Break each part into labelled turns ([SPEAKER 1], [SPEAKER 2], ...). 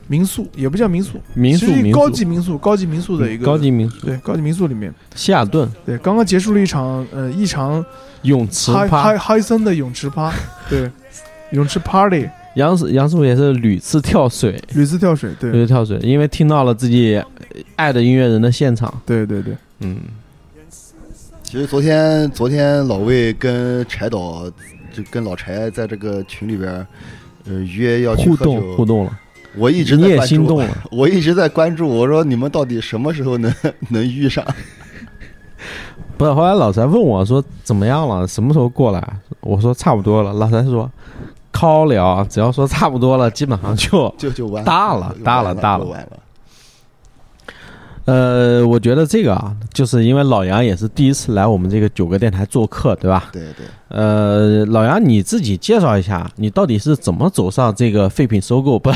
[SPEAKER 1] 民宿，也不叫民宿，
[SPEAKER 2] 民
[SPEAKER 1] 其
[SPEAKER 2] 宿
[SPEAKER 1] 实是
[SPEAKER 2] 民宿嗯
[SPEAKER 1] 高级民宿，高级民宿的一个
[SPEAKER 2] 高级民宿
[SPEAKER 1] 对高级民宿里面，
[SPEAKER 2] 西雅顿
[SPEAKER 1] 对刚刚结束了一场呃一场
[SPEAKER 2] 泳池
[SPEAKER 1] 嗨
[SPEAKER 2] 趴
[SPEAKER 1] 嗨，嗨森的泳池趴，对泳池 party
[SPEAKER 2] 杨师杨师傅也是屡次跳水，
[SPEAKER 1] 屡次跳水，对
[SPEAKER 2] 屡次跳水，因为听到了自己爱的音乐人的现场，
[SPEAKER 1] 对对对，
[SPEAKER 2] 嗯。
[SPEAKER 3] 其实昨天昨天老魏跟柴导，就跟老柴在这个群里边儿，呃，约要去
[SPEAKER 2] 互
[SPEAKER 3] 喝酒
[SPEAKER 2] 动互动了，
[SPEAKER 3] 我一直
[SPEAKER 2] 你
[SPEAKER 3] 在
[SPEAKER 2] 也
[SPEAKER 3] 关
[SPEAKER 2] 心动
[SPEAKER 3] 注，
[SPEAKER 2] 了。
[SPEAKER 3] 我一直在关注，我说你们到底什么时候能能遇上？
[SPEAKER 2] 不是，后来老柴问我说怎么样了，什么时候过来？我说差不多了。老柴说，靠聊，只要说差不多了，基本上 就
[SPEAKER 3] 就就完
[SPEAKER 2] 大了
[SPEAKER 3] 就
[SPEAKER 2] 大
[SPEAKER 3] 完
[SPEAKER 2] 了
[SPEAKER 3] 了
[SPEAKER 2] 大
[SPEAKER 3] 就
[SPEAKER 2] 了
[SPEAKER 3] 完了。
[SPEAKER 2] 呃，我觉得这个啊，就是因为老杨也是第一次来我们这个九个电台做客，对吧？
[SPEAKER 3] 对对，
[SPEAKER 2] 呃，老杨你自己介绍一下，你到底是怎么走上这个废品收购不？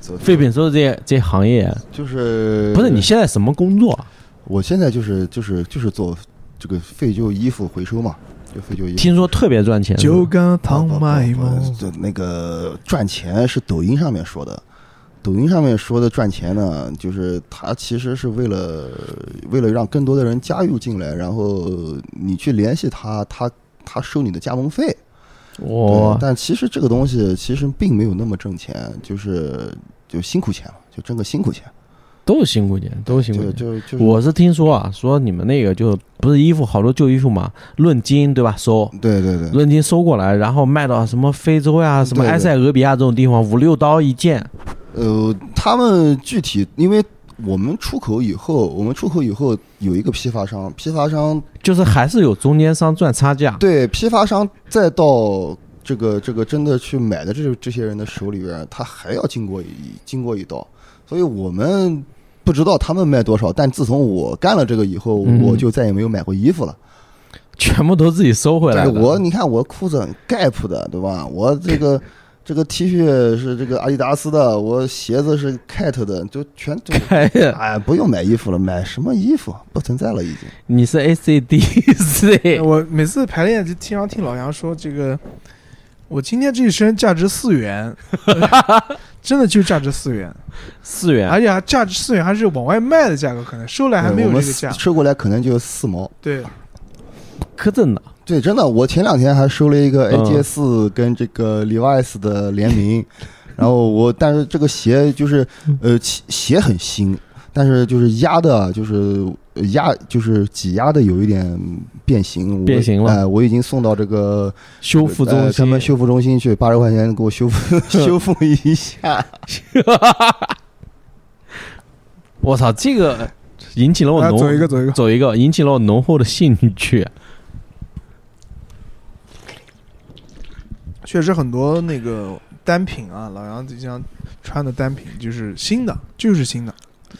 [SPEAKER 3] 走
[SPEAKER 2] 废品收购这这行业？
[SPEAKER 3] 就是
[SPEAKER 2] 不是你现在什么工作？
[SPEAKER 3] 我现在就是就是就是做这个废旧衣服回收嘛，就废旧衣服。
[SPEAKER 2] 听说特别赚钱，
[SPEAKER 1] 酒干倘
[SPEAKER 3] 不不
[SPEAKER 1] 卖
[SPEAKER 3] 不
[SPEAKER 1] 萌，
[SPEAKER 3] 就那个赚钱是抖音上面说的，抖音上面说的赚钱呢，就是它其实是为了为了让更多的人加入进来，然后你去联系他，他他收你的加盟费。
[SPEAKER 2] 我哦
[SPEAKER 3] 对但其实这个东西其实并没有那么挣钱，就是就辛苦钱嘛，就挣个辛苦钱，
[SPEAKER 2] 都是辛苦点，都是辛苦
[SPEAKER 3] 就
[SPEAKER 2] 点。
[SPEAKER 3] 就就是嗯
[SPEAKER 2] 我是听说啊，说你们那个就不是衣服，好多旧衣服嘛，论斤对吧？收
[SPEAKER 3] 对对对。
[SPEAKER 2] 论斤收过来，然后卖到什么非洲呀、什么
[SPEAKER 3] 嗯对对
[SPEAKER 2] 埃塞俄比亚这种地方，五六刀一件。
[SPEAKER 3] 呃，他们具体因为我们出口以后，我们出口以后有一个批发商，批发商
[SPEAKER 2] 就是还是有中间商赚差价。
[SPEAKER 3] 对批发商再到这个这个真的去买的这这些人的手里边，他还要经过一经过一道，所以我们不知道他们卖多少，但自从我干了这个以后，
[SPEAKER 2] 嗯
[SPEAKER 3] 我就再也没有买过衣服了。
[SPEAKER 2] 全部都自己收回来
[SPEAKER 3] 对
[SPEAKER 2] 的。
[SPEAKER 3] 我，你看我裤子 Gap 的，对吧？我这个这个 T 恤是这个阿迪达斯的，我鞋子是 Cat 的，就全 都
[SPEAKER 2] 哎呀，
[SPEAKER 3] 哎，不用买衣服了，买什么衣服不存在了，已经。
[SPEAKER 2] 你是 A C D C，
[SPEAKER 1] 我每次排练就经常听老杨说这个，我今天这一身价值四元， 真的就价值四元，
[SPEAKER 2] 四
[SPEAKER 3] 哎
[SPEAKER 2] 元，
[SPEAKER 1] 而且还价值四元还是往外卖的价格，可能收来还没
[SPEAKER 3] 对
[SPEAKER 1] 有
[SPEAKER 3] 嗯我们
[SPEAKER 1] 这个价。
[SPEAKER 3] 收过来可能就四毛。
[SPEAKER 1] 对，
[SPEAKER 2] 可真的，
[SPEAKER 3] 对，真的，我前两天还收了一个
[SPEAKER 2] 嗯
[SPEAKER 3] AJ 四跟这个 Levi's 的联 名，然后我但是这个鞋就是
[SPEAKER 2] 嗯
[SPEAKER 3] 呃鞋鞋很新，但是就是压的，就是呃压就是挤压的有一点变形，我
[SPEAKER 2] 变形了
[SPEAKER 3] 哎、我已经送到这个
[SPEAKER 2] 修复
[SPEAKER 3] 呃
[SPEAKER 2] 中
[SPEAKER 3] 他
[SPEAKER 2] 心
[SPEAKER 3] 们。修复中心去，八十块钱给我修复 修复一下。
[SPEAKER 2] 我操，这个引起了我
[SPEAKER 1] 来
[SPEAKER 3] 啊
[SPEAKER 2] 浓
[SPEAKER 1] 走一个走一个，
[SPEAKER 2] 走一个，引起了我浓厚的兴趣。
[SPEAKER 1] 确实很多那个单品啊，老杨就像穿的单品就是新的，就是新的。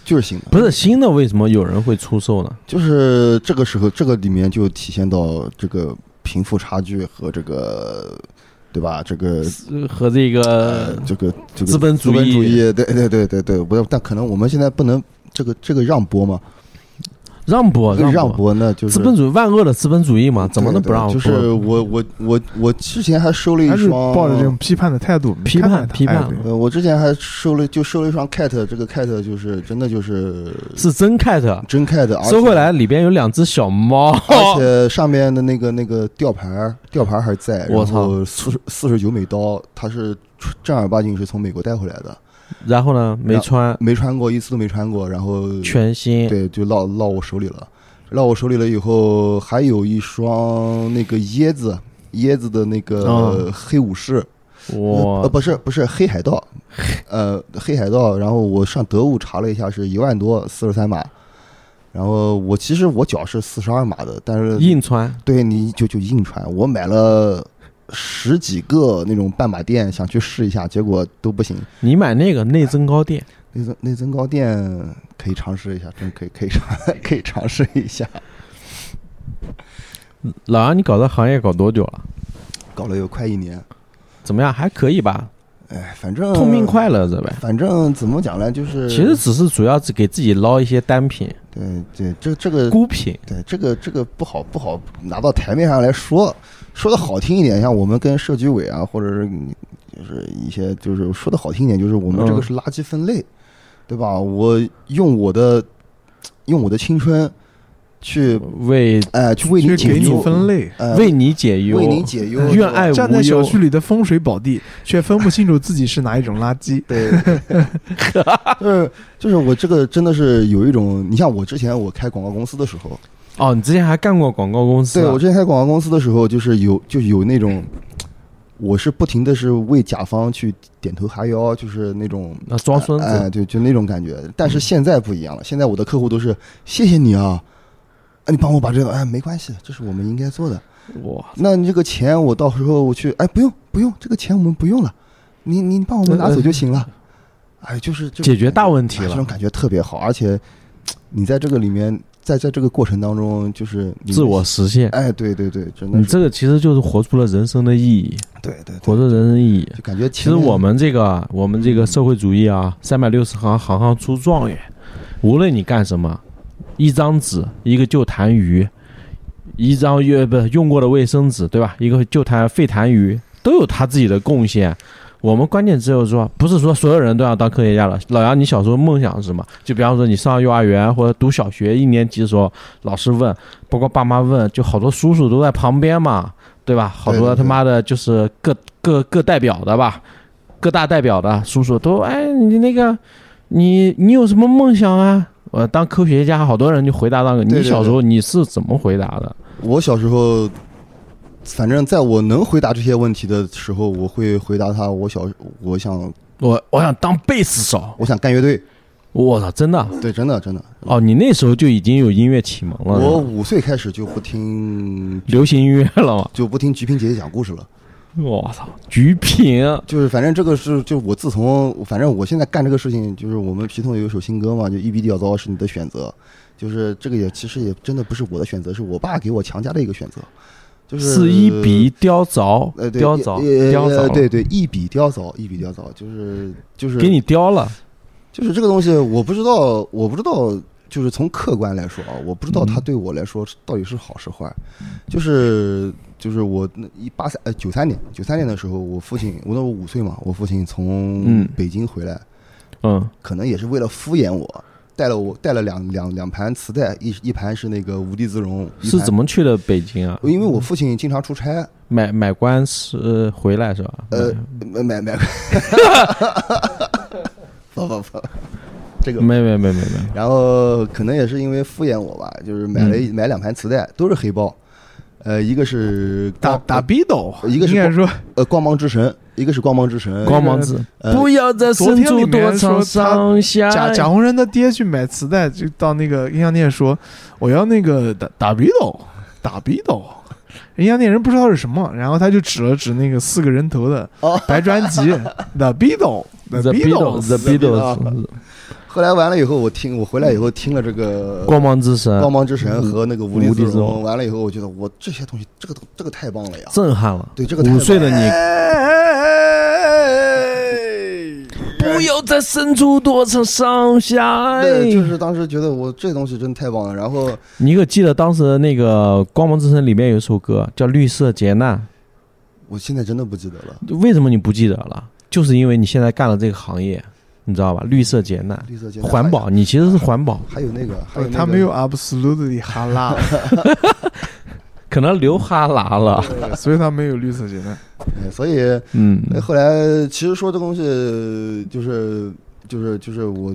[SPEAKER 3] 就是新的，
[SPEAKER 2] 不是新的，为什么有人会出售呢？
[SPEAKER 3] 就是这个时候，这个里面就体现到这个贫富差距和这个，对吧？这个
[SPEAKER 2] 呃和这
[SPEAKER 3] 呃
[SPEAKER 2] 个，
[SPEAKER 3] 这个这个
[SPEAKER 2] 资本
[SPEAKER 3] 资
[SPEAKER 2] 主义
[SPEAKER 3] 本主义，对对对对对，不要，但可能我们现在不能这个这个让播嘛，
[SPEAKER 2] 让播
[SPEAKER 3] 这个
[SPEAKER 2] 哦让
[SPEAKER 3] 让，播那就是
[SPEAKER 2] 资本主义万恶的资本主义嘛，怎么能不让啊
[SPEAKER 3] 对
[SPEAKER 2] 播？
[SPEAKER 3] 对就是我我我我之前还收了
[SPEAKER 1] 还
[SPEAKER 3] 一
[SPEAKER 1] 是
[SPEAKER 3] 双
[SPEAKER 1] 抱着这种批判的态度，
[SPEAKER 2] 批判
[SPEAKER 1] 看待它
[SPEAKER 2] 批判
[SPEAKER 1] 哎对
[SPEAKER 3] 呃，我之前还收了就收了一双 Cat，这个 Cat 就是真的就是
[SPEAKER 2] 是真 cat，
[SPEAKER 3] 真 Cat，而且啊
[SPEAKER 2] 收回来哦里边有两只小猫，
[SPEAKER 3] 而且上面的那个那个吊牌儿吊牌儿还在，
[SPEAKER 2] 我
[SPEAKER 3] 然
[SPEAKER 2] 操
[SPEAKER 3] 后四四十九美刀，它是正儿八经是从美国带回来的，
[SPEAKER 2] 然后呢没穿，
[SPEAKER 3] 没穿过一次都没穿过，然后
[SPEAKER 2] 全新，
[SPEAKER 3] 对就落落我手里了，落我手里了以后，还有一双那个椰子椰子的那个、
[SPEAKER 2] 嗯
[SPEAKER 3] 黑武士，呃
[SPEAKER 2] 我
[SPEAKER 3] 不是不是黑海盗，呃黑海盗，然后我上得物查了一下是一万多四十三码。然后我其实我脚是四十二码的，但是
[SPEAKER 2] 硬穿，
[SPEAKER 3] 对，你就就硬穿。我买了十几个那种半马垫，想去试一下，结果都不行。
[SPEAKER 2] 你买那个内增高垫，
[SPEAKER 3] 内增内增高垫可以尝试一下，真可以可以尝 可以尝试一下。
[SPEAKER 2] 老杨，你搞这行业搞多久了？
[SPEAKER 3] 搞了有快一年，
[SPEAKER 2] 怎么样？还可以吧，
[SPEAKER 3] 哎，反正
[SPEAKER 2] 痛并。快乐着呗。
[SPEAKER 3] 反正怎么讲呢，就是
[SPEAKER 2] 其实只是主要是给自己捞一些单品、
[SPEAKER 3] 对对，这这个
[SPEAKER 2] 孤品，
[SPEAKER 3] 对这个这个不好不好拿到台面上来说，说的好听一点，像我们跟社区委啊，或者是你就是一些就是说的好听一点，就是我们这个
[SPEAKER 2] 嗯
[SPEAKER 3] 是垃圾分类，对吧？我用我的用我的青春去
[SPEAKER 2] 为
[SPEAKER 3] 哎、去为
[SPEAKER 1] 去给
[SPEAKER 3] 你解
[SPEAKER 1] 你
[SPEAKER 3] 忧，
[SPEAKER 1] 分类。
[SPEAKER 3] 哎
[SPEAKER 2] 为你解忧，
[SPEAKER 3] 为你解忧，
[SPEAKER 2] 愿爱
[SPEAKER 1] 站在
[SPEAKER 2] 无
[SPEAKER 1] 小
[SPEAKER 2] 忧
[SPEAKER 1] 区。里的风水宝地，却分不清楚自己是哪一种垃圾。
[SPEAKER 3] 对，就是就是我这个真的是有一种，你像我之前我开广告公司的时候，
[SPEAKER 2] 哦，你之前还干过广告公司啊？
[SPEAKER 3] 对我之前开广告公司的时候，就是有就有那种，我是不停的是为甲方去点头哈腰，就是那种
[SPEAKER 2] 那装孙子，嗯
[SPEAKER 3] 哎，对，就那种感觉。但是现在不一样了，现在我的客户都是谢谢你啊，啊，你帮我把这个，哎，没关系，这是我们应该做的。
[SPEAKER 2] 哇，
[SPEAKER 3] 那你这个钱我到时候我去，哎，不用不用，这个钱我们不用了，你你帮我们拿走就行了。哎，就是这种
[SPEAKER 2] 解决大问
[SPEAKER 3] 感
[SPEAKER 2] 题
[SPEAKER 3] 觉哎这种
[SPEAKER 2] 了，
[SPEAKER 3] 感觉特别好，而且你在这个里面，在在这个过程当中，就是你
[SPEAKER 2] 自我实现。
[SPEAKER 3] 哎，对对对，真的
[SPEAKER 2] 你
[SPEAKER 3] 是
[SPEAKER 2] 这个其实就是活出了人生的意义，
[SPEAKER 3] 对对对，
[SPEAKER 2] 活出人生意义。
[SPEAKER 3] 就感觉
[SPEAKER 2] 其
[SPEAKER 3] 其
[SPEAKER 2] 实我们这个，我们这个社会主义啊，三百六十行，行行出状元。无论你干什么，一张纸，一个旧痰盂，一张月不用过的卫生纸，对吧？一个旧痰废痰盂，都有他自己的贡献。我们关键只有说，不是说所有人都要当科学家了。老杨，你小时候梦想是什么？就比方说你上幼儿园或者读小学一年级的时候，老师问，包括爸妈问，就好多叔叔都在旁边嘛，对吧？好
[SPEAKER 3] 对
[SPEAKER 2] 多
[SPEAKER 3] 对
[SPEAKER 2] 他
[SPEAKER 3] 对
[SPEAKER 2] 妈的就是各各各代表的吧，各大代表的叔叔都哎，你那个你你有什么梦想啊？我当科学家，好多人就回答那个。
[SPEAKER 3] 对
[SPEAKER 2] 你
[SPEAKER 3] 对
[SPEAKER 2] 小时候你是怎么回答的？
[SPEAKER 3] 我小时候，反正在我能回答这些问题的时候，我会回答他，我小我想
[SPEAKER 2] 我我想当贝斯手，
[SPEAKER 3] 我想干乐队，
[SPEAKER 2] 我操，真的
[SPEAKER 3] 对，真的真的。
[SPEAKER 2] 哦！你那时候就已经有音乐启蒙了，
[SPEAKER 3] 我
[SPEAKER 2] 是吧
[SPEAKER 3] 五岁开始就不听
[SPEAKER 2] 流行音乐了 吗？
[SPEAKER 3] 就不听菊萍姐姐讲故事了，
[SPEAKER 2] 我操，菊萍，
[SPEAKER 3] 就是反正这个是就我自从反正我现在干这个事情，就是我们皮桶有一首新歌嘛，就一笔屌糟是你的选择，就是这个也其实也真的不是我的选择，是我爸给我强加的一个选择，就是
[SPEAKER 2] 是一笔雕凿
[SPEAKER 3] 呃，对
[SPEAKER 2] 雕凿
[SPEAKER 3] 也也
[SPEAKER 2] 雕凿
[SPEAKER 3] 呃
[SPEAKER 2] 了，
[SPEAKER 3] 对对，一笔雕凿，一笔雕凿，就是就是
[SPEAKER 2] 给你雕了，
[SPEAKER 3] 就是这个东西，我不知道，我不知道，就是从客观来说啊，我不知
[SPEAKER 2] 嗯
[SPEAKER 3] 道它对我来说到底是好是坏。就是就是我那一八三呃九三年九三年的时候，我父亲，我那我五岁嘛，我父亲从
[SPEAKER 2] 嗯
[SPEAKER 3] 北京回来，
[SPEAKER 2] 嗯，
[SPEAKER 3] 可能也是为了敷衍我，带了我带了两两两盘磁带，一一盘是那个无地自容，一
[SPEAKER 2] 是
[SPEAKER 3] 盘
[SPEAKER 2] 怎？么去的北京啊？
[SPEAKER 3] 因为我父亲经常出差，
[SPEAKER 2] 买买官司呃回来是吧？
[SPEAKER 3] 呃，买买 买，不不不，这个
[SPEAKER 2] 没没没没没，
[SPEAKER 3] 然后可能也是因为敷衍我吧，就是买了一、买两盘磁带，都是黑豹，呃，一个是
[SPEAKER 1] 打
[SPEAKER 3] 光
[SPEAKER 1] 打逼斗，
[SPEAKER 3] 哦一个是
[SPEAKER 1] 应该说
[SPEAKER 3] 呃光芒之神，一个是光芒之神，
[SPEAKER 2] 光芒子，
[SPEAKER 3] 呃
[SPEAKER 2] 不要再
[SPEAKER 1] 昨
[SPEAKER 2] 身
[SPEAKER 1] 天
[SPEAKER 2] 处
[SPEAKER 1] 里面
[SPEAKER 2] 多
[SPEAKER 1] 说
[SPEAKER 2] 愁伤心。
[SPEAKER 1] 贾贾宏仁他爹去买磁带，就到那个音像店说我要那个打打逼斗，打逼斗。音像店人不知道是什么，然后他就指了指那个四个人头的
[SPEAKER 3] 哦
[SPEAKER 1] 白专辑《The Beatles》《哦
[SPEAKER 2] The
[SPEAKER 1] Beatles》
[SPEAKER 2] Beatles，The Beatles，呃
[SPEAKER 3] Beatles 后来完了以后，我听我回来以后听了这个
[SPEAKER 2] 光芒之神，
[SPEAKER 3] 光芒之神和那个无地
[SPEAKER 2] 无地
[SPEAKER 3] 自
[SPEAKER 2] 自
[SPEAKER 3] 容，
[SPEAKER 2] 容
[SPEAKER 3] 完了以后，我觉得我这些东西，这个都这个太棒 了呀！
[SPEAKER 2] 震撼了。
[SPEAKER 3] 对这个太
[SPEAKER 2] 五岁的
[SPEAKER 3] 棒了哎
[SPEAKER 2] 你，不要再身处多愁伤心。哎
[SPEAKER 3] 对，就是当时觉得我这东西真太棒了。然后
[SPEAKER 2] 你可记得当时那个《光芒之城》里面有一首歌叫《绿色劫难
[SPEAKER 3] 我现在真的不记得了，》，
[SPEAKER 2] 为什么你不记得了？就是因为你现在干了这个行业，你知道吧？绿色劫难，
[SPEAKER 3] 绿色阶段
[SPEAKER 2] 环保，你其实是环保。
[SPEAKER 3] 还有，还有那个，还有
[SPEAKER 1] 对
[SPEAKER 3] 那个
[SPEAKER 1] 他没有 absolutely 哈拉，
[SPEAKER 2] 可能流哈喇了。
[SPEAKER 1] 对所以他没有绿色节带。
[SPEAKER 3] 对哎所以
[SPEAKER 2] 嗯，
[SPEAKER 3] 那后来其实说这东西就是就是就是我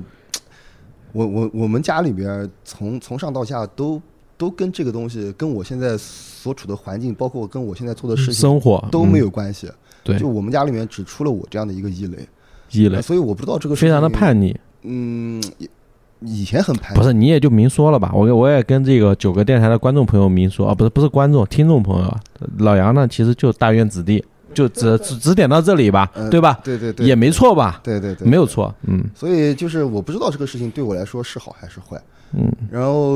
[SPEAKER 3] 我我我们家里边儿从从上到下都都跟这个东西跟我现在所处的环境，包括跟我现在做的事情
[SPEAKER 2] 生活
[SPEAKER 3] 都没有
[SPEAKER 2] 嗯
[SPEAKER 3] 关系。
[SPEAKER 2] 对
[SPEAKER 3] 就我们家里面只出了我这样的一个异类，
[SPEAKER 2] 异类，
[SPEAKER 3] 所以我不知道这个事
[SPEAKER 2] 非常的
[SPEAKER 3] 情。
[SPEAKER 2] 叛逆。
[SPEAKER 3] 嗯，以以前很叛逆，
[SPEAKER 2] 不是，你也就明说了吧。我我也跟这个九个电台的观众朋友明说啊，不是不是观众，听众朋友啊。老杨呢，其实就大院子弟，就只只只点到这里吧
[SPEAKER 3] 呃，
[SPEAKER 2] 对吧？
[SPEAKER 3] 对对对，
[SPEAKER 2] 也没错吧？
[SPEAKER 3] 对对对，
[SPEAKER 2] 没有错，嗯
[SPEAKER 3] 所以就是我不知道这个事情对我来说是好还是坏。
[SPEAKER 2] 嗯，
[SPEAKER 3] 然后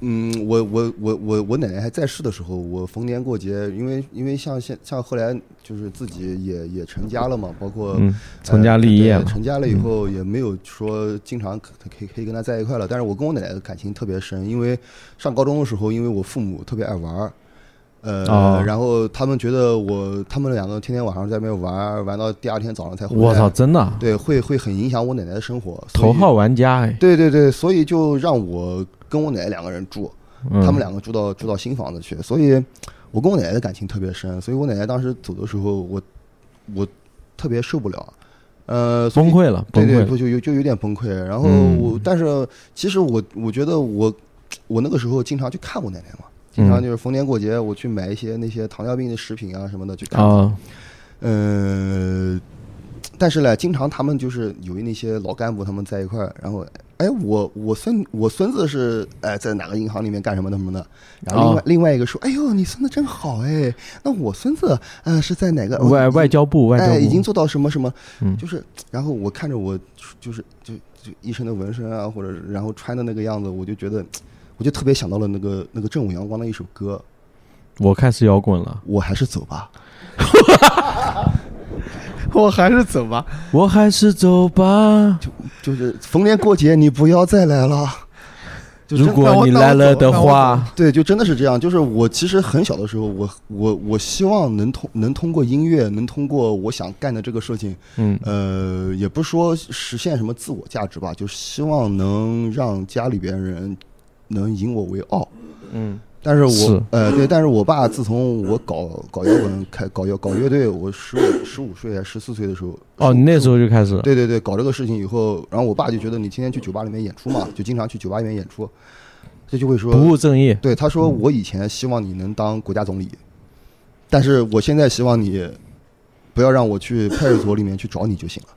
[SPEAKER 3] 嗯，我我我我我奶奶还在世的时候，我逢年过节，因为因为像现像后来就是自己也也成家了嘛，包括、
[SPEAKER 2] 嗯，
[SPEAKER 3] 呃
[SPEAKER 2] 成家立业
[SPEAKER 3] 对
[SPEAKER 2] 了，
[SPEAKER 3] 成家了以后也没有说经常可可以可以跟她在一块了。但是我跟我奶奶的感情特别深，因为上高中的时候，因为我父母特别爱玩儿。呃，
[SPEAKER 2] 哦
[SPEAKER 3] 然后他们觉得我，他们两个天天晚上在那边玩儿，玩到第二天早上才回来。
[SPEAKER 2] 我操，真的啊
[SPEAKER 3] 对，会会很影响我奶奶的生活。所以
[SPEAKER 2] 头号玩家哎，
[SPEAKER 3] 对对对，所以就让我跟我奶奶两个人住，
[SPEAKER 2] 嗯
[SPEAKER 3] 他们两个住到住到新房子去，所以我跟我奶奶的感情特别深，所以我奶奶当时走的时候，我我特别受不了，呃，所以
[SPEAKER 2] 崩溃了，
[SPEAKER 3] 对
[SPEAKER 2] 崩溃
[SPEAKER 3] 对，
[SPEAKER 2] 了
[SPEAKER 3] 不，就有就有点崩溃。然后
[SPEAKER 2] 嗯
[SPEAKER 3] 我，但是其实我我觉得我我那个时候经常去看我奶奶嘛，经常
[SPEAKER 2] 嗯
[SPEAKER 3] 就是逢年过节我去买一些那些糖尿病的食品啊什么的去看她
[SPEAKER 2] 啊，
[SPEAKER 3] 呃，但是呢，经常他们就是有那些老干部他们在一块儿，然后哎，我我孙我孙子是哎在哪个银行里面干什么的什么的，然后另外、
[SPEAKER 2] 啊
[SPEAKER 3] 另外一个说，哎呦，你孙子真好哎，那我孙子嗯、呃是在哪个
[SPEAKER 2] 外
[SPEAKER 3] 我
[SPEAKER 2] 外交部，外交
[SPEAKER 3] 哎
[SPEAKER 2] 部
[SPEAKER 3] 已经做到什么什么，
[SPEAKER 2] 嗯
[SPEAKER 3] 就是然后我看着我就是就就一身的纹身啊，或者是然后穿的那个样子，我就觉得。我就特别想到了那个那个正午阳光的一首歌，
[SPEAKER 2] 我开始摇滚了，
[SPEAKER 3] 我还是走吧。
[SPEAKER 1] 我还是走吧，
[SPEAKER 2] 我还是走吧。
[SPEAKER 3] 就是逢年过节你不要再来了。就真
[SPEAKER 2] 如果你来了的话，
[SPEAKER 3] 对，就真的是这样。就是我其实很小的时候，我我我希望能通能通过音乐，能通过我想干的这个事情，
[SPEAKER 2] 嗯，
[SPEAKER 3] 呃，也不是说实现什么自我价值吧，就是希望能让家里边人能引我为傲。
[SPEAKER 2] 嗯，
[SPEAKER 3] 但是我
[SPEAKER 2] 是
[SPEAKER 3] 呃对，但是我爸自从我搞搞摇滚开搞摇搞乐队，我十五十五岁还十四岁的时候，
[SPEAKER 2] 哦，你那时候就开始，
[SPEAKER 3] 对对对，搞这个事情以后，然后我爸就觉得你天天去酒吧里面演出嘛，就经常去酒吧里面演出，这就会说
[SPEAKER 2] 不务正业，
[SPEAKER 3] 对，他
[SPEAKER 2] 嗯
[SPEAKER 3] 说我以前希望你能当国家总理，但是我现在希望你不要让我去派出所里面去找你就行了。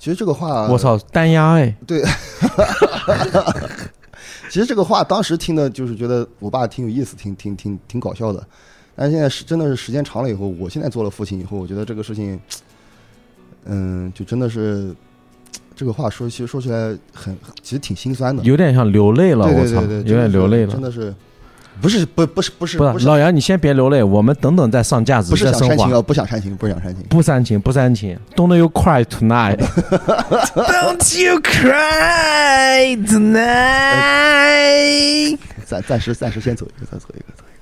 [SPEAKER 3] 其实这个话，
[SPEAKER 2] 我！操，单压哎，
[SPEAKER 3] 其实这个话当时听的就是觉得我爸挺有意思，挺挺挺挺搞笑的。但是现在是真的是时间长了以后，我现在做了父亲以后，我觉得这个事情，嗯，就真的是这个话说，其实说起来很，其实挺心酸的。
[SPEAKER 2] 有点想流泪了，
[SPEAKER 3] 对
[SPEAKER 2] 我
[SPEAKER 3] 对
[SPEAKER 2] 操
[SPEAKER 3] 对，对，
[SPEAKER 2] 有点流泪
[SPEAKER 3] 真
[SPEAKER 2] 了。
[SPEAKER 3] 的是，不是不不是不是
[SPEAKER 2] 不
[SPEAKER 3] 不
[SPEAKER 2] 是
[SPEAKER 3] 是
[SPEAKER 2] 老杨，你先别流泪，我们等等再上价值，
[SPEAKER 3] 不是
[SPEAKER 2] 再
[SPEAKER 3] 想
[SPEAKER 2] 升
[SPEAKER 3] 煽情
[SPEAKER 2] 华。
[SPEAKER 3] 啊，不想煽情，不想煽情。
[SPEAKER 2] 不煽情，不煽情。Don't you cry tonight？
[SPEAKER 1] Don't you cry tonight？
[SPEAKER 3] 暂暂时暂时先走一个，再走一个，走一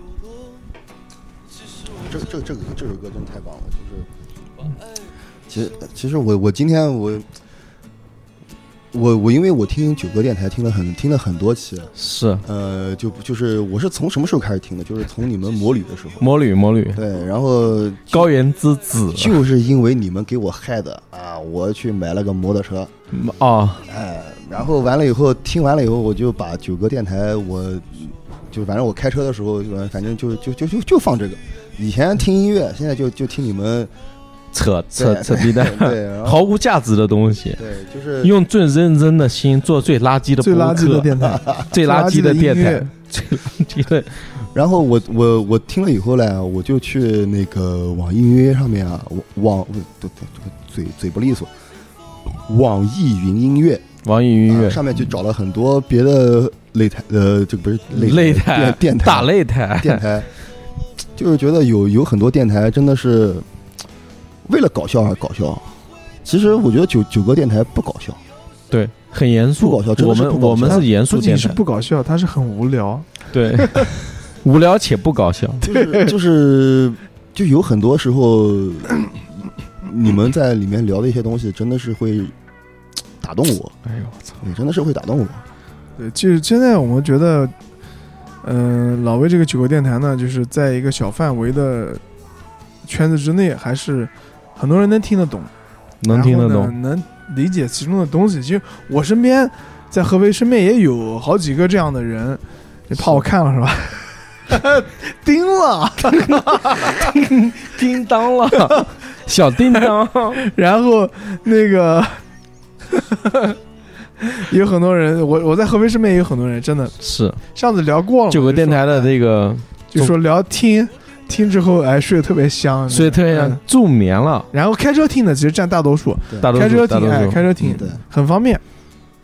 [SPEAKER 3] 个。这个这个这个这首歌真太棒了，就是，其实其实我我今天我我我因为我听九哥电台听了很听了很多期，
[SPEAKER 2] 是
[SPEAKER 3] 呃，就就是我是从什么时候开始听的？就是从你们魔女的时候，
[SPEAKER 2] 魔女，魔女，
[SPEAKER 3] 对，然后
[SPEAKER 2] 高原之子。
[SPEAKER 3] 就是因为你们给我害的啊，我去买了个摩托车，
[SPEAKER 2] 哦，
[SPEAKER 3] 哎，然后完了以后，听完了以后，我就把九哥电台，我就反正我开车的时候，呃反正就就就就就放这个。以前听音乐，现在就就听 你们，
[SPEAKER 2] 扯扯
[SPEAKER 3] 对
[SPEAKER 2] 扯逼蛋，
[SPEAKER 3] 对，然后
[SPEAKER 2] 毫无价值的东西。
[SPEAKER 3] 对，就是
[SPEAKER 2] 用最认真的心做最垃圾的
[SPEAKER 1] 最
[SPEAKER 2] 播
[SPEAKER 1] 垃圾的
[SPEAKER 2] 客，
[SPEAKER 1] 电台，
[SPEAKER 2] 最垃圾的电
[SPEAKER 1] 最垃圾
[SPEAKER 2] 台
[SPEAKER 1] 的音
[SPEAKER 2] 最
[SPEAKER 1] 乐，
[SPEAKER 2] 垃圾的
[SPEAKER 3] 然后我我我听了以后呢，我就去那个网易云音乐上面啊，网网对对对，嘴嘴不利索，网易云音乐，
[SPEAKER 2] 网易云音
[SPEAKER 3] 啊
[SPEAKER 2] 乐
[SPEAKER 3] 上面去找了很多别的擂台，呃，这个不是擂
[SPEAKER 2] 擂台
[SPEAKER 3] 电电台
[SPEAKER 2] 大擂 台，
[SPEAKER 3] 电台，就是觉得有有很多电台真的是为了搞笑而搞笑。其实我觉得九九哥电台不搞笑，
[SPEAKER 2] 对，很严肃。
[SPEAKER 3] 不搞笑真
[SPEAKER 2] 我
[SPEAKER 3] 的是
[SPEAKER 2] 们
[SPEAKER 3] 不搞笑
[SPEAKER 2] 我们是严肃
[SPEAKER 1] 不
[SPEAKER 2] 电
[SPEAKER 1] 仅是
[SPEAKER 2] 台，
[SPEAKER 1] 不搞笑，它是很无聊。
[SPEAKER 2] 对，无聊且不搞笑。
[SPEAKER 3] 就是就是就有很多时候，你们在里面聊的一些东西，真的是会打动我，
[SPEAKER 2] 哎呦我操！
[SPEAKER 3] 也真的是会打动我。
[SPEAKER 1] 对，就是现在我们觉得，嗯、老魏这个九个电台呢，就是在一个小范围的圈子之内，还是很多人能听得懂，
[SPEAKER 2] 能听得
[SPEAKER 1] 然后
[SPEAKER 2] 懂，
[SPEAKER 1] 呢，能理解其中的东西。其实我身边在合肥身边也有好几个这样的人，你怕我看了是吧？ 盯了，
[SPEAKER 2] 叮当了， 小叮当，
[SPEAKER 1] 然后那个 有很多人，我我在合肥身边也有很多人，真的
[SPEAKER 2] 是
[SPEAKER 1] 上次聊过了嘛，
[SPEAKER 2] 九个
[SPEAKER 1] 就
[SPEAKER 2] 电
[SPEAKER 1] 说
[SPEAKER 2] 台的这个，
[SPEAKER 1] 就说聊听听之后，哎，睡得特别香，
[SPEAKER 2] 所以特别
[SPEAKER 1] 嗯
[SPEAKER 2] 想助眠了，
[SPEAKER 1] 然后开车听的其实占大多数，
[SPEAKER 3] 对
[SPEAKER 2] 大多
[SPEAKER 1] 开
[SPEAKER 2] 数
[SPEAKER 1] 车
[SPEAKER 2] 大
[SPEAKER 1] 听，
[SPEAKER 2] 多
[SPEAKER 1] 哎，
[SPEAKER 2] 数
[SPEAKER 1] 开车听
[SPEAKER 3] 嗯对
[SPEAKER 1] 很方便。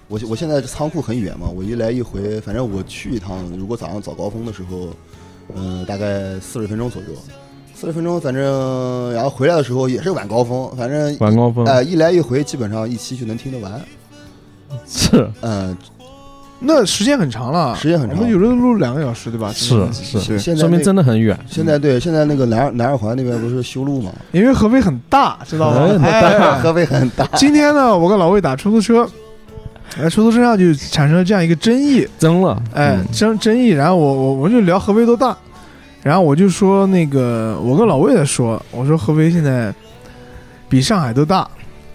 [SPEAKER 3] 我我现在仓库很远嘛，我一来一回，反正我去一趟，如果早上早高峰的时候，嗯、大概四十分钟左右，四十分钟，反正然后回来的时候也是晚高峰，反正
[SPEAKER 2] 晚高峰
[SPEAKER 3] 哎、一来一回，基本上一期就能听得完，
[SPEAKER 2] 是
[SPEAKER 3] 嗯、
[SPEAKER 1] 那时间很长了，
[SPEAKER 3] 时间很长
[SPEAKER 1] 我们有时候录两个小时，对吧？
[SPEAKER 2] 是
[SPEAKER 1] 真的
[SPEAKER 2] 是
[SPEAKER 1] 对，
[SPEAKER 3] 现在
[SPEAKER 2] 说明
[SPEAKER 3] 那
[SPEAKER 2] 真的很远。
[SPEAKER 3] 现在对，现在那个南二南二环那边不是修路嘛，
[SPEAKER 1] 因为合肥很大，知道
[SPEAKER 2] 嗯很
[SPEAKER 1] 吗？
[SPEAKER 2] 大
[SPEAKER 1] 哎
[SPEAKER 3] 合肥很大，
[SPEAKER 1] 今天呢，我跟老魏打出租车，哎，出租车上就产生了这样一个争议，
[SPEAKER 2] 真了，
[SPEAKER 1] 哎，
[SPEAKER 2] 嗯
[SPEAKER 1] 争争议。然后我我我就聊合肥多大，然后我就说那个，我跟老魏在说，我说合肥现在比上海都大，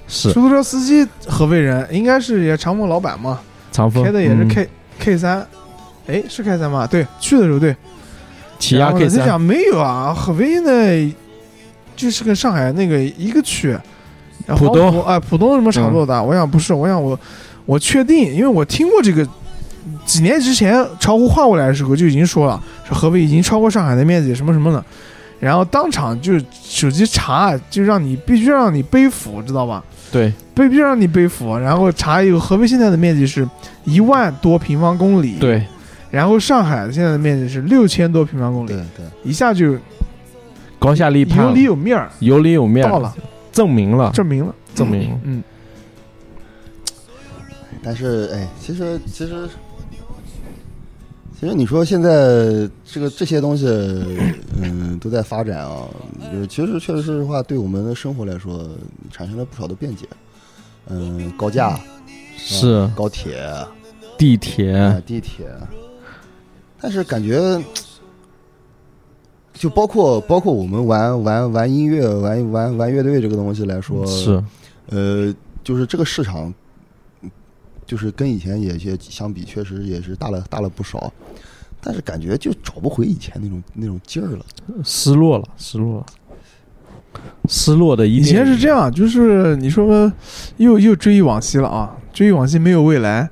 [SPEAKER 2] 是
[SPEAKER 1] 出租车司机合肥人应该是也长鹏老板嘛，
[SPEAKER 2] 长风
[SPEAKER 1] 开的也是
[SPEAKER 2] 嗯
[SPEAKER 1] K、K 三，哎，是 K 三吧？对，去的时候对。
[SPEAKER 2] 起亚
[SPEAKER 1] 然后
[SPEAKER 2] K
[SPEAKER 1] 呢他
[SPEAKER 2] 三
[SPEAKER 1] 讲没有啊，合肥现在就是跟上海那个一个区，然后
[SPEAKER 2] 浦东嗯
[SPEAKER 1] 黄埔哎，浦东什么差不多大。我想不是，我想我我确定，因为我听过这个。几年之前，巢湖划过来的时候就已经说了，说合肥已经超过上海的面积什么什么的，然后当场就手机查，就让你必须让你背负，知道吧？
[SPEAKER 2] 对，
[SPEAKER 1] 被逼让你背负，然后查一个合肥现在的面积是一万多平方公里，，
[SPEAKER 2] 对，
[SPEAKER 1] 然后上海现在的面积是六千多平方公
[SPEAKER 3] 对
[SPEAKER 1] 里，
[SPEAKER 3] 对，
[SPEAKER 1] 一下就
[SPEAKER 2] 高下立判
[SPEAKER 1] 有，里有面儿，
[SPEAKER 2] 有理有面，啊
[SPEAKER 1] 到了，
[SPEAKER 2] 证明了，
[SPEAKER 1] 证明了，
[SPEAKER 2] 证明了。
[SPEAKER 1] 嗯，
[SPEAKER 3] 但是哎，其实其实其实你说现在这个这些东西，嗯，都在发展啊，就是其实确实说实话，对我们的生活来说产生了不少的便捷，嗯，高架、
[SPEAKER 2] 是
[SPEAKER 3] 高铁、
[SPEAKER 2] 地
[SPEAKER 3] 啊
[SPEAKER 2] 铁，
[SPEAKER 3] 地铁，但是感觉。就包括包括我们玩玩玩音乐、玩玩玩乐队这个东西来说，
[SPEAKER 2] 嗯是
[SPEAKER 3] 呃，就是这个市场，就是跟以前也也相比，确实也是大了大了不少，但是感觉就找不回以前那种那种劲儿了。
[SPEAKER 2] 失落了，失落了。失落的一
[SPEAKER 1] 以
[SPEAKER 2] 定
[SPEAKER 1] 前是这样，就是你说又又追忆往昔了啊，追忆往昔没有未来。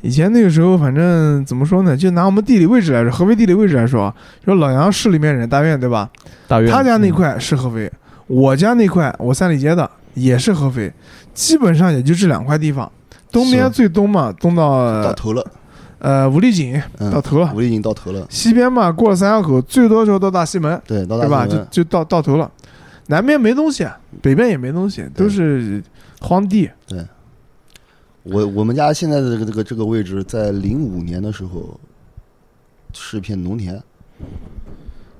[SPEAKER 1] 以前那个时候，反正怎么说呢，就拿我们地理位置来说，合肥地理位置来说啊，说老杨市里面人，大院对吧？
[SPEAKER 2] 大院嗯
[SPEAKER 1] 他家那块是合肥，我家那块我三里街的也是合肥，基本上也就这两块地方。东边
[SPEAKER 2] 是
[SPEAKER 1] 最东嘛，东
[SPEAKER 3] 到
[SPEAKER 1] 到
[SPEAKER 3] 头了，
[SPEAKER 1] 呃五里井
[SPEAKER 3] 嗯
[SPEAKER 1] 到，头了；
[SPEAKER 3] 武力已经到头了，
[SPEAKER 1] 西边嘛，过了三峡口，最多就到大西门，
[SPEAKER 3] 对，到
[SPEAKER 1] 对吧？
[SPEAKER 3] 大
[SPEAKER 1] 就
[SPEAKER 3] 门，
[SPEAKER 1] 就到到头了。南边没东西，啊北边也没东西，都是荒地。
[SPEAKER 3] 我我们家现在的这个这个这个位置，在零五年的时候是一片农田，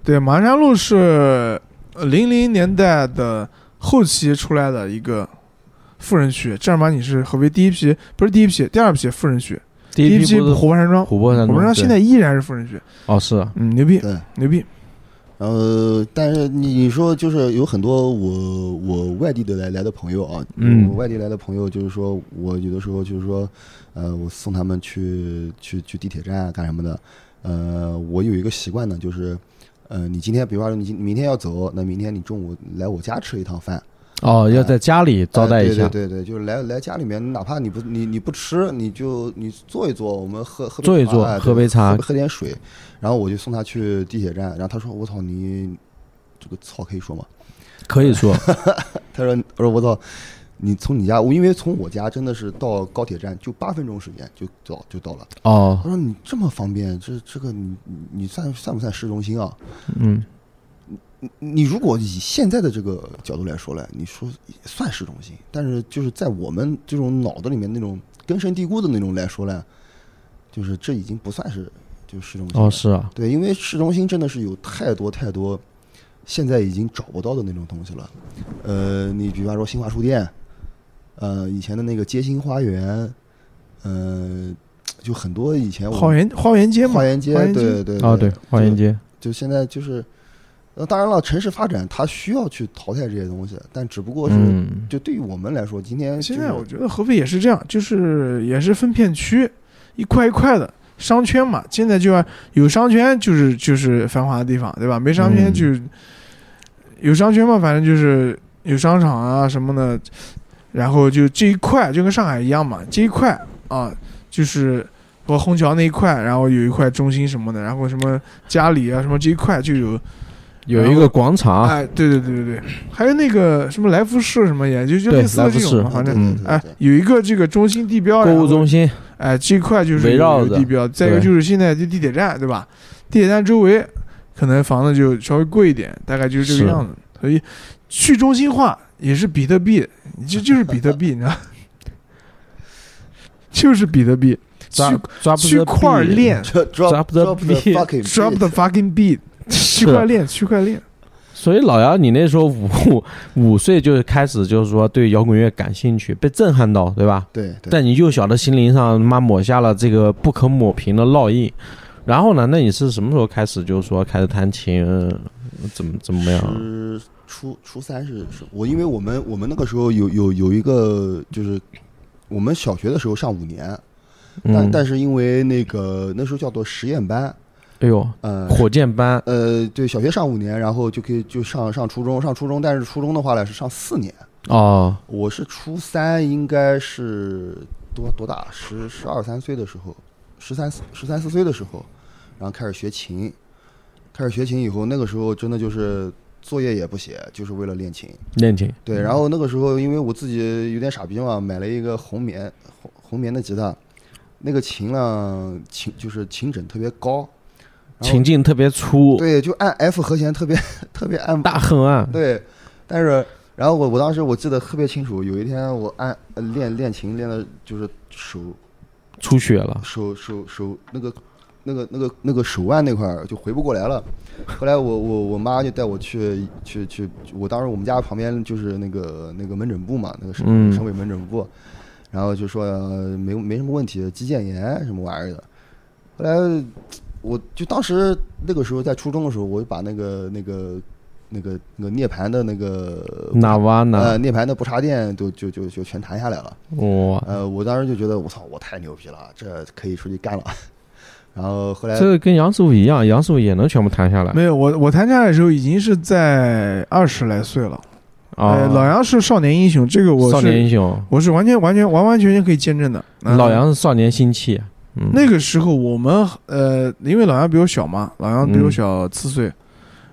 [SPEAKER 1] 对，马山路是零零年代的后期出来的一个富人区，正儿八经是合肥第一批，不是第一批，第二批富人区，
[SPEAKER 2] 第一
[SPEAKER 1] 批
[SPEAKER 2] 批不是
[SPEAKER 1] 虎豹山庄。
[SPEAKER 2] 琥珀山
[SPEAKER 1] 我
[SPEAKER 2] 庄，
[SPEAKER 1] 们让现在
[SPEAKER 2] 对
[SPEAKER 1] 依然是富人区，
[SPEAKER 2] 哦是啊
[SPEAKER 1] 嗯，牛逼，
[SPEAKER 3] 对。
[SPEAKER 1] 牛逼，
[SPEAKER 3] 然后，呃但是你说就是有很多我我外地的来来的朋友啊，
[SPEAKER 2] 嗯
[SPEAKER 3] 我外地来的朋友，就是说我有的时候就是说，呃，我送他们去去去地铁站啊干什么的，呃，我有一个习惯呢，就是，呃，你今天比方说你今明天要走，那明天你中午来我家吃一趟饭，
[SPEAKER 1] 哎
[SPEAKER 2] 哦要在家里招待一下
[SPEAKER 3] 呃，对对对对，就是来来家里面，哪怕你不你你不吃，你就你坐一坐，我们喝喝杯
[SPEAKER 2] 坐一
[SPEAKER 3] 茶
[SPEAKER 2] 坐
[SPEAKER 3] 哎
[SPEAKER 2] 喝
[SPEAKER 3] 对
[SPEAKER 2] 杯茶
[SPEAKER 3] 喝喝点水，然后我就送他去地铁站，然后他说我操你这个操可以说吗？
[SPEAKER 2] 可以说
[SPEAKER 3] 他说我说我操。你从你家，我因为从我家真的是到高铁站就八分钟时间就到就到了。
[SPEAKER 2] 哦
[SPEAKER 3] 他说你这么方便，这这个你你你算算不算市中心啊？
[SPEAKER 2] 嗯
[SPEAKER 3] 你你如果以现在的这个角度来说来，你说算市中心，但是就是在我们这种脑子里面那种根深蒂固的那种来说呢，就是这已经不算是就是市中心了。
[SPEAKER 2] 哦是啊
[SPEAKER 3] 对，因为市中心真的是有太多太多现在已经找不到的那种东西了。呃，你比方说新华书店，呃，以前的那个街心花园，呃，就很多以
[SPEAKER 2] 嗯
[SPEAKER 3] 前我
[SPEAKER 1] 花园花园街嘛
[SPEAKER 3] 花，园街，
[SPEAKER 1] 花
[SPEAKER 3] 对
[SPEAKER 1] 园街
[SPEAKER 3] 对对
[SPEAKER 2] 哦对花园街
[SPEAKER 3] 就现在就是，呃，当然了，城市发展它需要去淘汰这些东西，但只不过是、
[SPEAKER 2] 嗯
[SPEAKER 3] 就对于我们来说，今天、就是、
[SPEAKER 1] 现在 我觉得合肥也是这样，就是也是分片区，一块一块的商圈嘛。现在就要有商圈，就是就是繁华的地方，对吧？没商圈
[SPEAKER 2] 嗯
[SPEAKER 1] 就、有商圈嘛，反正就是有商场啊什么的。然后就这一块就跟上海一样嘛，这一块啊就是。包括虹桥那一块，然后有一块中心什么的，然后什么家里啊，什么这一块就有
[SPEAKER 2] 有一个广场
[SPEAKER 1] 哎，对对对对对，还有那个什么来福士什么也，就就
[SPEAKER 2] 对
[SPEAKER 1] 类似的这种
[SPEAKER 2] 来
[SPEAKER 1] 嘛，
[SPEAKER 2] 福士
[SPEAKER 1] 反正
[SPEAKER 2] 嗯
[SPEAKER 3] 对对对
[SPEAKER 1] 哎，有一个这个中心地标，
[SPEAKER 2] 购
[SPEAKER 1] 然
[SPEAKER 2] 物
[SPEAKER 1] 后
[SPEAKER 2] 中心
[SPEAKER 1] 哎这一块就是
[SPEAKER 2] 围绕
[SPEAKER 1] 有一个
[SPEAKER 2] 着
[SPEAKER 1] 地标，再一个
[SPEAKER 2] 对
[SPEAKER 1] 就是现在就地铁站对吧？地铁站周围可能房子就稍微贵一点，大概就是这
[SPEAKER 2] 是
[SPEAKER 1] 个样子，所以去中心化也是比特币，这就是比特币，你知道， 就是比特币，去
[SPEAKER 2] 抓抓不
[SPEAKER 1] 区
[SPEAKER 2] 着
[SPEAKER 1] 块
[SPEAKER 2] 币
[SPEAKER 1] 链
[SPEAKER 3] 这 drop
[SPEAKER 2] Drop the
[SPEAKER 3] drop the
[SPEAKER 2] beat
[SPEAKER 3] fucking
[SPEAKER 1] ，drop
[SPEAKER 3] beat
[SPEAKER 1] the fucking beat，区块链，区块链，
[SPEAKER 2] 所以老杨，你那时候五五岁就开始就是说对摇滚乐感兴趣，被震撼到，对吧？
[SPEAKER 3] 对对
[SPEAKER 2] 在你幼小的心灵上，妈抹下了这个不可抹平的烙印。然后呢？那你是什么时候开始就是说开始弹琴，呃怎么怎么样？啊
[SPEAKER 3] 是初初三是是，我因为我们我们那个时候有有有一个就是我们小学的时候上五年，但
[SPEAKER 2] 嗯，
[SPEAKER 3] 但是因为那个那时候叫做实验班，
[SPEAKER 2] 哎呦，
[SPEAKER 3] 呃
[SPEAKER 2] 火箭班
[SPEAKER 3] 呃，对，小学上五年，然后就可以就上上初中，上初中，但是初中的话呢是上四年，
[SPEAKER 2] 哦，
[SPEAKER 3] 我是初三，应该是多多大？十十二三岁的时候，十三十三四岁的时候，然后开始学琴。开始学琴以后，那个时候真的就是作业也不写，就是为了练琴。
[SPEAKER 2] 练琴
[SPEAKER 3] 对，然后那个时候因为我自己有点傻逼嘛，买了一个红棉红红棉的吉他，那个琴呢，琴就是琴枕特别高，然后
[SPEAKER 2] 琴颈特别粗，
[SPEAKER 3] 对，就按 F 和弦特别 特别按
[SPEAKER 2] 大横啊，
[SPEAKER 3] 对，但是然后我我当时我记得特别清楚，有一天我按呃练练琴练的就是手
[SPEAKER 2] 出血了，
[SPEAKER 3] 手手手那个那个那个那个手腕那块儿就回不过来了。后来我我我妈就带我去去去，我当时我们家旁边就是那个那个门诊部嘛，那个省、
[SPEAKER 2] 嗯
[SPEAKER 3] 省委门诊部，然后就说、呃没没什么问题，肌腱炎什么玩意儿的。后来我就当时那个时候在初中的时候，我就把那个那个那个那个涅槃的那个
[SPEAKER 2] 哪哇哪，
[SPEAKER 3] 呃涅槃的不插电都就就就全弹下来了。
[SPEAKER 2] 哇，
[SPEAKER 3] 呃，我当时就觉得我操，我太牛逼了，这可以出去干了。 然后后来
[SPEAKER 2] 这个跟杨师傅一样，杨师傅也能全部谈下来
[SPEAKER 1] 没有，我我谈下来的时候已经是在二十来岁了。
[SPEAKER 2] 啊。
[SPEAKER 1] 呃老杨是少年英雄，这个我
[SPEAKER 2] 少年
[SPEAKER 1] 是
[SPEAKER 2] 英雄，
[SPEAKER 1] 我是完全完全完完全全可以见证的。嗯
[SPEAKER 2] 老杨是少年心气，嗯，
[SPEAKER 1] 那个时候我们呃，因为老杨比我小嘛，老杨比我小四岁，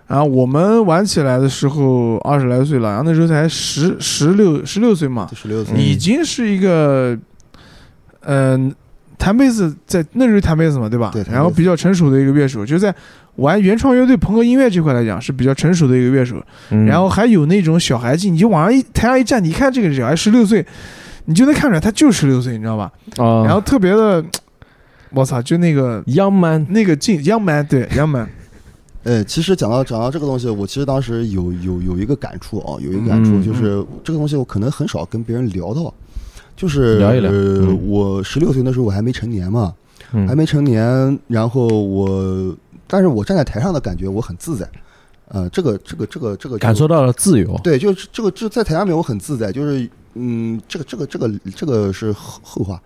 [SPEAKER 1] 然后我们玩起来的时候二十来岁，老杨那时候才十十六十六岁嘛，
[SPEAKER 3] 十六岁，
[SPEAKER 2] 嗯
[SPEAKER 1] 已经是一个，嗯、弹贝斯在那时候弹贝斯嘛，对吧？
[SPEAKER 3] 对弹贝斯
[SPEAKER 1] 然后比较成熟的一个乐手，就在玩原创乐队、朋克音乐这块来讲是比较成熟的一个乐手。
[SPEAKER 2] 嗯
[SPEAKER 1] 然后还有那种小孩子，你就往上一台上一站，你一看这个小孩十六岁，你就能看出来他就十六岁，你知道吧？
[SPEAKER 2] 啊，
[SPEAKER 1] 然后特别的，我操，就那 个
[SPEAKER 2] Young Man
[SPEAKER 1] 那个劲，央蛮对央蛮，
[SPEAKER 3] 呃，其实讲到讲到这个东西，我其实当时有有有一个感触啊，有一个感触
[SPEAKER 2] 嗯
[SPEAKER 3] 就是这个东西我可能很少跟别人聊到，就是
[SPEAKER 2] 聊一聊
[SPEAKER 3] 呃
[SPEAKER 2] 嗯
[SPEAKER 3] 我十六岁那时候我还没成年嘛，
[SPEAKER 2] 嗯
[SPEAKER 3] 还没成年，然后我，但是我站在台上的感觉我很自在，呃，这个这个这个这个就
[SPEAKER 2] 感受到了自由，
[SPEAKER 3] 对，就是这个就在台上面我很自在，就是嗯，这个这个这个这个是后后话。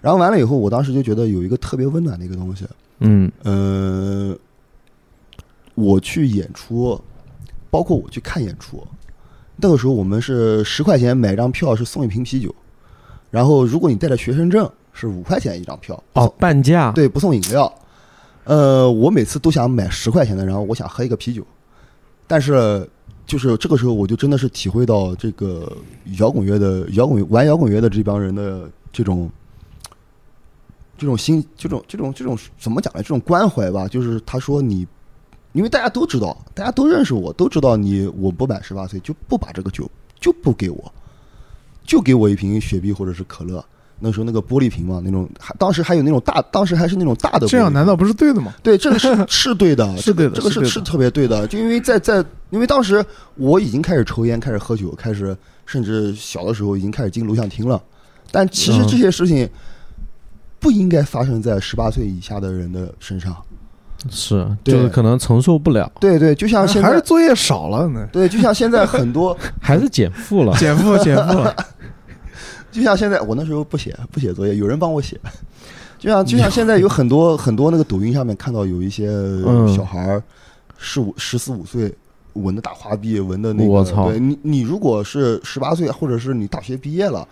[SPEAKER 3] 然后完了以后，我当时就觉得有一个特别温暖的一个东西，
[SPEAKER 2] 嗯
[SPEAKER 3] 呃，我去演出，包括我去看演出，那个时候我们是十块钱买张票是送一瓶啤酒，然后如果你带着学生证是五块钱一张票，不
[SPEAKER 2] 哦，
[SPEAKER 3] 送
[SPEAKER 2] 半价，
[SPEAKER 3] 对，不送饮料。呃，我每次都想买十块钱的，然后我想喝一个啤酒，但是就是这个时候我就真的是体会到这个摇滚乐的摇滚玩摇滚乐的这帮人的这种这种心这种这种这种怎么讲呢？这种关怀吧，就是他说你。因为大家都知道，大家都认识我，都知道你我不满十八岁就不把这个酒就不给我，就给我一瓶雪碧或者是可乐。那时候那个玻璃瓶嘛，那种还当时还有那种大，当时还是那种大的玻璃瓶。
[SPEAKER 1] 这样难道不是对的吗？
[SPEAKER 3] 对，这 个是是对的，
[SPEAKER 1] 是对的
[SPEAKER 3] 啊这个
[SPEAKER 1] 是对
[SPEAKER 3] 这个
[SPEAKER 1] 的
[SPEAKER 3] 是特别对的，就因为在在，因为当时我已经开始抽烟，开始喝酒，开始甚至小的时候已经开始进录像厅了，但其实
[SPEAKER 2] 嗯
[SPEAKER 3] 这些事情不应该发生在十八岁以下的人的身上。
[SPEAKER 2] 是，
[SPEAKER 3] 对
[SPEAKER 2] 就是可能承受不了，
[SPEAKER 3] 对对，就像现
[SPEAKER 1] 啊还是
[SPEAKER 3] 在，
[SPEAKER 1] 作业少了呢？，
[SPEAKER 3] 对，就像现在很多，
[SPEAKER 2] 还是减负了
[SPEAKER 1] 减 负减负，
[SPEAKER 3] 就像现在我那时候不写不写作业，有人帮我写。就像就像现在有很多很多那个抖音上面看到有一些
[SPEAKER 2] 嗯
[SPEAKER 3] 小孩儿十五十四五岁纹的大花臂，纹的那个，
[SPEAKER 2] 我操
[SPEAKER 3] 对你你如果是十八岁，或者是你大学毕业了，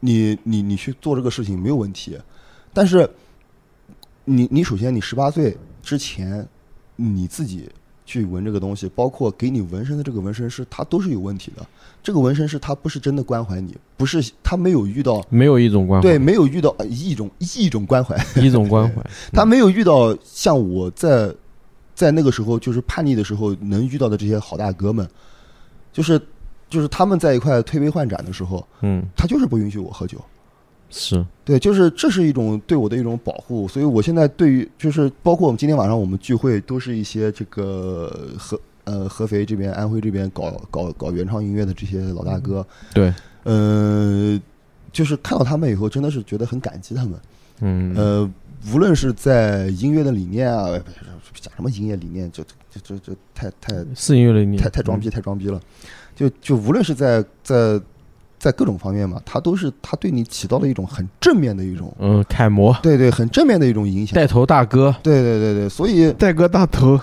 [SPEAKER 3] 你你你去做这个事情没有问题，但是你你首先你十八岁之前你自己去纹这个东西，包括给你纹身的这个纹身师，他都是有问题的。这个纹身师他不是真的关怀你，不是他没有遇到。
[SPEAKER 2] 没有一种关怀，
[SPEAKER 3] 对，没有遇到呃一种一种关怀，
[SPEAKER 2] 一种关 怀，
[SPEAKER 3] 他没有遇到像我在在那个时候就是叛逆的时候能遇到的这些好大哥们，就是就是他们在一块推杯换盏的时候，
[SPEAKER 2] 嗯，
[SPEAKER 3] 他就是不允许我喝酒。
[SPEAKER 2] 是，
[SPEAKER 3] 对，就是这是一种对我的一种保护，所以我现在对于就是包括我们今天晚上我们聚会都是一些这个合呃合肥这边安徽这边搞搞搞原创音乐的这些老大哥，
[SPEAKER 2] 对，
[SPEAKER 3] 呃，就是看到他们以后真的是觉得很感激他们。
[SPEAKER 2] 嗯，
[SPEAKER 3] 呃，无论是在音乐的理念啊，不是讲什么音乐理念，就就就就太太
[SPEAKER 2] 是因为你
[SPEAKER 3] 太太装逼，太装逼了。就就无论是在在在各种方面嘛，他都是他对你起到了一种很正面的一种，
[SPEAKER 2] 嗯，楷模，
[SPEAKER 3] 对对，很正面的一种影响。
[SPEAKER 2] 带头大哥，
[SPEAKER 3] 对对对对，所以
[SPEAKER 1] 戴个大头，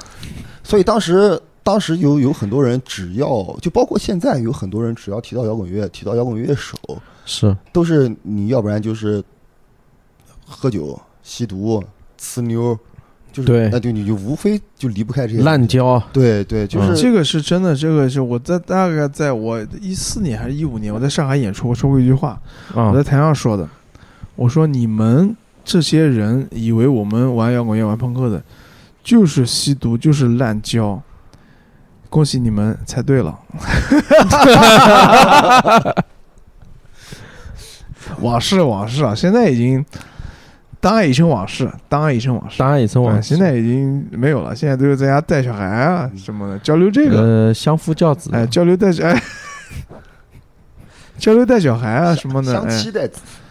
[SPEAKER 3] 所以当时当时有有很多人，只要就包括现在有很多人，只要提到摇滚乐，提到摇滚乐手，
[SPEAKER 2] 是，
[SPEAKER 3] 都是你要不然就是喝酒、吸毒、呲妞，就是
[SPEAKER 2] 对
[SPEAKER 3] 那就你就无非就离不开这些
[SPEAKER 2] 滥交，
[SPEAKER 3] 对对，就是、
[SPEAKER 2] 嗯
[SPEAKER 1] 这个是真的，这个是我在大概在我一四年还是一五年，我在上海演出，我说过一句话，
[SPEAKER 2] 啊
[SPEAKER 1] 我在，台上说的，我说你们这些人以为我们玩摇滚乐、玩朋克的，就是吸毒，就是滥交。恭喜你们猜对了， 往事往事啊，现在已经当然已成往事，当然已成往事，
[SPEAKER 2] 当然也称
[SPEAKER 1] 对
[SPEAKER 2] 往
[SPEAKER 1] 啊现在已经没有了，现在都是在家带小孩啊什么的，交流这个，
[SPEAKER 2] 呃相夫教子，
[SPEAKER 1] 哎，交流带小哎， 交流带小孩啊什么的，
[SPEAKER 3] 相
[SPEAKER 1] 哎
[SPEAKER 3] 期待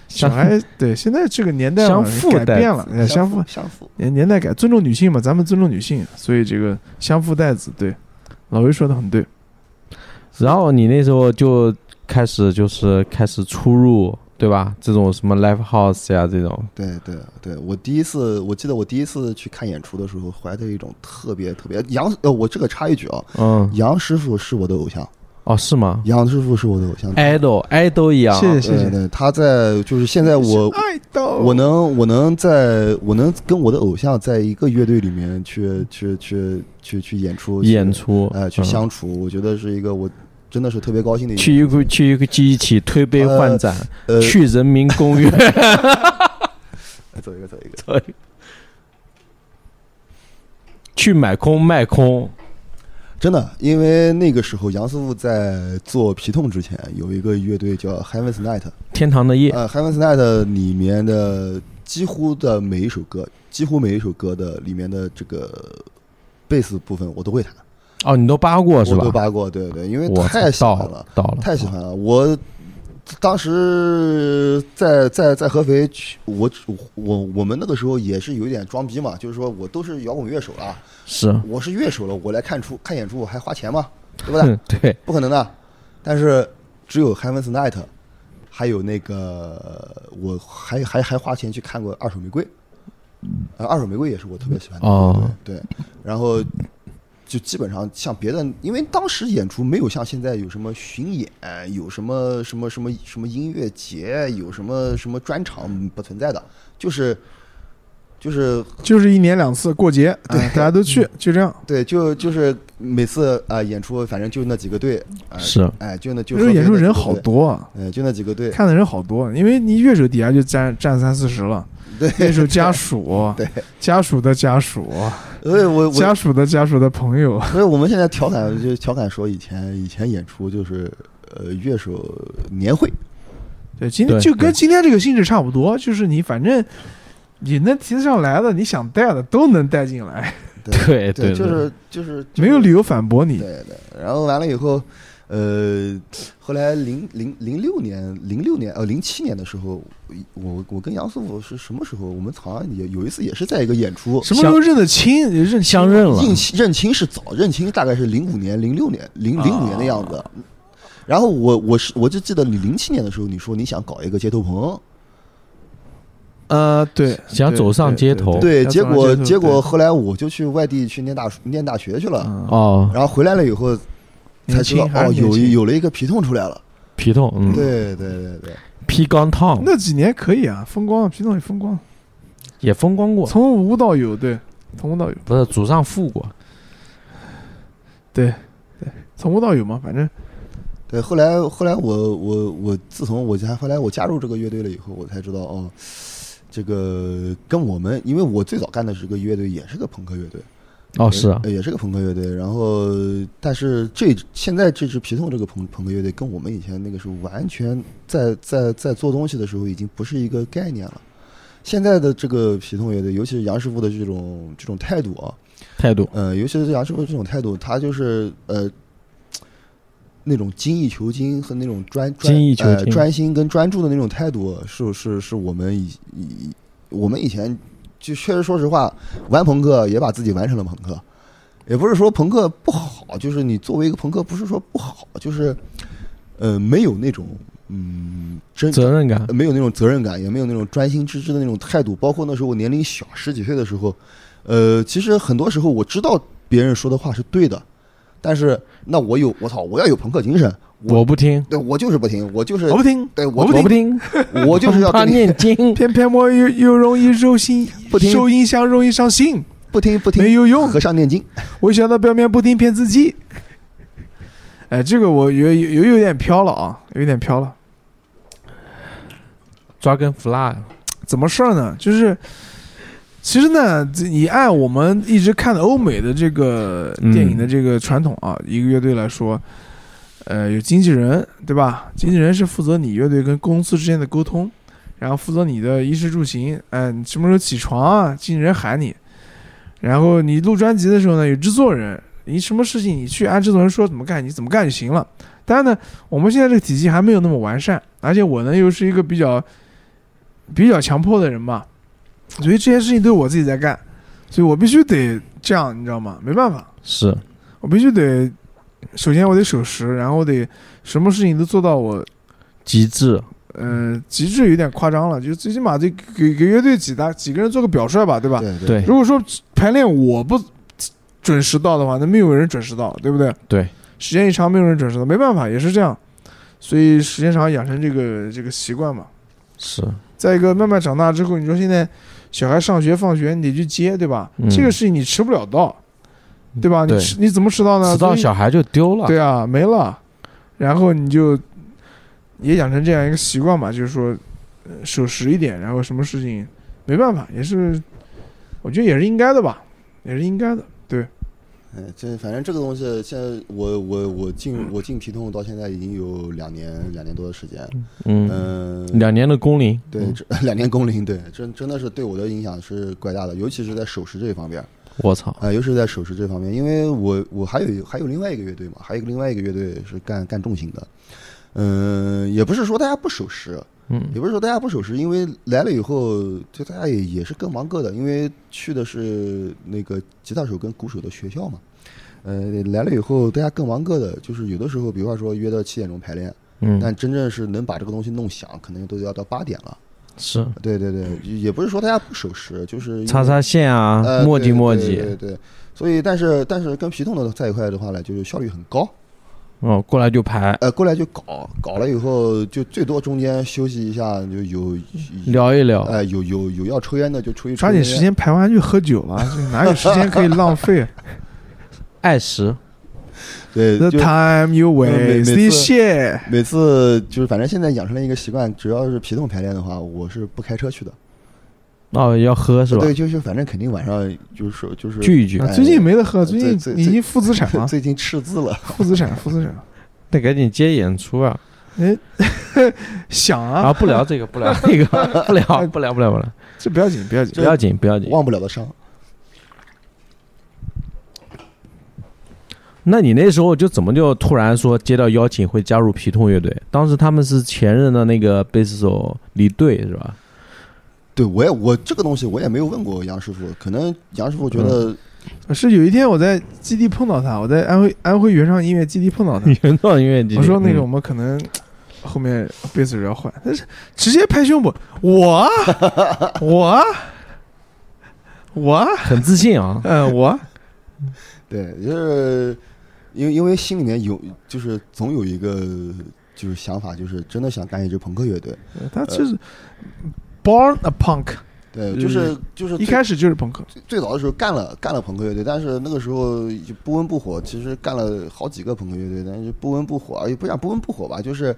[SPEAKER 1] 小孩对现在这个年代嘛
[SPEAKER 2] 相父
[SPEAKER 1] 改
[SPEAKER 2] 代
[SPEAKER 1] 变了，哎相
[SPEAKER 3] 互
[SPEAKER 1] 父
[SPEAKER 3] 相互。
[SPEAKER 1] 年年代改，尊重女性嘛，咱们尊重女性，所以这个相父代子，对，老魏说的很对，
[SPEAKER 2] 然后你那时候就开始就是开始出入对吧？这种什么 live house 呀、这种
[SPEAKER 3] 对对对，我第一次，我记得我第一次去看演出的时候，怀着一种特别特别杨，呃，我这个插一句啊，
[SPEAKER 2] 嗯，
[SPEAKER 3] 杨师傅是我的偶像，
[SPEAKER 2] 哦，是吗
[SPEAKER 3] 杨师傅是我的偶像，
[SPEAKER 2] ？idol idol 一样，啊
[SPEAKER 1] 谢哎谢
[SPEAKER 3] 对
[SPEAKER 1] 谢谢。
[SPEAKER 3] 对，他在就是现在我
[SPEAKER 1] 爱豆，
[SPEAKER 3] 我能我能在我能跟我的偶像在一个乐队里面去去去去去演出
[SPEAKER 2] 嗯演，出，
[SPEAKER 3] 哎、去
[SPEAKER 2] 嗯
[SPEAKER 3] 相处，我觉得是一个我真的是特别高兴的一
[SPEAKER 2] 去一个去一个集体推杯换盏，
[SPEAKER 3] 呃
[SPEAKER 2] 去人民公园。
[SPEAKER 3] 走一个走一个，
[SPEAKER 2] 去买空卖空，
[SPEAKER 3] 真的，因为那个时候杨师傅在做皮痛之前有一个乐队叫 Heaven's Night，
[SPEAKER 2] 天堂的夜，
[SPEAKER 3] 呃，Heaven's Night 里面的几乎的每一首歌，几乎每一首歌的里面的这个贝斯部分我都会弹，
[SPEAKER 2] 哦，你都扒过是
[SPEAKER 3] 我
[SPEAKER 2] 吧
[SPEAKER 3] 都？扒过，对对，因为
[SPEAKER 2] 我
[SPEAKER 3] 太喜
[SPEAKER 2] 操
[SPEAKER 3] 欢
[SPEAKER 2] 到
[SPEAKER 3] 了。
[SPEAKER 2] 到了，
[SPEAKER 3] 太喜欢了。我当时在在在合肥去，我我我们那个时候也是有一点装逼嘛，就是说我都是摇滚乐手了，
[SPEAKER 2] 是，
[SPEAKER 3] 我是乐手了，我来看出看演出我还花钱吗？对不对？
[SPEAKER 2] 哼嗯对，
[SPEAKER 3] 不可能的。但是只有 Heaven's Night，还有那个我还还还花钱去看过二手玫瑰，呃二手玫瑰也是我特别喜欢的
[SPEAKER 2] 哦
[SPEAKER 3] 乐队对，然后就基本上像别的，因为当时演出没有像现在有什么巡演，有什么什么什么什么音乐节，有什么什么专场不存在的，就是就是
[SPEAKER 1] 就是一年两次过节，对，大家都去，就这样。
[SPEAKER 3] 对，就就是每次啊、呃演出，反正就那几个队，呃、
[SPEAKER 2] 是
[SPEAKER 3] 哎、就 那就
[SPEAKER 1] 就是
[SPEAKER 3] 合
[SPEAKER 1] 演
[SPEAKER 3] 肥
[SPEAKER 1] 出
[SPEAKER 3] 那
[SPEAKER 1] 人
[SPEAKER 3] 几个
[SPEAKER 1] 好
[SPEAKER 3] 队
[SPEAKER 1] 多啊，
[SPEAKER 3] 呃，就那几个队，
[SPEAKER 1] 看的人好多，因为你乐手底下就占占三四十了，
[SPEAKER 3] 对，
[SPEAKER 1] 乐手家属，
[SPEAKER 3] 对，
[SPEAKER 1] 家属的家属，
[SPEAKER 3] 所以我我，
[SPEAKER 1] 家属的家属的朋 友，
[SPEAKER 3] 所以我们现在调侃就调侃说，以前以前演出就是呃乐手年会，
[SPEAKER 1] 对，今天
[SPEAKER 2] 对
[SPEAKER 1] 就跟
[SPEAKER 2] 对
[SPEAKER 1] 今天这个性质差不多，就是你反正你能提得上来的，你想带的都能带进来，
[SPEAKER 2] 对对，
[SPEAKER 3] 就是就是
[SPEAKER 1] 没有理
[SPEAKER 3] 由，
[SPEAKER 1] 由反驳你。
[SPEAKER 3] 对对。然后完了以后，呃，后来零零零六年零六年呃零七年的时候，我我跟杨师傅是什么时候？我们好像也有一次也是在一个演出，
[SPEAKER 1] 什么时候认得清，认清
[SPEAKER 2] 相认了，
[SPEAKER 3] 认亲认亲是早，认亲大概是零五年、零六年、零零五年的样子。然后我我是我就记得你零七年的时候，你说你想搞一个街头棚，
[SPEAKER 1] 呃，对，
[SPEAKER 2] 想走上街头
[SPEAKER 3] 对，
[SPEAKER 1] 哦要
[SPEAKER 3] 结
[SPEAKER 1] 走上
[SPEAKER 3] 果
[SPEAKER 1] 街头
[SPEAKER 3] 结果
[SPEAKER 1] 对
[SPEAKER 3] 后来我就去外地去念大念大学去了，
[SPEAKER 1] 嗯
[SPEAKER 2] 哦，
[SPEAKER 3] 然后回来了以后才
[SPEAKER 1] 年
[SPEAKER 3] 知道
[SPEAKER 1] 轻还是
[SPEAKER 3] 哦，
[SPEAKER 1] 年
[SPEAKER 3] 有
[SPEAKER 1] 轻
[SPEAKER 3] 有了一个皮痛出来了。
[SPEAKER 2] 皮痛，嗯，
[SPEAKER 3] 对对对对，
[SPEAKER 2] 皮刚烫
[SPEAKER 1] 那几年可以啊，风光，皮总也风光，
[SPEAKER 2] 也风光过，
[SPEAKER 1] 从无到有，对，从无到有，
[SPEAKER 2] 不是祖上富过，
[SPEAKER 1] 从无到有嘛，反正
[SPEAKER 3] 对，后来后来我我我自从我加后来我加入这个乐队了以后，我才知道哦，这个跟我们，因为我最早干的是个乐队，也是个朋克乐队。
[SPEAKER 2] 哦是啊，
[SPEAKER 3] 呃也是个朋克乐队。然后，但是这现在这支皮痛这个朋朋克乐队，跟我们以前那个时候完全在在在做东西的时候，已经不是一个概念了。现在的这个皮痛乐队，尤其是杨师傅的这种这种态度啊，
[SPEAKER 2] 态度，
[SPEAKER 3] 呃，尤其是杨师傅这种态度，他就是呃。那种精益求精和那种专专
[SPEAKER 2] 精益求
[SPEAKER 3] 呃
[SPEAKER 2] 精
[SPEAKER 3] 专心跟专注的那种态度，是是是我们以以我们以前就确实说实话，玩朋克也把自己玩成了朋克，也不是说朋克不好，就是你作为一个朋克，不是说不好，就是呃没有那种嗯真
[SPEAKER 2] 责任感
[SPEAKER 3] 呃，没有那种责任感，也没有那种专心致志的那种态度。包括那时候我年龄小，十几岁的时候，呃，其实很多时候我知道别人说的话是对的，但是那我有我操，我要有朋克精神，我
[SPEAKER 2] 我不听，
[SPEAKER 3] 对我就是不听，我就是
[SPEAKER 1] 我不听，
[SPEAKER 3] 对
[SPEAKER 2] 我
[SPEAKER 3] 我
[SPEAKER 2] 不听，
[SPEAKER 3] 听，我就是 要
[SPEAKER 2] 他
[SPEAKER 3] 跟你
[SPEAKER 2] 念经，
[SPEAKER 1] 偏偏我又又容易受心，
[SPEAKER 3] 不听
[SPEAKER 1] 受影响，容易伤心，
[SPEAKER 3] 不听不
[SPEAKER 1] 没
[SPEAKER 3] 听，
[SPEAKER 1] 有用。
[SPEAKER 3] 和尚念经，
[SPEAKER 1] 我想到表面不听骗自己。哎，这个我有有有点飘了啊，有点飘了。
[SPEAKER 2] 抓根 fly，
[SPEAKER 1] 怎么事儿呢？就是，其实呢，这你按我们一直看的欧美的这个
[SPEAKER 2] 嗯
[SPEAKER 1] 电影的这个传统啊，一个乐队来说，呃，有经纪人，对吧？经纪人是负责你乐队跟公司之间的沟通，然后负责你的衣食住行，哎、你什么时候起床啊？经纪人喊你，然后你录专辑的时候呢，有制作人，你什么事情你去按制作人说怎么干，你怎么干就行了。当然呢，我们现在这个体系还没有那么完善，而且我呢又是一个比较比较强迫的人嘛，所以这些事情都是我自己在干，所以我必须得这样，你知道吗？没办法，
[SPEAKER 2] 是
[SPEAKER 1] 我必须得，首先我得守时，然后我得什么事情都做到我
[SPEAKER 2] 极致，
[SPEAKER 1] 嗯，极致有点夸张了，就最起码得给给乐队几大几个人做个表率吧，对吧？
[SPEAKER 3] 对
[SPEAKER 2] 对
[SPEAKER 1] 如果说排练我不准时到的话，那没有人准时到，对不对？
[SPEAKER 2] 对，
[SPEAKER 1] 时间一长，没有人准时到，没办法，也是这样。所以时间长，养成这个这个习惯嘛。
[SPEAKER 2] 是
[SPEAKER 1] 再一个，慢慢长大之后，你说现在小孩上学放学你得去接，对吧？
[SPEAKER 2] 嗯
[SPEAKER 1] 这个事情你迟不了到，对吧？
[SPEAKER 2] 对
[SPEAKER 1] 你迟你怎么迟到呢？
[SPEAKER 2] 迟到
[SPEAKER 1] 所以
[SPEAKER 2] 小孩就丢了。
[SPEAKER 1] 对啊，没了。然后你就也养成这样一个习惯吧，就是说呃守时一点，然后什么事情没办法，也是我觉得也是应该的吧，也是应该的。
[SPEAKER 3] 哎，这反正这个东西，现在我我我进我进皮痛到现在已经有两年两年多的时间，
[SPEAKER 2] 嗯，
[SPEAKER 3] 嗯，
[SPEAKER 2] 两年的工龄。
[SPEAKER 3] 对
[SPEAKER 2] 嗯，
[SPEAKER 3] 这 两年工龄，对，真真的是对我的影响是怪大的，尤其是在守时这一方面，
[SPEAKER 2] 我操，
[SPEAKER 3] 啊，尤其是在守时这方面，因为我我还有还有另外一个乐队嘛，还有一个另外一个乐队是干干重型的，嗯，也不是说大家不守时，
[SPEAKER 2] 嗯
[SPEAKER 3] 也不是说大家不守时，因为来了以后，就大家也也是各忙各的，因为去的是那个吉他手跟鼓手的学校嘛。呃，来了以后，大家各忙各的，就是有的时候，比方说约到七点钟排练，
[SPEAKER 2] 嗯，
[SPEAKER 3] 但真正是能把这个东西弄响，可能都要到八点了。
[SPEAKER 2] 是
[SPEAKER 3] 对对对，也不是说大家不守时，就是因为
[SPEAKER 2] 擦擦线啊
[SPEAKER 3] 呃，
[SPEAKER 2] 磨叽
[SPEAKER 3] 对
[SPEAKER 2] 磨
[SPEAKER 3] 对
[SPEAKER 2] 叽
[SPEAKER 3] 对。对。所以，但是但是跟皮痛的在一块的话呢，就是效率很高。
[SPEAKER 2] 哦，过来就排，
[SPEAKER 3] 呃，过来就搞，搞了以后就最多中间休息一下，就有
[SPEAKER 2] 聊一聊。
[SPEAKER 3] 哎，有有有要抽烟的就出去抽
[SPEAKER 1] 抓紧
[SPEAKER 3] 根
[SPEAKER 1] 时
[SPEAKER 3] 烟。
[SPEAKER 1] 间排完就喝 酒了，这哪有时间可以浪费啊
[SPEAKER 2] 爱食，
[SPEAKER 3] 对，
[SPEAKER 1] ？The
[SPEAKER 3] 就呃
[SPEAKER 1] time you
[SPEAKER 3] 每每
[SPEAKER 1] waste,
[SPEAKER 3] 次
[SPEAKER 1] this shit。
[SPEAKER 3] 每次就是反正现在养成了一个习惯，只要是皮动排练的话，我是不开车去的。
[SPEAKER 2] 哦，要喝是吧？
[SPEAKER 3] 对，就是反正肯定晚上就是说就是
[SPEAKER 2] 聚一聚
[SPEAKER 1] 啊，
[SPEAKER 3] 哎
[SPEAKER 1] 最近没得喝，最
[SPEAKER 3] 最
[SPEAKER 1] 近
[SPEAKER 3] 最
[SPEAKER 1] 已经负资产了，
[SPEAKER 3] 最近赤字了，
[SPEAKER 1] 负资产，负资产。
[SPEAKER 2] 得赶紧接演出啊！
[SPEAKER 1] 想啊，
[SPEAKER 2] 啊，不聊这个，不聊那个，不聊，不聊，不聊，不聊，
[SPEAKER 1] 这不要紧，不要紧。
[SPEAKER 2] 不要紧，不要紧。
[SPEAKER 3] 忘不了的伤。
[SPEAKER 2] 那你那时候就怎么就突然说接到邀请会加入皮痛乐队？当时他们是前任的那个贝斯手李队是吧？
[SPEAKER 3] 对我也我这个东西我也没有问过杨师傅，可能杨师傅
[SPEAKER 2] 嗯
[SPEAKER 3] 觉得
[SPEAKER 1] 呃是有一天我在基地碰到他，我在安徽安徽原创音乐基地碰到他，
[SPEAKER 2] 原创音乐基地
[SPEAKER 1] 我说那个我
[SPEAKER 2] 嗯
[SPEAKER 1] 们可能后面贝斯手要换，但是直接拍胸脯，我 啊我啊我啊，
[SPEAKER 2] 很自信啊
[SPEAKER 1] 嗯我啊
[SPEAKER 3] 对，就是因为因为心里面有就是总有一个就是想法，就是真的想干一支朋克乐队。
[SPEAKER 1] 他就是 born a punk，
[SPEAKER 3] 对，就是就是
[SPEAKER 1] 嗯一
[SPEAKER 3] 最
[SPEAKER 1] 开始就是朋克，
[SPEAKER 3] 最早的时候干了干了朋克乐队，但是那个时候就不温不火。其实干了好几个朋克乐队，但是不温不火，也不讲不温不火吧，就是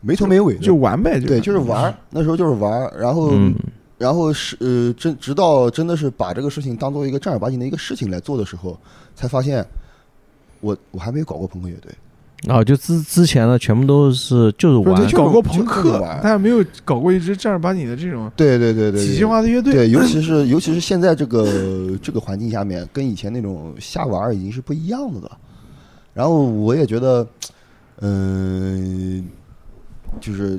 [SPEAKER 3] 没头没尾的。
[SPEAKER 1] 就玩呗，
[SPEAKER 3] 对，就是玩儿，那时候就是玩儿。然后，
[SPEAKER 2] 嗯，
[SPEAKER 3] 然后是呃，真直到真的是把这个事情当做一个正儿八经的一个事情来做的时候，才发现我我还没有搞过朋克乐队。
[SPEAKER 2] 啊，就之之前的全部都是就是
[SPEAKER 1] 不是
[SPEAKER 2] 玩
[SPEAKER 1] 他搞过朋
[SPEAKER 3] 就就
[SPEAKER 1] 克
[SPEAKER 3] 是玩，
[SPEAKER 1] 但是没有搞过一支正儿八经的这种
[SPEAKER 3] 对对对对对，
[SPEAKER 1] 体系化的乐队。
[SPEAKER 3] 对，尤其是尤其是现在这个这个环境下面，跟以前那种瞎玩儿已经是不一样的了。然后我也觉得，嗯、就是。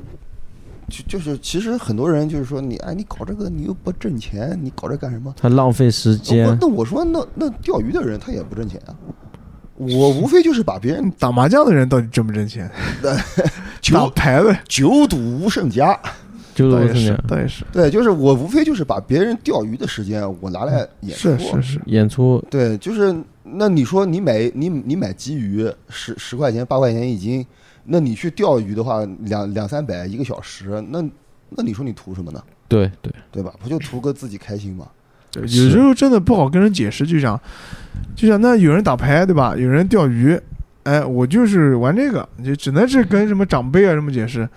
[SPEAKER 3] 就就是，其实很多人就是说你，哎，你搞这个你又不挣钱，你搞这干什么？
[SPEAKER 2] 他浪费时
[SPEAKER 3] 我
[SPEAKER 1] 哦
[SPEAKER 2] 间
[SPEAKER 3] 那我说，那那钓鱼的人他也不挣钱啊。我无非就是把别人
[SPEAKER 1] 打麻将的人到底挣不挣钱？ 打
[SPEAKER 3] 九
[SPEAKER 1] 牌的
[SPEAKER 3] 九赌无胜家，
[SPEAKER 2] 就是
[SPEAKER 1] 倒
[SPEAKER 2] 我
[SPEAKER 1] 也
[SPEAKER 2] 是那
[SPEAKER 1] 是
[SPEAKER 2] 样，
[SPEAKER 1] 倒也是，
[SPEAKER 3] 对，就是我无非就是把别人钓鱼的时间我拿来演出
[SPEAKER 1] 是，是是，
[SPEAKER 2] 演出
[SPEAKER 3] 对，就是那你说你买你你买鲫鱼十十块钱八块钱一斤，那你去钓鱼的话两两三百一个小时，那那你说你图什么呢？
[SPEAKER 2] 对对，
[SPEAKER 3] 对吧？不就图个自己开心吗？
[SPEAKER 1] 有时候真的不好跟人解释，就像就像那有人打牌对吧？有人钓鱼，哎，我就是玩这个，就只能是跟什么长辈啊什么解释。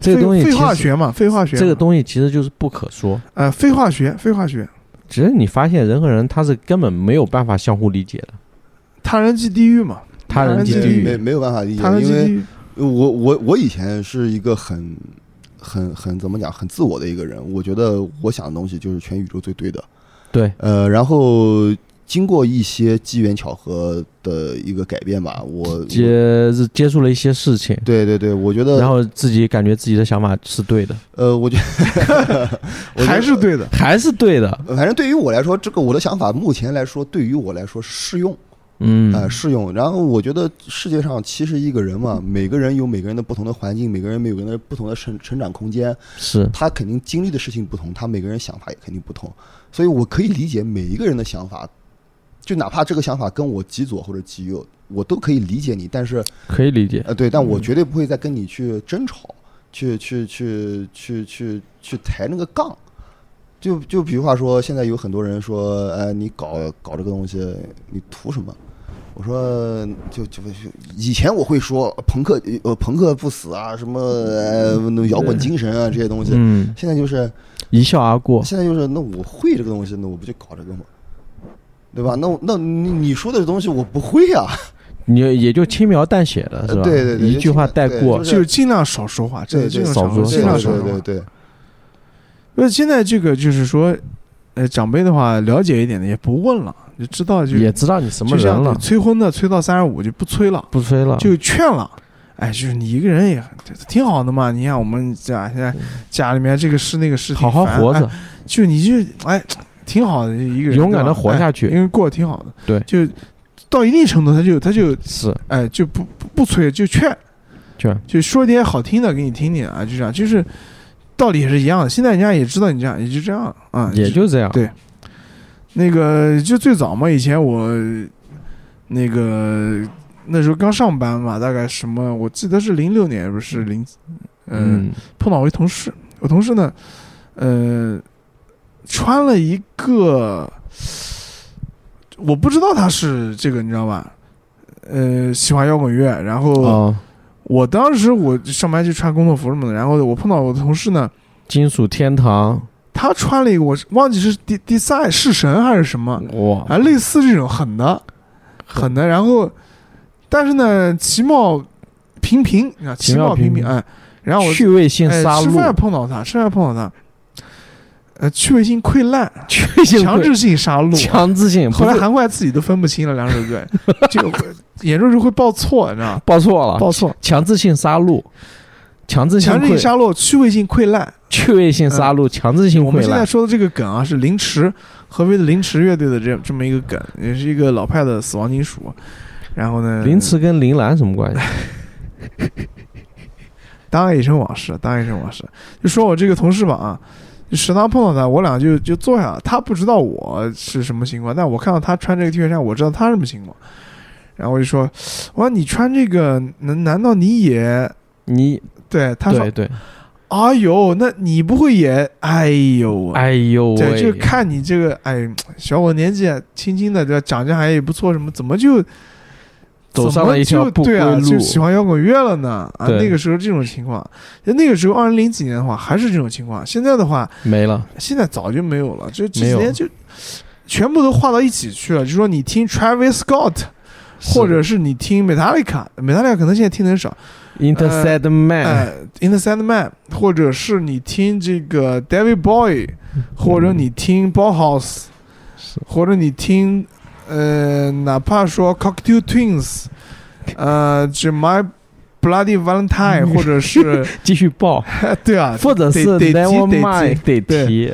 [SPEAKER 2] 这个
[SPEAKER 1] 废
[SPEAKER 2] 东西
[SPEAKER 1] 废
[SPEAKER 2] 其
[SPEAKER 1] 话
[SPEAKER 2] 实
[SPEAKER 1] 学嘛，废话学嘛，
[SPEAKER 2] 这个东西其实就是不可说，
[SPEAKER 1] 呃，废话学，废话学，
[SPEAKER 2] 只是你发现人和人他是根本没有办法相互理解的，
[SPEAKER 1] 他人即地狱嘛，
[SPEAKER 2] 他人即
[SPEAKER 1] 对
[SPEAKER 2] 地
[SPEAKER 1] 对
[SPEAKER 3] 没
[SPEAKER 2] 狱，
[SPEAKER 3] 没有办法理解
[SPEAKER 1] 他，人即
[SPEAKER 3] 因
[SPEAKER 1] 地
[SPEAKER 3] 为
[SPEAKER 1] 狱。
[SPEAKER 3] 我我我以前是一个很很很怎么讲很自我的一个人，我觉得我想的东西就是全宇宙最对的，
[SPEAKER 2] 对，
[SPEAKER 3] 呃，然后经过一些机缘巧合的一个改变吧，我我
[SPEAKER 2] 接接触了一些事情，
[SPEAKER 3] 对对对，我觉
[SPEAKER 1] 呃
[SPEAKER 3] 得
[SPEAKER 2] 然后自己感觉自己的想法是对的，
[SPEAKER 3] 呃，我觉得我觉得
[SPEAKER 1] 还是对的，
[SPEAKER 2] 还是对的，
[SPEAKER 3] 呃反正对于我来说，这个我的想法目前来说，对于我来说适用。
[SPEAKER 2] 嗯
[SPEAKER 1] 呃
[SPEAKER 3] 啊、适用。然后我觉得世界上七十亿个人嘛，每个人有每个人的不同的环境，每个人每个人的不同的成成长空间，
[SPEAKER 2] 是
[SPEAKER 3] 他肯定经历的事情不同，他每个人想法也肯定不同。所以我可以理解每一个人的想法，就哪怕这个想法跟我极左或者极右，我都可以理解你。但是
[SPEAKER 2] 可以理解，
[SPEAKER 3] 呃，对，但我绝对不会再跟你去争吵，去去去去去去抬那个杠。就就比如话说，现在有很多人说，哎，你搞搞这个东西，你图什么？我说，就就就以前我会说朋克，呃，朋克不死啊，什么、呃、摇滚精神啊这些东西。
[SPEAKER 2] 嗯，
[SPEAKER 3] 现在就是，
[SPEAKER 2] 一笑而过，
[SPEAKER 3] 现在就是，那我会这个东西，那我不就搞这个吗？对吧？那我那你你说的东西我不会啊，
[SPEAKER 2] 你也就轻描淡写的是吧？
[SPEAKER 3] 对对对
[SPEAKER 2] 一句话带
[SPEAKER 3] 对就
[SPEAKER 2] 过
[SPEAKER 3] 是，
[SPEAKER 1] 就是尽量少说话，这
[SPEAKER 3] 对
[SPEAKER 1] 这种
[SPEAKER 3] 对
[SPEAKER 2] 少
[SPEAKER 1] 场合
[SPEAKER 2] 说
[SPEAKER 1] 尽量
[SPEAKER 3] 对
[SPEAKER 1] 少
[SPEAKER 3] 对
[SPEAKER 1] 说
[SPEAKER 3] 对
[SPEAKER 1] 话。
[SPEAKER 3] 对，
[SPEAKER 1] 那现在这个就是说，呃，长辈的话了解一点的也不问了，就知道就
[SPEAKER 2] 也知道你什么人
[SPEAKER 1] 就像
[SPEAKER 2] 了，
[SPEAKER 1] 催婚的催到三十五就不催了，
[SPEAKER 2] 不吹了，
[SPEAKER 1] 就劝了。哎，就是你一个人也很挺好的嘛。你看我们家现在家里面这个事那个事，
[SPEAKER 2] 嗯好好
[SPEAKER 1] 挺烦
[SPEAKER 2] 活
[SPEAKER 1] 哎
[SPEAKER 2] 着，
[SPEAKER 1] 就你就哎，挺好的一个人，
[SPEAKER 2] 勇敢地
[SPEAKER 1] 对吧
[SPEAKER 2] 活下
[SPEAKER 1] 哎
[SPEAKER 2] 去
[SPEAKER 1] 因为过得挺好的。
[SPEAKER 2] 对
[SPEAKER 1] 就到一定程度，他就他就是哎就不不不催，就劝，
[SPEAKER 2] 劝，
[SPEAKER 1] 就说点好听的给你听听啊，就这样，就是道理也是一样的。现在人家也知道你这样，也就这样啊，
[SPEAKER 2] 也就这样，
[SPEAKER 1] 对那个就最早嘛，以前我那个那时候刚上班嘛，大概什么，我记得是零六年，不是零，嗯，
[SPEAKER 2] 嗯，
[SPEAKER 1] 碰到我一同事，我同事呢，呃，穿了一个，我不知道他是这个，你知道吧？呃，喜欢摇滚乐，然后
[SPEAKER 2] 哦，
[SPEAKER 1] 我当时我上班就穿工作服什么的，然后我碰到我的同事呢，
[SPEAKER 2] 金属天堂，
[SPEAKER 1] 他穿了一个我是忘记是第第三弑神还是什么，
[SPEAKER 2] 哇，
[SPEAKER 1] 啊，类似这种狠的，狠的，然后，但是呢，其貌平平，啊，
[SPEAKER 2] 其
[SPEAKER 1] 其
[SPEAKER 2] 貌
[SPEAKER 1] 貌平
[SPEAKER 2] 平
[SPEAKER 1] 平，哎，然后我
[SPEAKER 2] 趣味性
[SPEAKER 1] 哎
[SPEAKER 2] 杀
[SPEAKER 1] 吃饭
[SPEAKER 2] 戮，
[SPEAKER 1] 碰到他，吃饭碰到他，呃，趣味性溃烂，
[SPEAKER 2] 趣味性
[SPEAKER 1] 强制性杀戮啊。
[SPEAKER 2] 强制性，
[SPEAKER 1] 后
[SPEAKER 2] 不
[SPEAKER 1] 来
[SPEAKER 2] 是
[SPEAKER 1] 韩怪自己都分不清了两首 歌，就严重是会报错，你知道吗？
[SPEAKER 2] 报错了，
[SPEAKER 1] 报错，
[SPEAKER 2] 强制性杀戮，强制性
[SPEAKER 1] 强制性
[SPEAKER 2] 溃
[SPEAKER 1] 杀戮，趣味性溃烂。
[SPEAKER 2] 趣味性杀戮，强制性
[SPEAKER 1] 我们
[SPEAKER 2] 溃
[SPEAKER 1] 现在
[SPEAKER 2] 烂，
[SPEAKER 1] 说的这个梗啊，是凌迟，合肥的凌迟乐队的这这么一个梗，也是一个老派的死亡金属。然后呢，
[SPEAKER 2] 凌迟跟铃兰什么关 系？
[SPEAKER 1] 当一声往事，当一声往事。就说我这个同事吧啊，就食堂碰到他，我俩就就坐下了。他不知道我是什么情况，但我看到他穿这个 T 恤衫，我知道他什么情况。然后我就说，我说你穿这个，难难道你也
[SPEAKER 2] 你
[SPEAKER 1] 对？他说
[SPEAKER 2] 对，对，
[SPEAKER 1] 哎呦，那你不会也？哎呦，
[SPEAKER 2] 哎呦
[SPEAKER 1] 对，
[SPEAKER 2] 喂，
[SPEAKER 1] 就看你这个，哎，小伙年纪轻轻的，对吧？长相还也不错，什么怎么就
[SPEAKER 2] 走上了一条不归
[SPEAKER 1] 怎么就对啊，
[SPEAKER 2] 路
[SPEAKER 1] 就，喜欢摇滚乐了呢？啊，
[SPEAKER 2] 对
[SPEAKER 1] 那个时候这种情况，那个时候二零零几年的话还是这种情况，现在的话，
[SPEAKER 2] 没了，
[SPEAKER 1] 现在早就没有了，就这
[SPEAKER 2] 没
[SPEAKER 1] 几
[SPEAKER 2] 有
[SPEAKER 1] 年就全部都划到一起去了。就说你听 Travis Scott，或者是你听 Metallica，Metallica 可能现在听的很少，
[SPEAKER 2] Intersect
[SPEAKER 1] 哎、
[SPEAKER 2] Man，
[SPEAKER 1] i n t e r s e n d Man，或者是你听这个 David Bowie，或者你听 Bauhaus，
[SPEAKER 2] 是
[SPEAKER 1] 或者你听，呃，哪怕说 Cocktail Twins，呃，这 My Bloody Valentine，或者是
[SPEAKER 2] 继续报，
[SPEAKER 1] 对啊，
[SPEAKER 2] 或者是
[SPEAKER 1] 得得提
[SPEAKER 2] Never
[SPEAKER 1] 得
[SPEAKER 2] Mind 得
[SPEAKER 1] 对
[SPEAKER 2] 提，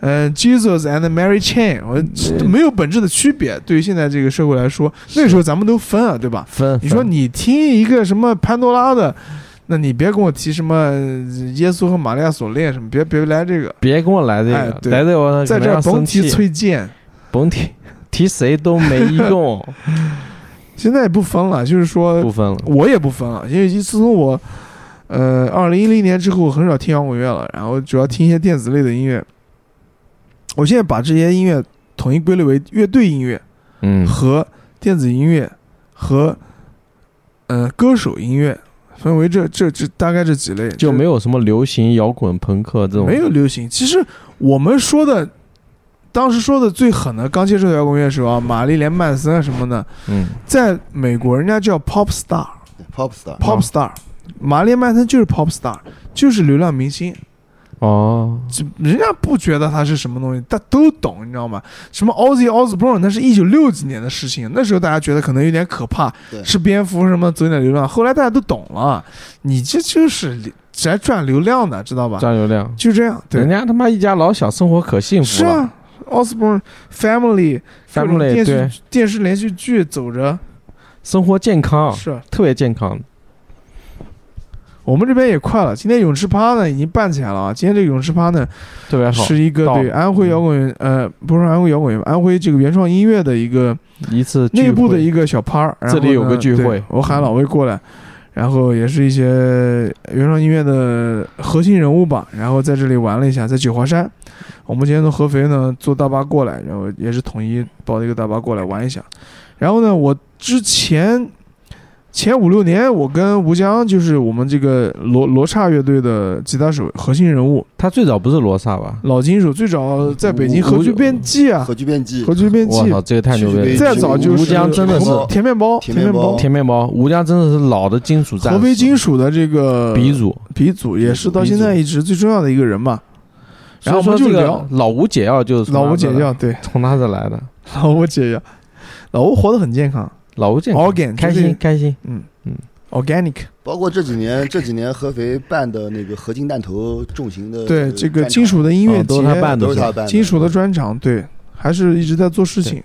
[SPEAKER 1] 嗯、j e s u s and Mary Chain，我这没有本质的区别。对于现在这个社会来说，那个时候咱们都分啊，对吧？
[SPEAKER 2] 分，
[SPEAKER 1] 你说
[SPEAKER 2] 分
[SPEAKER 1] 你听一个什么潘多拉的，那你别跟我提什么呃耶稣和玛利亚所恋什么，别别来这个，
[SPEAKER 2] 别跟我来这
[SPEAKER 1] 哎
[SPEAKER 2] 个，
[SPEAKER 1] 对
[SPEAKER 2] 来这个我
[SPEAKER 1] 在
[SPEAKER 2] 可
[SPEAKER 1] 这
[SPEAKER 2] 能
[SPEAKER 1] 儿
[SPEAKER 2] 要
[SPEAKER 1] 甭
[SPEAKER 2] 生
[SPEAKER 1] 提
[SPEAKER 2] 气，
[SPEAKER 1] 崔健。
[SPEAKER 2] 甭提提谁都没用，
[SPEAKER 1] 现在也不分了，就是说
[SPEAKER 2] 不分了，
[SPEAKER 1] 我也不分了，因为自从我呃二零一零年之后很少听摇滚乐了，然后主要听一些电子类的音乐。我现在把这些音乐统一归类为乐队音乐，
[SPEAKER 2] 嗯，
[SPEAKER 1] 和电子音乐和呃歌手音乐分为这这这大概这几类，
[SPEAKER 2] 就没
[SPEAKER 1] 有
[SPEAKER 2] 有什么流行摇滚、朋克这种，
[SPEAKER 1] 没有流行。其实我们说的，当时说的最狠的刚接触摇滚乐手啊，玛丽莲曼森啊什么的，
[SPEAKER 2] 嗯，
[SPEAKER 1] 在美国人家叫 pop star
[SPEAKER 3] ，pop star，
[SPEAKER 1] pop star，玛丽莲曼森就是 pop star，就是流量明星。
[SPEAKER 2] 哦，
[SPEAKER 1] 就人家不觉得他是什么东西，他都懂，你知道吗？什么 Ozzy Osbourne，那是一九六几年的事情，那时候大家觉得可能有点可怕，
[SPEAKER 3] 对
[SPEAKER 1] 吃蝙蝠什么走点流量，后来大家都懂了，你这就是来赚流量的，知道吧？
[SPEAKER 2] 占流量，
[SPEAKER 1] 就这样，对
[SPEAKER 2] 人，家他妈一家老小，生活可幸福
[SPEAKER 1] 是
[SPEAKER 2] 了，
[SPEAKER 1] 啊， Osborne Family 各种
[SPEAKER 2] family
[SPEAKER 1] 电
[SPEAKER 2] 对
[SPEAKER 1] 视电视连续剧走着，
[SPEAKER 2] 生活健康
[SPEAKER 1] 是啊
[SPEAKER 2] 特别健康，
[SPEAKER 1] 我们这边也快了。今天泳池趴呢已经办起来了啊！今天这个泳池趴呢
[SPEAKER 2] 特别好。
[SPEAKER 1] 是一个
[SPEAKER 2] 到
[SPEAKER 1] 对安徽摇滚呃不是安徽摇滚乐，安徽这个原创音乐的一个
[SPEAKER 2] 一次聚
[SPEAKER 1] 内部的
[SPEAKER 2] 会
[SPEAKER 1] 一个小趴儿。然后
[SPEAKER 2] 这里有
[SPEAKER 1] 呢
[SPEAKER 2] 个聚会嗯
[SPEAKER 1] 对我喊老魏过来，然后也是一些原创音乐的核心人物吧，然后在这里玩了一下，在九华山。我们今天从合肥呢坐大巴过来，然后也是统一包了一个大巴过来玩一下。然后呢，我之前前五六年，我跟吴江就是我们这个罗罗刹乐队的吉他手核心人物
[SPEAKER 2] 他最早不是罗刹吧？
[SPEAKER 1] 老金手，最早在北京
[SPEAKER 2] 吴
[SPEAKER 1] 核聚变记啊，
[SPEAKER 3] 核聚变记
[SPEAKER 1] 核聚变
[SPEAKER 2] 我
[SPEAKER 1] 记
[SPEAKER 2] 操，这个太牛逼了！
[SPEAKER 1] 再早就是
[SPEAKER 2] 吴江真的是
[SPEAKER 3] 红
[SPEAKER 1] 甜面包，
[SPEAKER 3] 甜
[SPEAKER 1] 面
[SPEAKER 3] 面包
[SPEAKER 2] 甜面包，吴家真的是老的金属战士，
[SPEAKER 1] 合肥金属的这个
[SPEAKER 2] 鼻祖。
[SPEAKER 1] 鼻祖，也是到
[SPEAKER 2] 鼻祖
[SPEAKER 1] 现在一直最重要的一个人嘛。然后我们
[SPEAKER 2] 所以
[SPEAKER 1] 就
[SPEAKER 2] 说这
[SPEAKER 1] 聊
[SPEAKER 2] 个老吴解药就是从
[SPEAKER 1] 老
[SPEAKER 2] 他
[SPEAKER 1] 吴
[SPEAKER 2] 这
[SPEAKER 1] 解
[SPEAKER 2] 来
[SPEAKER 1] 药，对，
[SPEAKER 2] 从他这来的。
[SPEAKER 1] 老吴解药，老吴活得很健康
[SPEAKER 2] 老吴健康，
[SPEAKER 1] ，organ
[SPEAKER 2] 开
[SPEAKER 1] 哦就是嗯
[SPEAKER 2] 心开心。
[SPEAKER 1] organic，
[SPEAKER 3] 包括这几
[SPEAKER 1] 哎
[SPEAKER 3] 年这几年合肥办的那个合金弹头重型的
[SPEAKER 1] 对这个
[SPEAKER 3] 战场
[SPEAKER 1] 金属的音乐
[SPEAKER 2] 呃哦都
[SPEAKER 1] 节
[SPEAKER 2] 是，他办的
[SPEAKER 3] 都是他办的，
[SPEAKER 1] 金属的专场，对，还是一直在做事情。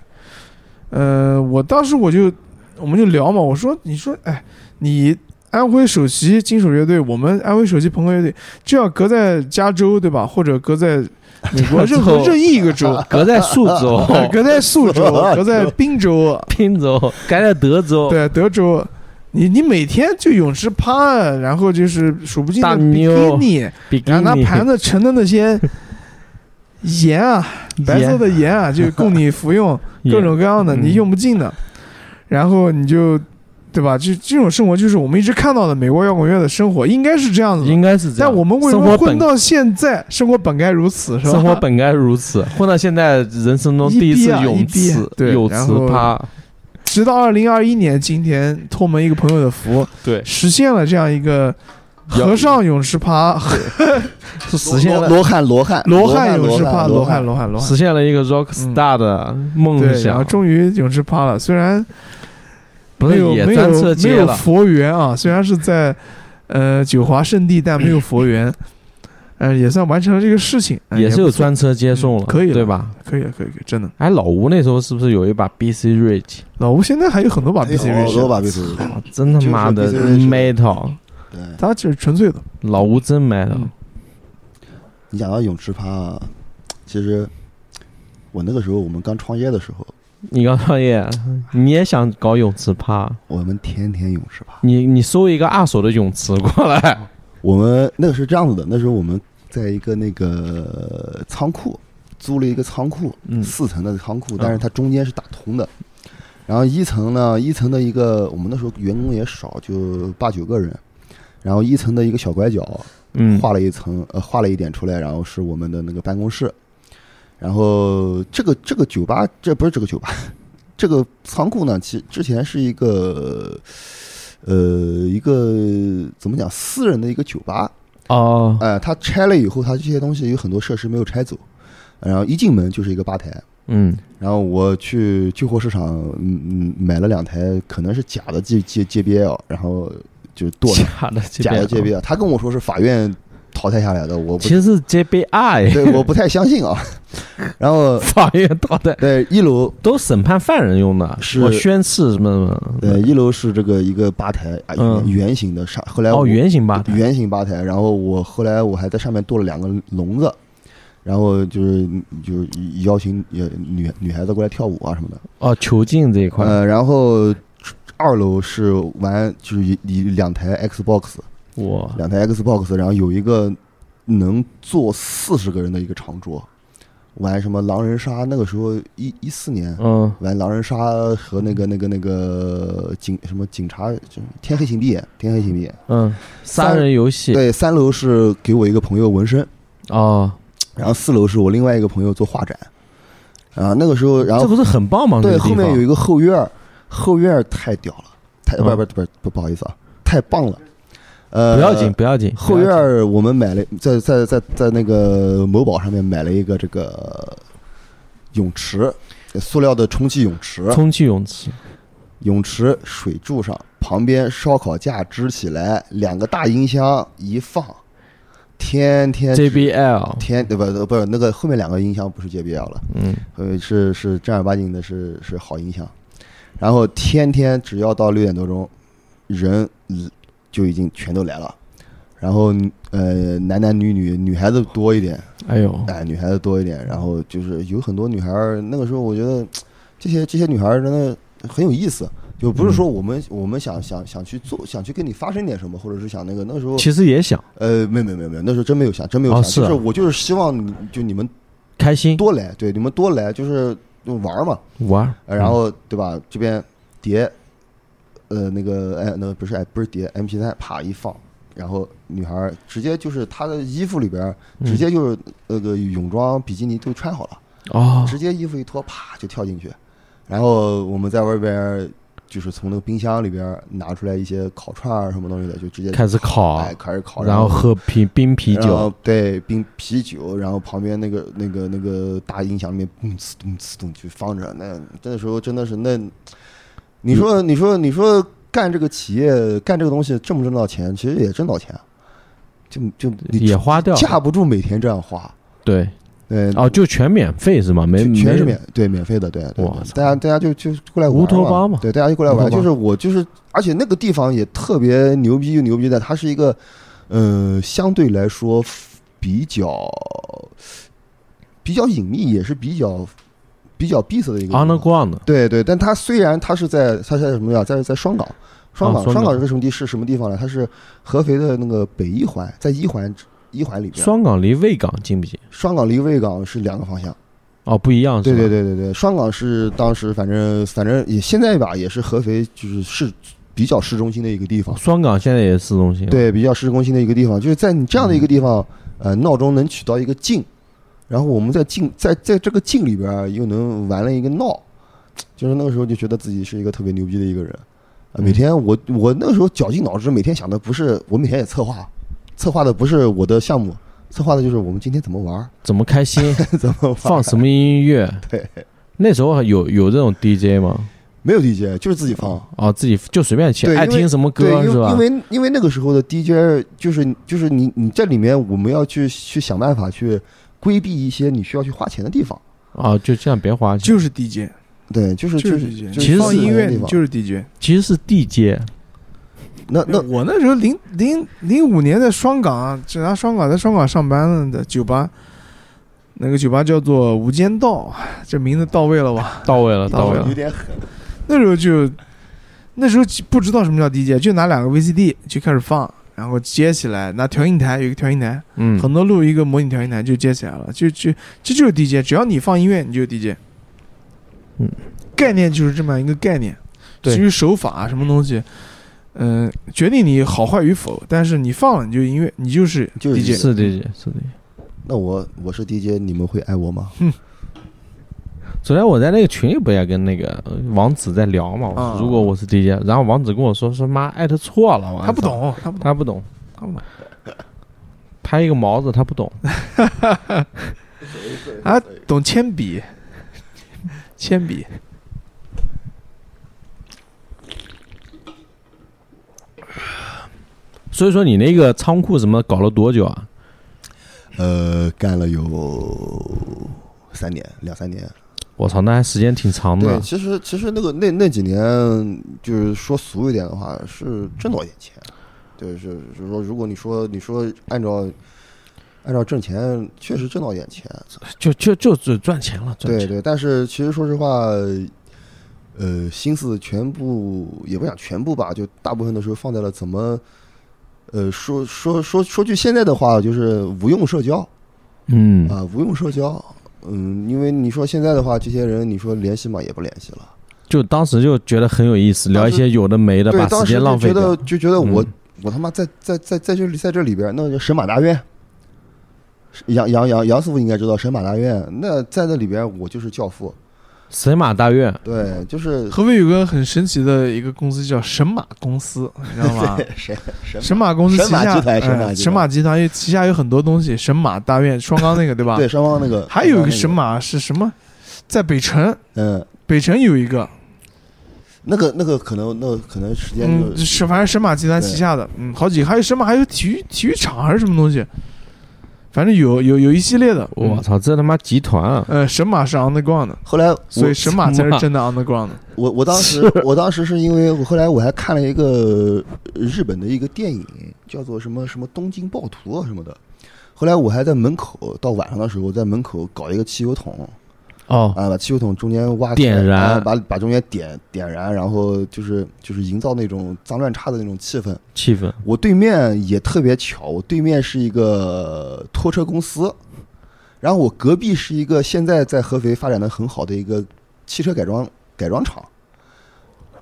[SPEAKER 1] 呃，我当时我就我们就聊嘛，我说你说哎，你安徽首席金属乐队，我们安徽首席朋克乐队，这要隔在加州对吧？或者隔在美国任何任意一个州，
[SPEAKER 2] 隔在宿州、
[SPEAKER 1] 隔在苏州，隔在滨州，
[SPEAKER 2] 滨州、隔在德州、
[SPEAKER 1] 对德州。你你每天就泳池趴，然后就是数不尽
[SPEAKER 2] 大
[SPEAKER 1] 的比基
[SPEAKER 2] 妞
[SPEAKER 1] 尼，
[SPEAKER 2] 比基
[SPEAKER 1] 然后拿
[SPEAKER 2] 尼、
[SPEAKER 1] 盘子盛的那些盐啊，白色的盐啊，就供你服 用
[SPEAKER 2] 也
[SPEAKER 1] 各种各样的，
[SPEAKER 2] 嗯
[SPEAKER 1] 你用不尽的。然后你就，对吧？就这种生活，就是我们一直看到的美国摇滚乐的生活，应该是这样子的。
[SPEAKER 2] 应该是这样。
[SPEAKER 1] 但我们为什
[SPEAKER 2] 生
[SPEAKER 1] 么
[SPEAKER 2] 活本
[SPEAKER 1] 混到现在，生活本该如此，是吧？
[SPEAKER 2] 生活本该如此，混到现在人生中
[SPEAKER 1] 一
[SPEAKER 2] 第次
[SPEAKER 1] 逼啊一
[SPEAKER 2] 泳
[SPEAKER 1] 逼
[SPEAKER 2] 池
[SPEAKER 1] 对
[SPEAKER 2] 泳
[SPEAKER 1] 然
[SPEAKER 2] 池
[SPEAKER 1] 后
[SPEAKER 2] 趴，
[SPEAKER 1] 直到二零二一年，今天托我们一个朋友的福，
[SPEAKER 2] 对，
[SPEAKER 1] 实现了这样一个
[SPEAKER 2] 摇
[SPEAKER 1] 和尚泳池趴，
[SPEAKER 2] 是实现
[SPEAKER 3] 罗
[SPEAKER 2] 了
[SPEAKER 3] 罗汉罗汉
[SPEAKER 1] 罗汉
[SPEAKER 3] 汉
[SPEAKER 1] 泳池趴，罗
[SPEAKER 3] 罗
[SPEAKER 1] 汉罗汉罗汉
[SPEAKER 2] 实，现了一个 rock star 的梦
[SPEAKER 1] 对，然后
[SPEAKER 2] 想，
[SPEAKER 1] 终于泳池趴了，虽然。
[SPEAKER 2] 不
[SPEAKER 1] 没
[SPEAKER 2] 是
[SPEAKER 1] 有
[SPEAKER 2] 也
[SPEAKER 1] 没有
[SPEAKER 2] 单侧
[SPEAKER 1] 没
[SPEAKER 2] 街
[SPEAKER 1] 有
[SPEAKER 2] 了，
[SPEAKER 1] 佛缘啊，虽然是在呃九华圣地，但没有佛 缘，呃，也算完成了这个事情，呃
[SPEAKER 2] 哎也是有
[SPEAKER 1] 不错
[SPEAKER 2] 专车接送了，
[SPEAKER 1] 嗯可以了
[SPEAKER 2] 对吧？
[SPEAKER 1] 可以了可以可以，真的。
[SPEAKER 2] 哎，老吴那时候是不是有一把 BC Rich？
[SPEAKER 1] 老吴现在还有很多把
[SPEAKER 3] 哎呦
[SPEAKER 1] BC
[SPEAKER 3] 好多
[SPEAKER 1] r
[SPEAKER 3] 把 B C
[SPEAKER 2] 哇真他妈的
[SPEAKER 3] 就是 BC Rich
[SPEAKER 2] metal，
[SPEAKER 3] 对，
[SPEAKER 1] 他就是纯粹的，
[SPEAKER 2] 老吴真 metal
[SPEAKER 1] 嗯。
[SPEAKER 3] 你讲到泳池趴，其实我那个时候我们刚创业的时候，
[SPEAKER 2] 你刚创业，你也想搞泳池趴？
[SPEAKER 3] 我们天天泳池趴。
[SPEAKER 2] 你你收一个二手的泳池过 来，
[SPEAKER 3] 我们那个是这样子的，那时候我们在一个那个呃仓库租了一个仓库，
[SPEAKER 2] 嗯
[SPEAKER 3] 四层的仓库，
[SPEAKER 2] 嗯
[SPEAKER 3] 但是它中间是打通的。然后一层呢，一层的一个我们那时候员工也少，就八九个人。然后一层的一个小拐角，
[SPEAKER 2] 嗯，
[SPEAKER 3] 画了一层，呃，画了一点出来，然后是我们的那个办公室。然后这个这个酒吧，这不是这个酒吧， 这个仓库呢，其之前是一个，呃，一个怎么讲，私人的一个酒吧。
[SPEAKER 2] 哦，
[SPEAKER 3] 哎、它拆了以后，它这些东西有很多设施没有拆走，然后一进门就是一个吧台。
[SPEAKER 2] 嗯，
[SPEAKER 3] 然后我去旧货市场，嗯嗯，买了两台可能是假的 G G G B L，然啊后就剁了
[SPEAKER 2] 假的这
[SPEAKER 3] 假的
[SPEAKER 2] 边，啊
[SPEAKER 3] G B L，他跟我说是法院淘汰下来的，我不
[SPEAKER 2] 其实是 JBI
[SPEAKER 3] 对，我不太相信啊。然后
[SPEAKER 2] 法院淘汰，
[SPEAKER 3] 对一楼，
[SPEAKER 2] 都审判犯人用的，
[SPEAKER 3] 是
[SPEAKER 2] 我宣誓什么什
[SPEAKER 3] 呃，
[SPEAKER 2] 么，
[SPEAKER 3] 一楼是这个一个吧台啊，
[SPEAKER 2] 嗯
[SPEAKER 3] 圆圆形的上，后来我
[SPEAKER 2] 哦，圆形吧台，
[SPEAKER 3] 圆形吧台，然后我后来我还在上面剁了两个笼子，然后就是就是邀请也女女孩子过来跳舞啊什么的。
[SPEAKER 2] 哦，囚禁这一块，
[SPEAKER 3] 呃，然后二楼是玩就是一一两台 Xbox，
[SPEAKER 2] 啊我
[SPEAKER 3] 两台 Xbox，然后有一个能坐四十个人的一个长桌，玩什么狼人杀。那个时候一一四年，
[SPEAKER 2] 嗯，
[SPEAKER 3] 玩狼人杀和那个那个那个警什么警察，就是天黑请闭眼，天黑请闭眼。
[SPEAKER 2] 嗯，杀人游戏
[SPEAKER 3] 对，三楼是给我一个朋友纹身，
[SPEAKER 2] 哦，
[SPEAKER 3] 然后四楼是我另外一个朋友做画展。啊，那个时候，然
[SPEAKER 2] 这
[SPEAKER 3] 后
[SPEAKER 2] 不是很棒吗？这
[SPEAKER 3] 对
[SPEAKER 2] 个
[SPEAKER 3] 后
[SPEAKER 2] 地
[SPEAKER 3] 面
[SPEAKER 2] 方
[SPEAKER 3] 有一个后院儿，后院儿太屌了，太
[SPEAKER 2] 嗯
[SPEAKER 3] 不不不不不好意思啊，太棒了。呃，
[SPEAKER 2] 不要紧，不要紧，
[SPEAKER 3] 后院儿我们买了，在在在在那个某宝上面买了一个这个泳池，塑料的充气泳池，
[SPEAKER 2] 充气泳池，
[SPEAKER 3] 泳池水柱上旁边烧烤架支起来，两个大音箱一放，天天
[SPEAKER 2] JBL，
[SPEAKER 3] 天对不不是那个后面两个音箱不是 JBL 了，
[SPEAKER 2] 嗯，
[SPEAKER 3] 呃是是正儿八经的是是好音响，然后天天只要到六点多钟，人嗯就已经全都来了，然后呃男男女女女孩子多一点，
[SPEAKER 2] 哎呦，
[SPEAKER 3] 哎，女孩子多一点，然后就是有很多女孩儿，那个时候我觉得这些这些女孩儿真的很有意思，就
[SPEAKER 2] 嗯
[SPEAKER 3] 不是说我们、我们想想想去做，想去跟你发生点什么，或者是想那个那时候
[SPEAKER 2] 其实也想
[SPEAKER 3] 呃，没有没有没有没有，那时候真没有想，真没有
[SPEAKER 2] 哦
[SPEAKER 3] 想，
[SPEAKER 2] 是
[SPEAKER 3] 就
[SPEAKER 2] 啊
[SPEAKER 3] 是我就是希望你就你们
[SPEAKER 2] 开心
[SPEAKER 3] 多来，对你们多来就是就玩儿嘛，
[SPEAKER 2] 玩儿，
[SPEAKER 3] 呃然后对吧？这边碟，呃，那个哎，那个不是哎，不是碟，MP 三啪一放，然后女孩儿直接就是她的衣服里边儿
[SPEAKER 2] 嗯
[SPEAKER 3] 直接就是那个泳装、比基尼都穿好了，
[SPEAKER 2] 哦，
[SPEAKER 3] 直接衣服一脱，啪就跳进去，然后我们在外边儿就是从那个冰箱里边儿拿出来一些烤串儿什么东西的，就直接
[SPEAKER 2] 开始烤啊
[SPEAKER 3] 哎，，开始烤，
[SPEAKER 2] 然后喝啤冰啤
[SPEAKER 3] 然
[SPEAKER 2] 酒，
[SPEAKER 3] 后对冰啤酒，然后旁边那个那个那个大音响里面嗯咚呲咚呲咚就放着，那那时候真的是那，你说你说你说干这个企业干这个东西挣不挣到钱？其实也挣到钱，啊就就你
[SPEAKER 2] 也花掉，
[SPEAKER 3] 架不住每天这样花，
[SPEAKER 2] 对，
[SPEAKER 3] 对
[SPEAKER 2] 哦，就全免费是吗？没
[SPEAKER 3] 嗯全
[SPEAKER 2] 没
[SPEAKER 3] 全是
[SPEAKER 2] 什么
[SPEAKER 3] 免对免费的，对，对
[SPEAKER 2] 哇
[SPEAKER 3] 对
[SPEAKER 2] 操
[SPEAKER 3] 大家大家就就过来玩
[SPEAKER 2] 乌托邦嘛
[SPEAKER 3] 嘛，对，大家就过来
[SPEAKER 2] 乌
[SPEAKER 3] 玩，
[SPEAKER 2] 托邦
[SPEAKER 3] 就是我就是，而且那个地方也特别牛逼，就牛逼在它是一个，呃，相对来说比较比较隐秘，也是比较比较闭塞的
[SPEAKER 2] 啊
[SPEAKER 3] 一个地方
[SPEAKER 2] underground 的
[SPEAKER 3] 对对，但它虽然它是在它是在什么呀？在在双岗，双
[SPEAKER 2] 啊
[SPEAKER 3] 岗
[SPEAKER 2] 双
[SPEAKER 3] 双
[SPEAKER 2] 岗
[SPEAKER 3] 岗是个什么地是什么地方呢？它是合肥的那个北一环，在一环一环里边，
[SPEAKER 2] 双岗离卫岗近不近？
[SPEAKER 3] 双岗离卫岗是两个方向。
[SPEAKER 2] 哦，不一样是
[SPEAKER 3] 对
[SPEAKER 2] 吧？
[SPEAKER 3] 对对对对，双岗是当时反正反正也现在吧，也是合肥就是市比较市中心的一个地方，
[SPEAKER 2] 哦双岗现在也是市中心，，
[SPEAKER 3] 对，比较市中心的一个地方，就是在你这样的一个地方，
[SPEAKER 2] 嗯
[SPEAKER 3] 呃，闹钟能取到一个静，然后我们在静在在这个静里边儿又能玩了一个闹，就是那个时候就觉得自己是一个特别牛逼的一个人，啊，每
[SPEAKER 2] 嗯
[SPEAKER 3] 天我我那个时候绞尽脑汁，每天想的不是我每天也策划，策划的不是我的项目，策划的就是我们今天怎么玩儿，
[SPEAKER 2] 怎么开心，
[SPEAKER 3] 怎么玩儿
[SPEAKER 2] 放什么音乐？
[SPEAKER 3] 对，
[SPEAKER 2] 那时候还有有这种 DJ 吗？
[SPEAKER 3] 没有 DJ 就是自己放。
[SPEAKER 2] 哦，自己就随便起，
[SPEAKER 3] 对
[SPEAKER 2] 爱
[SPEAKER 3] 因为
[SPEAKER 2] 听什么
[SPEAKER 3] 对，
[SPEAKER 2] 歌
[SPEAKER 3] 因
[SPEAKER 2] 是
[SPEAKER 3] 为
[SPEAKER 2] 吧
[SPEAKER 3] 因？为因为那个时候的 DJ 就是就是你你这里面我们要去去想办法去规避一些你需要去花钱的地方，
[SPEAKER 2] 啊，就这样别花钱。
[SPEAKER 1] 就是 DJ，
[SPEAKER 3] 对，就是
[SPEAKER 1] 就是
[SPEAKER 3] 是
[SPEAKER 1] DJ，
[SPEAKER 3] 就是
[SPEAKER 2] 其实
[SPEAKER 1] 放
[SPEAKER 3] 是
[SPEAKER 1] 音乐
[SPEAKER 3] 地
[SPEAKER 1] 你
[SPEAKER 3] 方，
[SPEAKER 1] 就是 DJ。
[SPEAKER 2] 其实是 DJ，
[SPEAKER 3] 那那
[SPEAKER 1] 我那时候零零零五年在双岗，啊只拿双岗在双岗上班的酒吧，那个酒吧叫做《无间道》，这名字到位了吧？
[SPEAKER 2] 到位了，到
[SPEAKER 1] 到
[SPEAKER 2] 位
[SPEAKER 1] 位
[SPEAKER 2] 了
[SPEAKER 3] 有。点狠，
[SPEAKER 1] 那时候就那时候不知道什么叫 DJ，就拿两个 VCD 就开始放，然后接起来，拿调音台有一个调音台，
[SPEAKER 2] 嗯，
[SPEAKER 1] 很多路一个模拟调音台就接起来了，就就这就是 DJ，只要你放音乐，你就是 DJ。
[SPEAKER 2] 嗯，
[SPEAKER 1] 概念就是这么一个概念，
[SPEAKER 2] 对
[SPEAKER 1] 至于手法啊什么东西。嗯、决定你好坏与否，但是你放了你就音乐，你就是
[SPEAKER 3] 就是
[SPEAKER 1] DJ，
[SPEAKER 2] 是 DJ，是 DJ。
[SPEAKER 3] 那我我是 DJ，你们会爱 我吗？
[SPEAKER 2] 昨天我在那个群里不也跟那个呃王子在聊嘛？我说
[SPEAKER 1] 啊
[SPEAKER 2] 如果我是 DJ，然后王子跟我说说妈艾特错了，我
[SPEAKER 1] 他不，懂，他不懂，
[SPEAKER 2] 他不懂，
[SPEAKER 1] 他不懂
[SPEAKER 2] 拍一个毛子他不懂，
[SPEAKER 1] 啊，懂铅笔， 铅笔。
[SPEAKER 2] 所以说你那个仓库什么搞了多久啊？
[SPEAKER 3] 呃，干了有三年，两三年。
[SPEAKER 2] 我操，那还时间挺长
[SPEAKER 3] 对，
[SPEAKER 2] 的。
[SPEAKER 3] 其实其实那个那那几年，就是说俗一点的话，是挣到一点钱。就是就是说，如果你说你说按照按照挣钱，确实挣到一点钱。
[SPEAKER 2] 就就就只赚钱了，赚
[SPEAKER 3] 对
[SPEAKER 2] 钱。
[SPEAKER 3] 对，但是其实说实话，呃，心思全部也不想全部吧，就大部分的时候放在了怎么，呃，说说说说句现在的话，就是无用社交
[SPEAKER 2] 嗯，
[SPEAKER 3] 啊、无用社交。嗯，因为你说现在的话，这些人你说联系嘛，也不联系了。
[SPEAKER 2] 就当时就觉得很有意思，
[SPEAKER 3] 当
[SPEAKER 2] 聊一
[SPEAKER 3] 时
[SPEAKER 2] 些有的没的，
[SPEAKER 3] 对，
[SPEAKER 2] 把
[SPEAKER 3] 当
[SPEAKER 2] 时
[SPEAKER 3] 时
[SPEAKER 2] 间
[SPEAKER 3] 就
[SPEAKER 2] 浪
[SPEAKER 3] 觉
[SPEAKER 2] 费
[SPEAKER 3] 得
[SPEAKER 2] 掉。
[SPEAKER 3] 就觉得我、
[SPEAKER 2] 嗯
[SPEAKER 3] 我他妈在在在在这里在这里边儿，那就神马大院，杨杨杨杨师傅应该知道神马大院，那在那里边儿我就是教父，
[SPEAKER 2] 神马大院，
[SPEAKER 3] 对，就是
[SPEAKER 1] 合肥有个很神奇的一个公司叫神马公 司，你知道吗？
[SPEAKER 3] 神神
[SPEAKER 1] 神马公司旗
[SPEAKER 3] 神马
[SPEAKER 1] 下，
[SPEAKER 3] 集团
[SPEAKER 1] 哎
[SPEAKER 3] 神马集团
[SPEAKER 1] 神马集团旗下有很多东西，神马大院、双钢那个，对吧？
[SPEAKER 3] 对，双方那个
[SPEAKER 1] 啊 还有一个神
[SPEAKER 3] 神马，
[SPEAKER 1] 马是什么？在北城，
[SPEAKER 3] 嗯，
[SPEAKER 1] 北城有一个，
[SPEAKER 3] 那个那个可能那个可能时间
[SPEAKER 1] 嗯，
[SPEAKER 3] 就是
[SPEAKER 1] 反正神马集团旗下的，嗯，好几个，还有神马，还有体育体育场还是什么东西，反正有有有一系列的，
[SPEAKER 2] 我操，这他妈集团啊！
[SPEAKER 1] 呃，神马是 on the ground 的，
[SPEAKER 3] 后来嗯我
[SPEAKER 1] 所以神马才
[SPEAKER 2] 神
[SPEAKER 1] 是
[SPEAKER 2] 马
[SPEAKER 1] 真的 on the ground 的。
[SPEAKER 3] 我我当时我当时是因为我后来我还看了一个呃日本的一个电影，叫做什么什么东京暴徒啊什么的。后来我还在门口，到晚上的时候，在门口搞一个汽油桶
[SPEAKER 2] 哦，
[SPEAKER 3] 啊，把汽油桶中间挖出来
[SPEAKER 2] 点燃
[SPEAKER 3] 啊把把中间点点燃，然后就是就是营造那种脏乱差的那种气氛。
[SPEAKER 2] 气氛
[SPEAKER 3] 我对面也特别巧，我对面是一个拖车公司，然后我隔壁是一个现在在合肥发展的很好的一个汽车改装改装厂，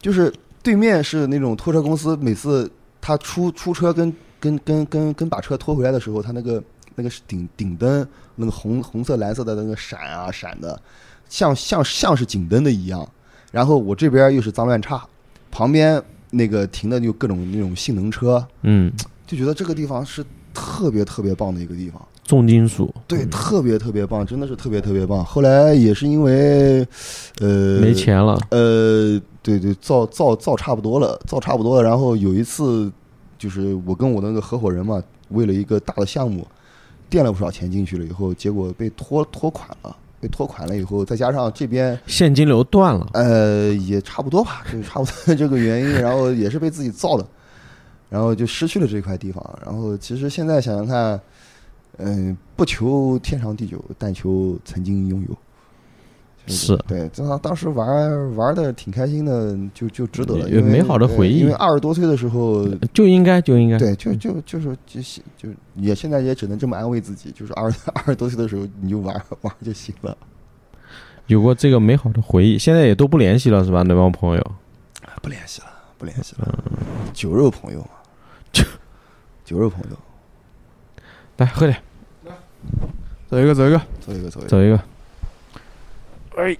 [SPEAKER 3] 就是对面是那种拖车公司，每次他出出车跟跟跟跟跟把车拖回来的时候，他那个那个顶顶灯那个红红色蓝色的那个闪啊闪的，像像像是警灯的一样，然后我这边又是脏乱差，旁边那个停的就各种那种性能车，
[SPEAKER 2] 嗯，
[SPEAKER 3] 就觉得这个地方是特别特别棒的一个地方，
[SPEAKER 2] 重金属
[SPEAKER 3] 对，特别特别棒，真的是特别特别棒。后来也是因为，呃，
[SPEAKER 2] 没，钱了，
[SPEAKER 3] 呃，对对，造造造差不多了，造差不多了。然后有一次，就是我跟我那个合伙人嘛，为了一个大的项目，垫了不少钱进去了，以后结果被拖拖垮了，被拖垮了以后，再加上这边
[SPEAKER 2] 现金流断了，
[SPEAKER 3] 呃，也差不多吧， 就是差不多这个原因，然后也是被自己造的，然后就失去了这块地方。然后其实现在想想看，嗯、不求天长地久，但求曾经拥有。
[SPEAKER 2] 是
[SPEAKER 3] 对，正好当时玩玩的挺开心的，就就值得了，
[SPEAKER 2] 有
[SPEAKER 3] 因为
[SPEAKER 2] 美好的
[SPEAKER 3] 对
[SPEAKER 2] 回忆
[SPEAKER 3] 因为二十多岁的时候，
[SPEAKER 2] 就应该就应该
[SPEAKER 3] 对，就就就是就是就也现在也只能这么安慰自己，就是二二十 多岁的时候你就玩玩就行了。
[SPEAKER 2] 有过这个美好的回忆，现在也都不联系了是吧？那帮朋友，
[SPEAKER 3] 不联系了，不联系了，酒肉朋友嘛，
[SPEAKER 2] 酒
[SPEAKER 3] 嗯 酒肉朋友，
[SPEAKER 2] 来喝点，
[SPEAKER 1] 走一个，走一个，
[SPEAKER 3] 走一个，走一个，
[SPEAKER 2] 走一个。
[SPEAKER 4] 哎，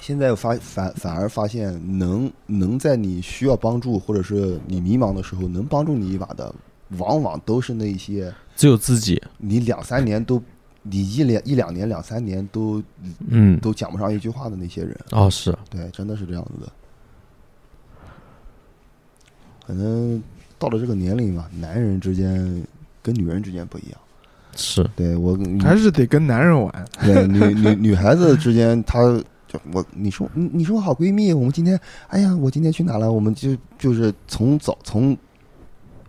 [SPEAKER 3] 现在发反反而发现能能在你需要帮助或者是你迷茫的时候能帮助你一把的，往往都是那一些
[SPEAKER 2] 只有自己，
[SPEAKER 3] 你两三年都你一两一两年两三年都
[SPEAKER 2] 嗯，
[SPEAKER 3] 都讲不上一句话的那些人。
[SPEAKER 2] 哦是，
[SPEAKER 3] 对，真的是这样子的。可能到了这个年龄嘛，男人之间跟女人之间不一样。
[SPEAKER 2] 是
[SPEAKER 3] 对我
[SPEAKER 1] 还是得跟男人玩。
[SPEAKER 3] 对女女女孩子之间，她就我你说你你说好闺蜜，我们今天哎呀，我今天去哪了？我们就就是从早从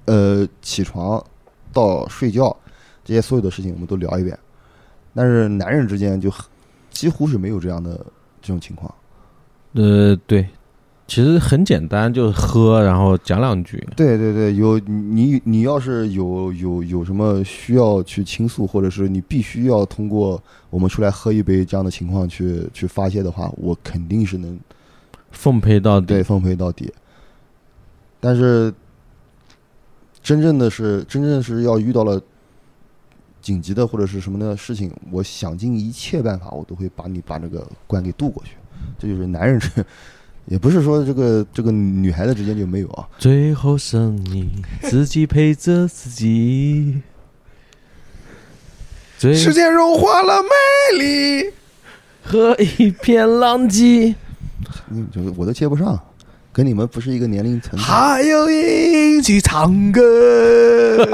[SPEAKER 3] 呃起床到睡觉这些所有的事情，我们都聊一遍。但是男人之间就很几乎是没有这样的这种情况。
[SPEAKER 2] 呃对，其实很简单，就是喝，然后讲两句，
[SPEAKER 3] 对对对，有你你要是有有有什么需要去倾诉，或者是你必须要通过我们出来喝一杯这样的情况去去发泄的话，我肯定是能
[SPEAKER 2] 奉陪到底。
[SPEAKER 3] 对奉陪到底。但是，真正的是真正是要遇到了紧急的或者是什么的事情，我想尽一切办法，我都会把你把这个关给渡过去。这就是男人这，也不是说这个这个女孩子之间就没有啊，
[SPEAKER 2] 最后剩你自己陪着自 己。最
[SPEAKER 1] 时间融化了美丽。
[SPEAKER 2] 喝一片浪迹，
[SPEAKER 3] 嗯，就是我都接不上，跟你们不是一个年龄层的。
[SPEAKER 1] 还有一起唱歌。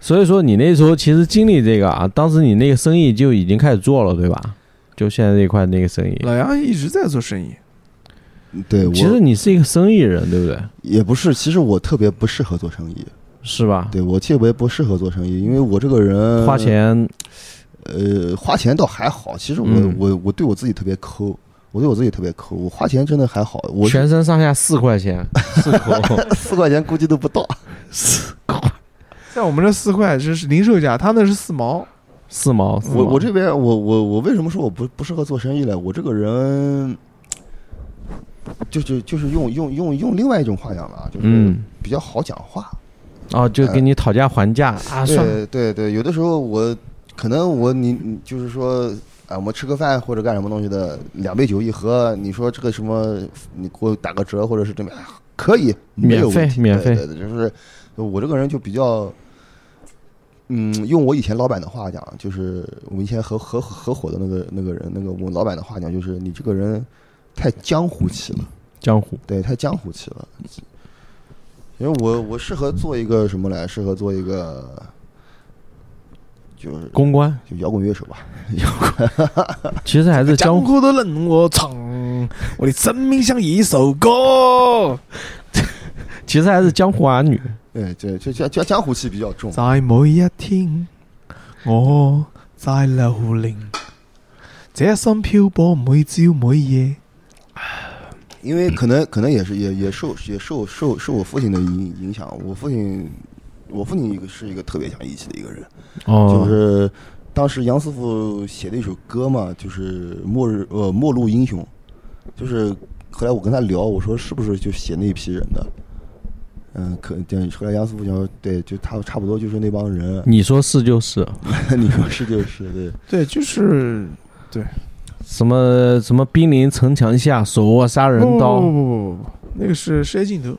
[SPEAKER 2] 所以说你那时候其实经历这个啊，当时你那个生意就已经开始做了，对吧？就现在这块那个生意，
[SPEAKER 1] 老杨一直在做生意，
[SPEAKER 3] 对，我
[SPEAKER 2] 其实你是一个生意人，对不对？
[SPEAKER 3] 也不是，其实我特别不适合做生意。
[SPEAKER 2] 是吧？
[SPEAKER 3] 对我特别不适合做生意，因为我这个人
[SPEAKER 2] 花，钱，
[SPEAKER 3] 呃，花钱倒还好。其实我、
[SPEAKER 2] 嗯
[SPEAKER 3] 我我对我自己特别抠，我对我自己特别抠，我花钱真的还好。我
[SPEAKER 2] 全身上下四块钱，四口，
[SPEAKER 3] 四块钱估计都不到。
[SPEAKER 1] 在我们这四块这是零售价，他那是四毛。
[SPEAKER 2] 四毛。四毛
[SPEAKER 3] 我我这边我我我为什么说我不不适合做生意呢？我这个人，就就就是用用用用另外一种话讲吧，啊就是
[SPEAKER 2] 嗯
[SPEAKER 3] 比较好讲话。
[SPEAKER 2] 哦，就给你讨价还价啊，算了，
[SPEAKER 3] 对对对，有的时候我可能我你你就是说啊，我们吃个饭或者干什么东西的，两杯酒一喝，你说这个什么，你给我打个折，或者是这么、哎呀可以，没
[SPEAKER 2] 免
[SPEAKER 3] 有
[SPEAKER 2] 费
[SPEAKER 3] 问题
[SPEAKER 2] 免费
[SPEAKER 3] 对对对，就是我这个人就比较。嗯，用我以前老板的话讲，就是我们以前合合合伙的那个那个人，那个我们老板的话讲，就是你这个人太江湖气了，
[SPEAKER 2] 江湖，
[SPEAKER 3] 对，太江湖气了。因为我我适合做一个什么来？适合做一个，就是
[SPEAKER 2] 公关
[SPEAKER 3] 就摇滚乐手吧。
[SPEAKER 2] 其实还是江
[SPEAKER 1] 江
[SPEAKER 2] 湖。
[SPEAKER 1] 湖都任我闯，我的生命像一首歌，
[SPEAKER 2] 其实还是江湖儿女。
[SPEAKER 3] 对对，就江江江湖气比较重。
[SPEAKER 1] 在每一天，我在流零，这心漂泊每朝每夜。
[SPEAKER 3] 因为可能可能也是也也受也受受受我父亲的影影响，我父亲我父亲一个是一个特别讲义气的一个人，
[SPEAKER 2] 哦，，
[SPEAKER 3] 就是当时杨师傅写的一首歌嘛，就是《末日》呃《末路英雄》，就是后来我跟他聊，我说是不是就写那一批人的？嗯，可对，后来杨师傅讲，对，就他差不多就是那帮人
[SPEAKER 2] 你说是就是，
[SPEAKER 3] 你说是就是对，
[SPEAKER 1] 对，就是
[SPEAKER 2] 什么什么兵临城墙下，手握杀人刀
[SPEAKER 3] 哦
[SPEAKER 1] 不不不不不，那个是商业镜头，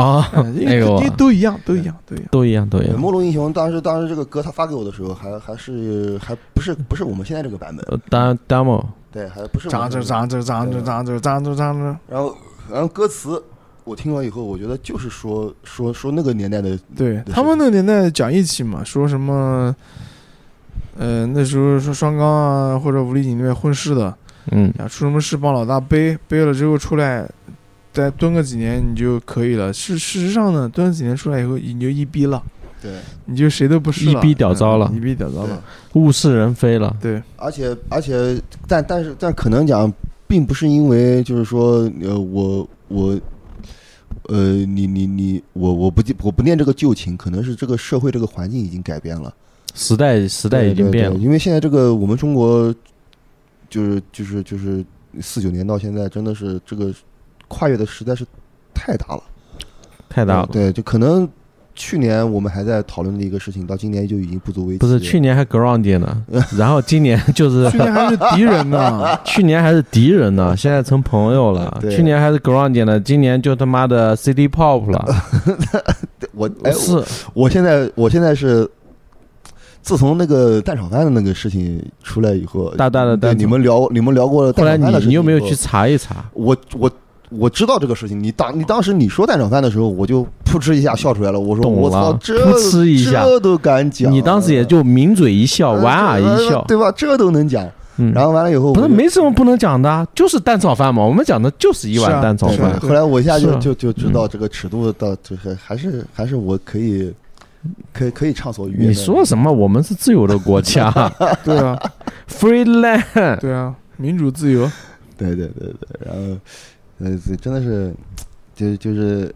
[SPEAKER 2] 啊，
[SPEAKER 1] 那
[SPEAKER 2] 哎呦
[SPEAKER 1] 个，都一样，都一样，都一样。
[SPEAKER 2] 都一样，都一
[SPEAKER 3] 对《
[SPEAKER 2] 样。
[SPEAKER 3] 末路英雄》当时当时这个歌他发给我的时候，还还是还不是不是我们现在这个版本，
[SPEAKER 2] 呃，dam demo
[SPEAKER 3] 对，还不是我
[SPEAKER 1] 张
[SPEAKER 3] 们这
[SPEAKER 1] 着
[SPEAKER 3] 个
[SPEAKER 1] 张着张着张着张着张着，
[SPEAKER 3] 然后，然后歌词我听了以后，我觉得就是说说说那个年代的，
[SPEAKER 1] 对
[SPEAKER 3] 对
[SPEAKER 1] 他们那个年代讲义气嘛，说什么，呃，那时候说双钢啊或者武力警队混世的，
[SPEAKER 2] 嗯，
[SPEAKER 1] 啊，出什么事帮老大背，背了之后出来，再蹲个几年你就可以了。事事实上呢，蹲了几年出来以后，你就一逼了，
[SPEAKER 3] 对，
[SPEAKER 1] 你就谁都不是
[SPEAKER 2] 一
[SPEAKER 1] 了，
[SPEAKER 2] 逼屌糟了
[SPEAKER 1] 嗯一逼屌糟
[SPEAKER 3] 对
[SPEAKER 1] 了。
[SPEAKER 2] 物是人非了。
[SPEAKER 1] 对，
[SPEAKER 3] 而且而且，但但是但可能讲，并不是因为就是说，呃，我我，呃，你你你，我我不记我不念这个旧情，可能是这个社会这个环境已经改变了，
[SPEAKER 2] 时代时代已
[SPEAKER 3] 对
[SPEAKER 2] 经
[SPEAKER 3] 对
[SPEAKER 2] 变
[SPEAKER 3] 对
[SPEAKER 2] 了，
[SPEAKER 3] 因为现在这个我们中国，就是就是就是四九年到现在，真的是这个跨越的实在是太大了。
[SPEAKER 2] 太大了。
[SPEAKER 3] 对，就可能去年我们还在讨论的一个事情，到今年就已经不足为奇。
[SPEAKER 2] 不是去年还 ground 呢，然后今年就是
[SPEAKER 1] 去年还是敌人呢，
[SPEAKER 2] 去年还是敌人呢，现在成朋友了。
[SPEAKER 3] 对
[SPEAKER 2] 去年还是 ground 呢，今年就他妈的 city pop 了。
[SPEAKER 3] 我哎，我
[SPEAKER 2] 是
[SPEAKER 3] 我现在我现在是。自从那个蛋炒饭的那个事情出来以后，
[SPEAKER 2] 大大的
[SPEAKER 3] 对
[SPEAKER 2] 蛋
[SPEAKER 3] 你们聊你们聊过
[SPEAKER 2] 后
[SPEAKER 3] 蛋
[SPEAKER 2] 来
[SPEAKER 3] 炒
[SPEAKER 2] 你
[SPEAKER 3] 饭的事情
[SPEAKER 2] 你有没有
[SPEAKER 3] 以后
[SPEAKER 2] 去？查一查？
[SPEAKER 3] 我我我知道这个事情，你当你当时你说蛋炒饭的时候，我就噗嗤一下笑出来了。我说
[SPEAKER 2] 懂了
[SPEAKER 3] 我操，这
[SPEAKER 2] 噗嗤一下
[SPEAKER 3] 这都敢讲？
[SPEAKER 2] 你当时也
[SPEAKER 3] 呃
[SPEAKER 2] 就抿嘴一笑，莞尔一笑。
[SPEAKER 3] 对吧？这都能讲。
[SPEAKER 2] 嗯，
[SPEAKER 3] 然后完了以后，
[SPEAKER 2] 不是
[SPEAKER 3] 我就
[SPEAKER 2] 没什么不能讲的，啊就是蛋炒饭嘛。我们讲的就是一
[SPEAKER 1] 是
[SPEAKER 2] 碗
[SPEAKER 1] 啊
[SPEAKER 2] 蛋炒
[SPEAKER 3] 对，
[SPEAKER 2] 饭
[SPEAKER 1] 是。
[SPEAKER 3] 后来我一下
[SPEAKER 2] 是
[SPEAKER 3] 就
[SPEAKER 2] 啊
[SPEAKER 3] 就就知道这个尺度到就是还是还是我可以，可以可以畅所欲言的。
[SPEAKER 2] 你说什么？我们是自由的国 家
[SPEAKER 1] 对啊，
[SPEAKER 2] ，free land。
[SPEAKER 1] 对啊，民主自由，
[SPEAKER 3] 对对对对，然后呃，这真的是就就是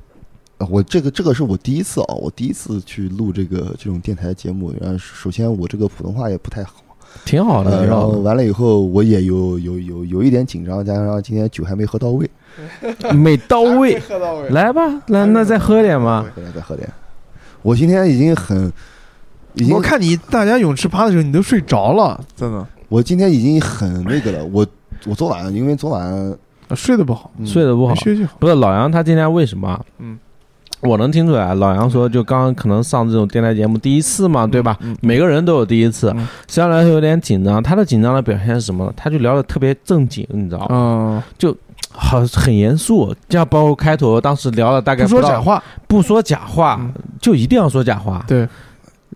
[SPEAKER 3] 呃我这个这个是我第一次啊，我第一次去录这个这种电台节目。然后首先我这个普通话也不太好，
[SPEAKER 2] 挺好的，
[SPEAKER 3] 呃，
[SPEAKER 2] 挺
[SPEAKER 3] 然
[SPEAKER 2] 好
[SPEAKER 3] 后
[SPEAKER 2] 的
[SPEAKER 3] 完了以后我也有有有有一点紧张，加上今天酒还没喝到位，
[SPEAKER 2] 美到位，
[SPEAKER 1] 喝到位。哎
[SPEAKER 2] 来吧，来那再喝点嘛。
[SPEAKER 3] 回来再喝点。我今天已经很。已经
[SPEAKER 1] 我看你大家泳池趴的时候，你都睡着了，真的
[SPEAKER 3] 我今天已经很那个了，我我昨晚因为昨晚、
[SPEAKER 1] 啊睡得不好，
[SPEAKER 3] 嗯
[SPEAKER 2] 睡得不好
[SPEAKER 1] 没，休息好。
[SPEAKER 2] 不是老杨他今天为什么？啊
[SPEAKER 1] 嗯，
[SPEAKER 2] 我能听出来，老杨说就刚刚可能上这种电台节目第一次嘛，对吧？
[SPEAKER 1] 嗯
[SPEAKER 2] 每个人都有第一次
[SPEAKER 1] 嗯，
[SPEAKER 2] 相对来说有点紧张。他的紧张的表现是什么呢？他就聊得特别正经，你知道吗？
[SPEAKER 1] 嗯，
[SPEAKER 2] 好，很严肃。这样包括开头当时聊了大概
[SPEAKER 1] 不说
[SPEAKER 2] 到
[SPEAKER 1] 假，话，
[SPEAKER 2] 不说假话
[SPEAKER 1] 嗯，
[SPEAKER 2] 就一定要说假话。
[SPEAKER 1] 对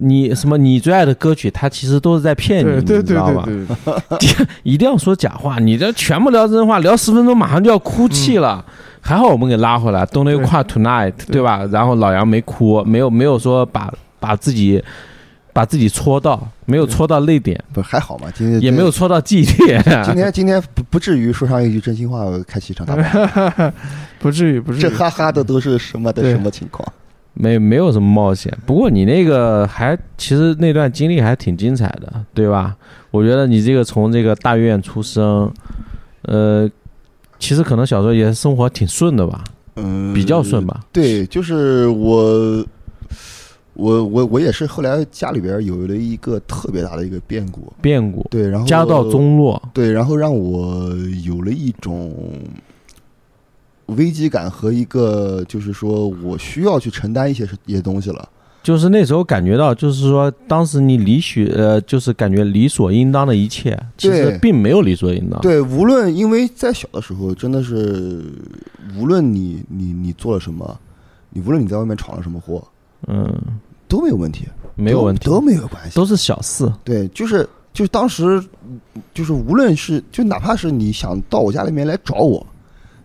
[SPEAKER 2] 你什么你最爱的歌曲，他其实都是在骗你，
[SPEAKER 1] 对
[SPEAKER 2] 你
[SPEAKER 1] 对对
[SPEAKER 2] 知道吧？
[SPEAKER 1] 对对，
[SPEAKER 2] 一定要说假话，你这全部聊真话，聊十分钟马上就要哭泣了。还好我们给拉回来，Don't you cry tonight，对吧？然后老杨没哭，没有没有说把把自己把自己戳到，没有戳到泪点，
[SPEAKER 3] 不是还好嘛，今天
[SPEAKER 2] 也没有戳到祭 点。
[SPEAKER 3] 今天今天不不至于说上一句真心话开启 一场大骂，
[SPEAKER 1] 不至于不至
[SPEAKER 3] 这
[SPEAKER 1] 于。
[SPEAKER 3] 哈哈的都是什么的
[SPEAKER 1] 对
[SPEAKER 3] 什么情况？
[SPEAKER 2] 没没有什么冒险，不过你那个还其实那段经历还挺精彩的，对吧？我觉得你这个从这个大院出生，呃，其实可能小时候也生活挺顺的吧，
[SPEAKER 3] 嗯，
[SPEAKER 2] 比较顺。吧。
[SPEAKER 3] 对，就是我，我我我也是后来家里边有了一个特别大的一个变故，
[SPEAKER 2] 变故，
[SPEAKER 3] 对，然后
[SPEAKER 2] 家道中落，
[SPEAKER 3] 对，然后让我有了一种危机感和一个就是说我需要去承担一些一些东西了。
[SPEAKER 2] 就是那时候感觉到，就是说当时你理许呃，就是感觉理所应当的一切，其实
[SPEAKER 3] 对
[SPEAKER 2] 并没有理所应当。
[SPEAKER 3] 对，无论因为在小的时候，真的是无论你你你做了什么，你无论你在外面闯了什么祸，
[SPEAKER 2] 嗯，
[SPEAKER 3] 都没有问题，
[SPEAKER 2] 没有
[SPEAKER 3] 都
[SPEAKER 2] 问题，
[SPEAKER 3] 都没有关系。
[SPEAKER 2] 都是小事。
[SPEAKER 3] 对，就是就是当时，就是无论是就哪怕是你想到我家里面来找我，